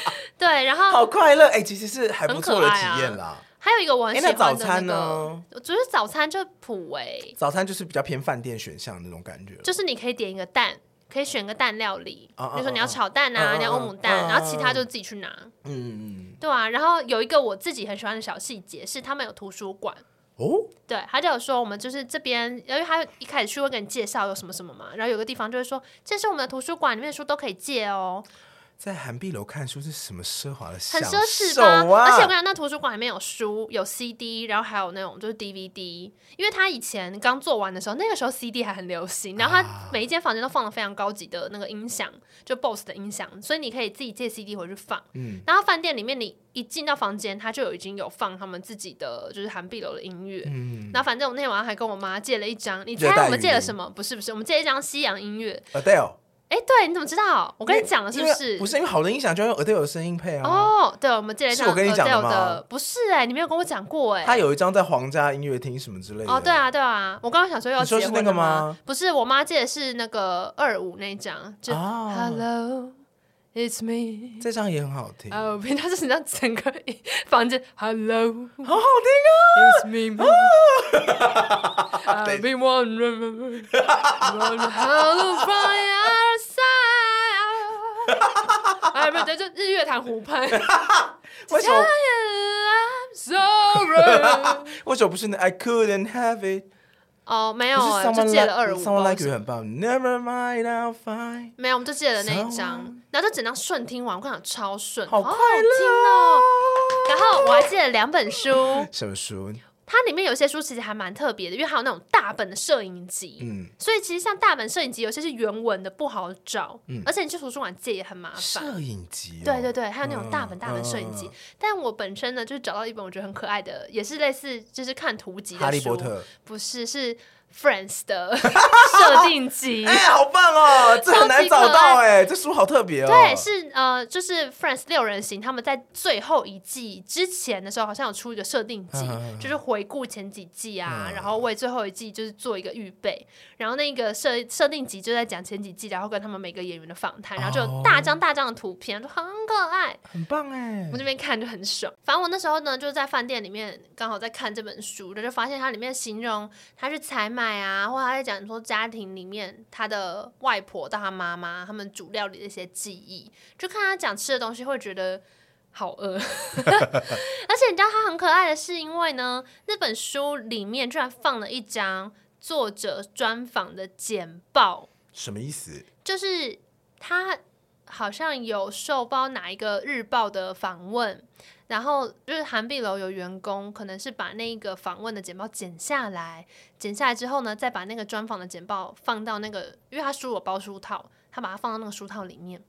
B: 对，然后
A: 好快乐哎、其实是还不错的
B: 很可
A: 体
B: 爱啊
A: 验啦。
B: 还有一个我很
A: 哎
B: 喜
A: 那
B: 欢
A: 早
B: 的那
A: 餐
B: 个，
A: 呢？呃
B: 我觉得早餐就普为，
A: 早餐就是比较偏饭店选项那种感觉。
B: 就是你可以点一个蛋，可以选个蛋料理，
A: 啊啊
B: 比如说你要
A: 啊
B: 炒蛋
A: 啊
B: 啊，
A: 啊
B: 你要欧姆蛋，
A: 啊
B: 然后其他就自己去拿。
A: 嗯嗯嗯，
B: 对啊，然后有一个我自己很喜欢的小细节是，他们有图书馆。
A: 哦，
B: 对，他就有说我们就是这边，因为他一开始去会给你介绍有什么什么嘛，然后有个地方就会说这是我们的图书馆，里面的书都可以借哦，
A: 在韩碧楼看书是什么奢华的
B: 很
A: 享
B: 奢侈
A: 受
B: 吧？
A: 啊！
B: 而且我跟你讲，那图书馆里面有书、有 CD，然后还有那种就是 DVD，因为他以前刚做完的时候，那个时候 CD 还很流行，然后
A: 啊
B: 他每一间房间都放了非常高级的那个音响，就 BOSS 的音响，所以你可以自己借 CD 回去放。
A: 嗯，
B: 然后饭店里面你一进到房间，他就有已经有放他们自己的就是韩碧楼的音乐，
A: 嗯，
B: 然后反正我那天晚上还跟我妈借了一张，你
A: 热
B: 猜
A: 带
B: 我们
A: 雨
B: 借了
A: 林
B: 什么？不是不是，我们借了一张西洋音乐。
A: Adele，
B: 哎，对，你怎么知道？我
A: 我
B: 跟你讲了是不是？
A: 不是因为好的音响就要用 Adele 的声音配啊。
B: 哦，对，我们借了一
A: 是
B: 张
A: 我跟你讲的
B: Adele
A: 吗
B: 的，不是哎，你没有跟我讲过哎。
A: 他有一张在皇家音乐厅什么之类的。
B: 哦，对，啊，对啊，我刚刚想说要
A: 你说
B: 结
A: 是
B: 婚
A: 那
B: 了
A: 个
B: 吗
A: 吗？
B: 不是，我妈借的是那个二五那一张，就
A: 啊
B: Hello。It's me，
A: 这张也很好听，
B: 哦，平常就是那整个房间，Hello，
A: 好好听啊
B: It's me. me. I've been wondering wondering how to find our side. 哎，不是，这就日月潭湖 畔。
A: 啊！为什么
B: I'm sorry.
A: 为什么不是那 I couldn't have it？
B: 哦，没有
A: 不是
B: 哎，就
A: Someone
B: 借了二
A: like
B: 五
A: Someone like you 很棒，Never mind I'll find。
B: 没有，我们就借了那一张
A: Someone-，
B: 然后就整张顺听完，我跟你讲超顺，
A: 好
B: 好
A: 快
B: 好
A: 乐
B: 听
A: 哦
B: 哦。然后我还借了两本书，
A: 什么书？
B: 它里面有些书其实还蛮特别的，因为还有那种大本的摄影集，
A: 嗯，
B: 所以其实像大本摄影集，有些是原文的不好找，而且你去图书馆借也很麻烦。
A: 摄影集哦。
B: 对对对，还有那种大本
A: 嗯嗯
B: 大本摄影集，
A: 嗯
B: 但我本身呢，就是找到一本我觉得很可爱的，也是类似就是看图集的书，
A: 哈利波特。
B: 不是是 Friends 的 设定集，
A: 哎，好棒哦！这很难找到哎，这书好特别哦。
B: 对，是呃，就是 Friends 六人行，他们在最后一季之前的时候，好像有出一个设定集，
A: 嗯嗯嗯
B: 就是回顾前几季啊，
A: 嗯
B: 然后为最后一季就是做一个预备。然后那个设设定集就在讲前几季，然后跟他们每个演员的访谈，然后就有
A: 哦
B: 大张大张的图片，就很可爱。
A: 很棒哎
B: 我。这边看就很爽。反正我那时候呢，就在饭店里面刚好在看这本书，然后就发现它里面形容他去采买啊，或者他在讲说家庭里面他的外婆到他妈妈他们煮料理的一些记忆，就看他讲吃的东西会觉得。好饿，而 且你知道它很可爱的是，因为呢，那本书里面居然放了一张作者专访的简报，
A: 什么意思？
B: 就是他好像有受包哪一个日报的访问，然后就是韩碧楼有员工可能是把那个访问的简报剪下来，剪下来之后呢，再把那个专访的简报放到那个，因为他书有包书套，他把它放到那个书套里面。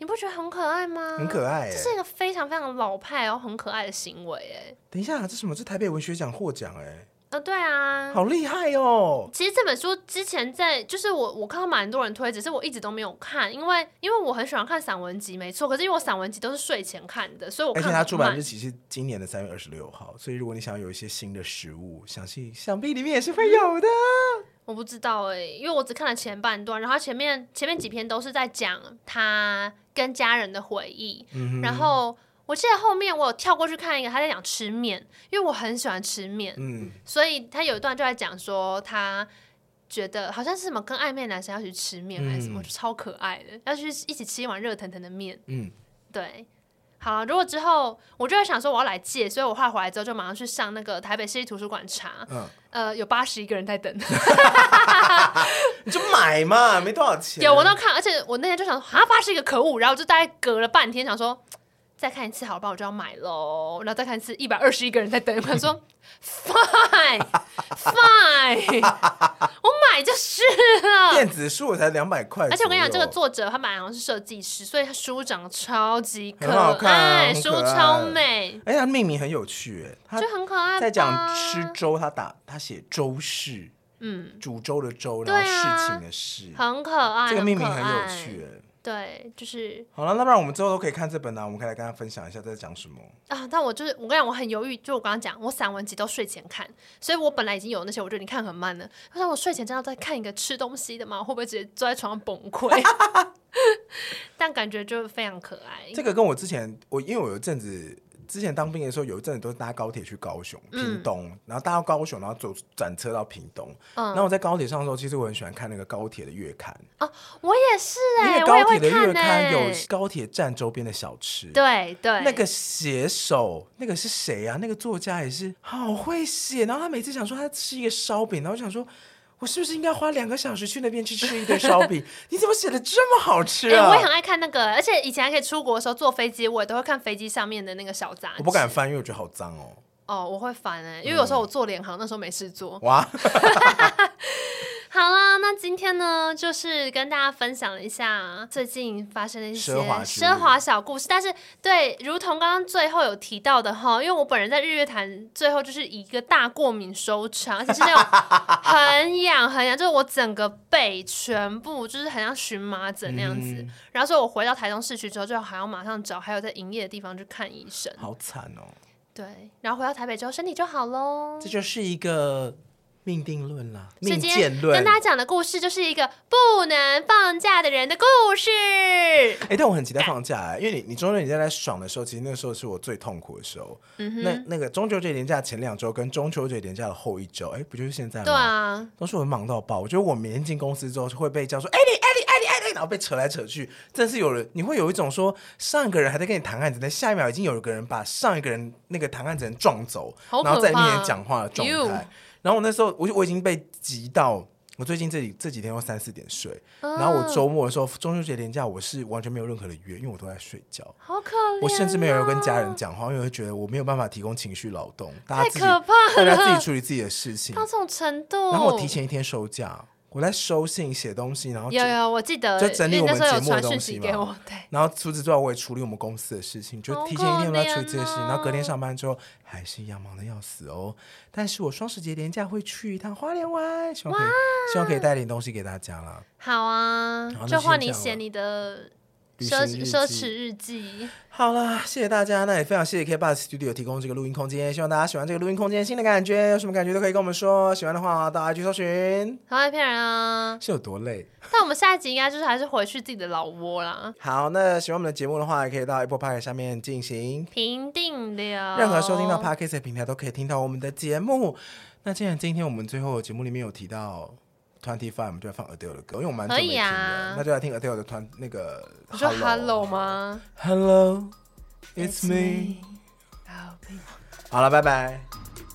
B: 你不觉得很可爱吗？
A: 很可爱、欸
B: 这嗯是。一个非常非常老派然后很可爱的行为哎。
A: 等一下，这什么？这台北文学奖获奖哎，
B: 呃，对啊，
A: 好厉害哦！
B: 其实这本书之前在，就是我我看到蛮多人推，只是我一直都没有看，因为因为我很喜欢看散文集，没错。可是因为我散文集都是睡前看的，所以我
A: 而
B: 看
A: 且它
B: 很
A: 出版
B: 慢
A: 日。期是今年的三月二十六号，所以如果你想要有一些新的食物，相信想必里面也是会有的。
B: 我不知道哎、因为我只看了前半段，然后它前面前面几篇都是在讲他跟家人的回忆，
A: 嗯
B: 然
A: 哼，
B: 后。我记得后面我有跳过去看一个，他在讲吃面，因为我很喜欢吃面，
A: 嗯，
B: 所以他有一段就在讲说他觉得好像是什么跟暧昧男生要去吃面还是什
A: 嗯
B: 么，就超可爱的，要去一起吃一碗热腾腾的面。
A: 嗯，
B: 对，好，如果之后我就在想说我要来借，所以我画回来之后就马上去上那个台北市立图书馆查，
A: 嗯
B: 呃，有八十一个人在等，
A: 你就买嘛，没多少钱。
B: 有我都看，而且我那天就想说啊，八十一个可恶，然后我就大概隔了半天想说。再看一次好了吧，我就要买喽。然后再看一次，一百二十一个人在等，我说 fine fine，我买就是了。
A: 电子书我才两百块左右，
B: 嗯而且我跟你讲，这个作者他本来好像是设计师，所以他书长得超级可
A: 很好看啊
B: 爱，
A: 很
B: 书
A: 可爱
B: 超美，
A: 哎，它命名很有趣，哎，它
B: 就很可爱吧。
A: 在讲吃粥，他打他写粥事，嗯，煮粥的粥，然后
B: 对啊
A: 事情的事，
B: 很可爱，
A: 这个命名
B: 可
A: 很有
B: 爱
A: 趣。哎
B: 对，就是
A: 好了，那不然我们之后都可以看这本呢、啊我们可以来跟大家分享一下在讲什么。
B: 啊，但我就是我跟你讲，我很犹豫，就我刚刚讲，我散文集都睡前看，所以我本来已经有那些，我就已经看很慢了。他说我睡前真的在看一个吃东西的嘛，我会不会直接坐在床上崩溃？ 但感觉就非常可爱。
A: 这个跟我之前我因为我有一阵子之前当兵的时候，有一阵子都是搭高铁去高雄、屏东，
B: 嗯
A: 然后搭到高雄，然后走转车到屏东。然后我在高铁上的时候，其实我很喜欢看那个高铁的月刊，
B: 我也是
A: 因为
B: 哎、我也
A: 高
B: 会
A: 铁的
B: 看欸
A: 月
B: 呢、
A: 刊有高铁站周边的小吃。
B: 对对，
A: 那个写手，那个是谁啊？那个作家也是好会写，然后他每次想说他吃一个烧饼，然后我想说，我是不是应该花两个小时去那边去吃一顿烧 饼？你怎么写的这么好吃
B: 哎、
A: 啊？
B: 我也很爱看那个，而且以前还可以出国的时候坐飞机，我也都会看飞机上面的那个小杂志。
A: 我不敢嗯翻，因为我觉得好脏哦。
B: 哦，我会烦哎、因为有时候我坐联航，那时候没事做。
A: 哇，
B: 好啦，那今天呢，就是跟大家分享了一下最近发生的一些
A: 奢华之
B: 奢
A: 旅
B: 华小故事。但是，对，如同刚刚最后有提到的哈，因为我本人在日月潭最后就是以一个大过敏收场，而且是那种很痒很痒，就是我整个背全部就是很像荨麻疹那样子。
A: 嗯
B: 然后，所以我回到台中市区之后，就还要马上找还有在营业的地方去看医生。
A: 好惨哦！
B: 对，然后回到台北之后，身体就好喽。
A: 这就是一个命定论啦，
B: 所以
A: 命
B: 今天
A: 贱
B: 跟
A: 论
B: 大。家讲的故事就是一个不能放假的人的故事。
A: 哎、但我很期待放假、因为你你中秋节在爽的时候，其实那时候是我最痛苦的时候。
B: 嗯
A: 那那个中秋节连假前两周跟中秋节连假的后一周，哎、不就是现在吗？
B: 对啊，
A: 都是我忙到爆。我觉得我每天进公司之后就会被叫说：“哎、你哎、你哎、你哎、你，然后被扯来扯去。真的是有人，你会有一种说上一个人还在跟你谈案子，但下一秒已经有一个人把上一个人那个谈案子人撞走，
B: 好可怕
A: 然后在你面前讲话的状
B: You
A: 态。然后我那时候我就我已经被急到。我最近这里这几天都三四点睡，
B: 啊
A: 然后我
B: 嗯
A: 周末的时候，中秋节连假我是完全没有任何的约，因为我都在睡觉，
B: 好可怜、啊
A: 我甚至没有跟家人，讲话，因为我会觉得我没有办法提供情绪劳动，大家
B: 太
A: 自己
B: 可怕
A: 大家自己
B: 了，
A: 处理自己的事情
B: 到。这种程度。
A: 然后我提前一天收假，我在收信、写东西，然后
B: 有有，我记得，
A: 就整理
B: 因为
A: 我们
B: 那时候有
A: 节目的
B: 传讯
A: 东
B: 息
A: 西
B: 给
A: 嘛
B: 我，对。
A: 然后除此之外，我也处理我们公司的事情，就
B: 好
A: 提前一天我
B: 可
A: 都要处理这些事
B: 怜
A: 情。
B: 哦
A: 然后隔天上班之后，还是一样忙的要死哦。但是我双十节连假会去一趟花莲玩，希望可以希望可以带点东西给大家啦。
B: 好啊
A: 好，那
B: 就换
A: 先这
B: 你
A: 样
B: 写
A: 了
B: 你的
A: 旅
B: 奢
A: 行日
B: 奢
A: 记
B: 侈日记。
A: 好啦，谢谢大家，那也非常谢谢 K Bus Studio 提供这个录音空间，希望大家喜欢这个录音空间新的感觉，有什么感觉都可以跟我们说。喜欢的话，到 IG 搜寻，
B: 好爱骗人啊！
A: 是有多累？
B: 但我们下一集应该就是还是回去自己的老窝啦，
A: 好，那喜欢我们的节目的话，也可以到 Apple Park 下面进行
B: 评定的呀。
A: 任何收听到 Podcast 的平台都可以听到我们的节目。那既然今天我们最后节目里面有提到 Twenty Five，我们就来放 Adele 的歌，因为我蛮久没
B: 可以
A: 听了，
B: 啊
A: 那就来听 Adele 的团那个
B: 你说
A: Hello
B: Hello 吗
A: Hello，It's me。
B: 好，可以。
A: 好了，拜拜。
B: 拜拜。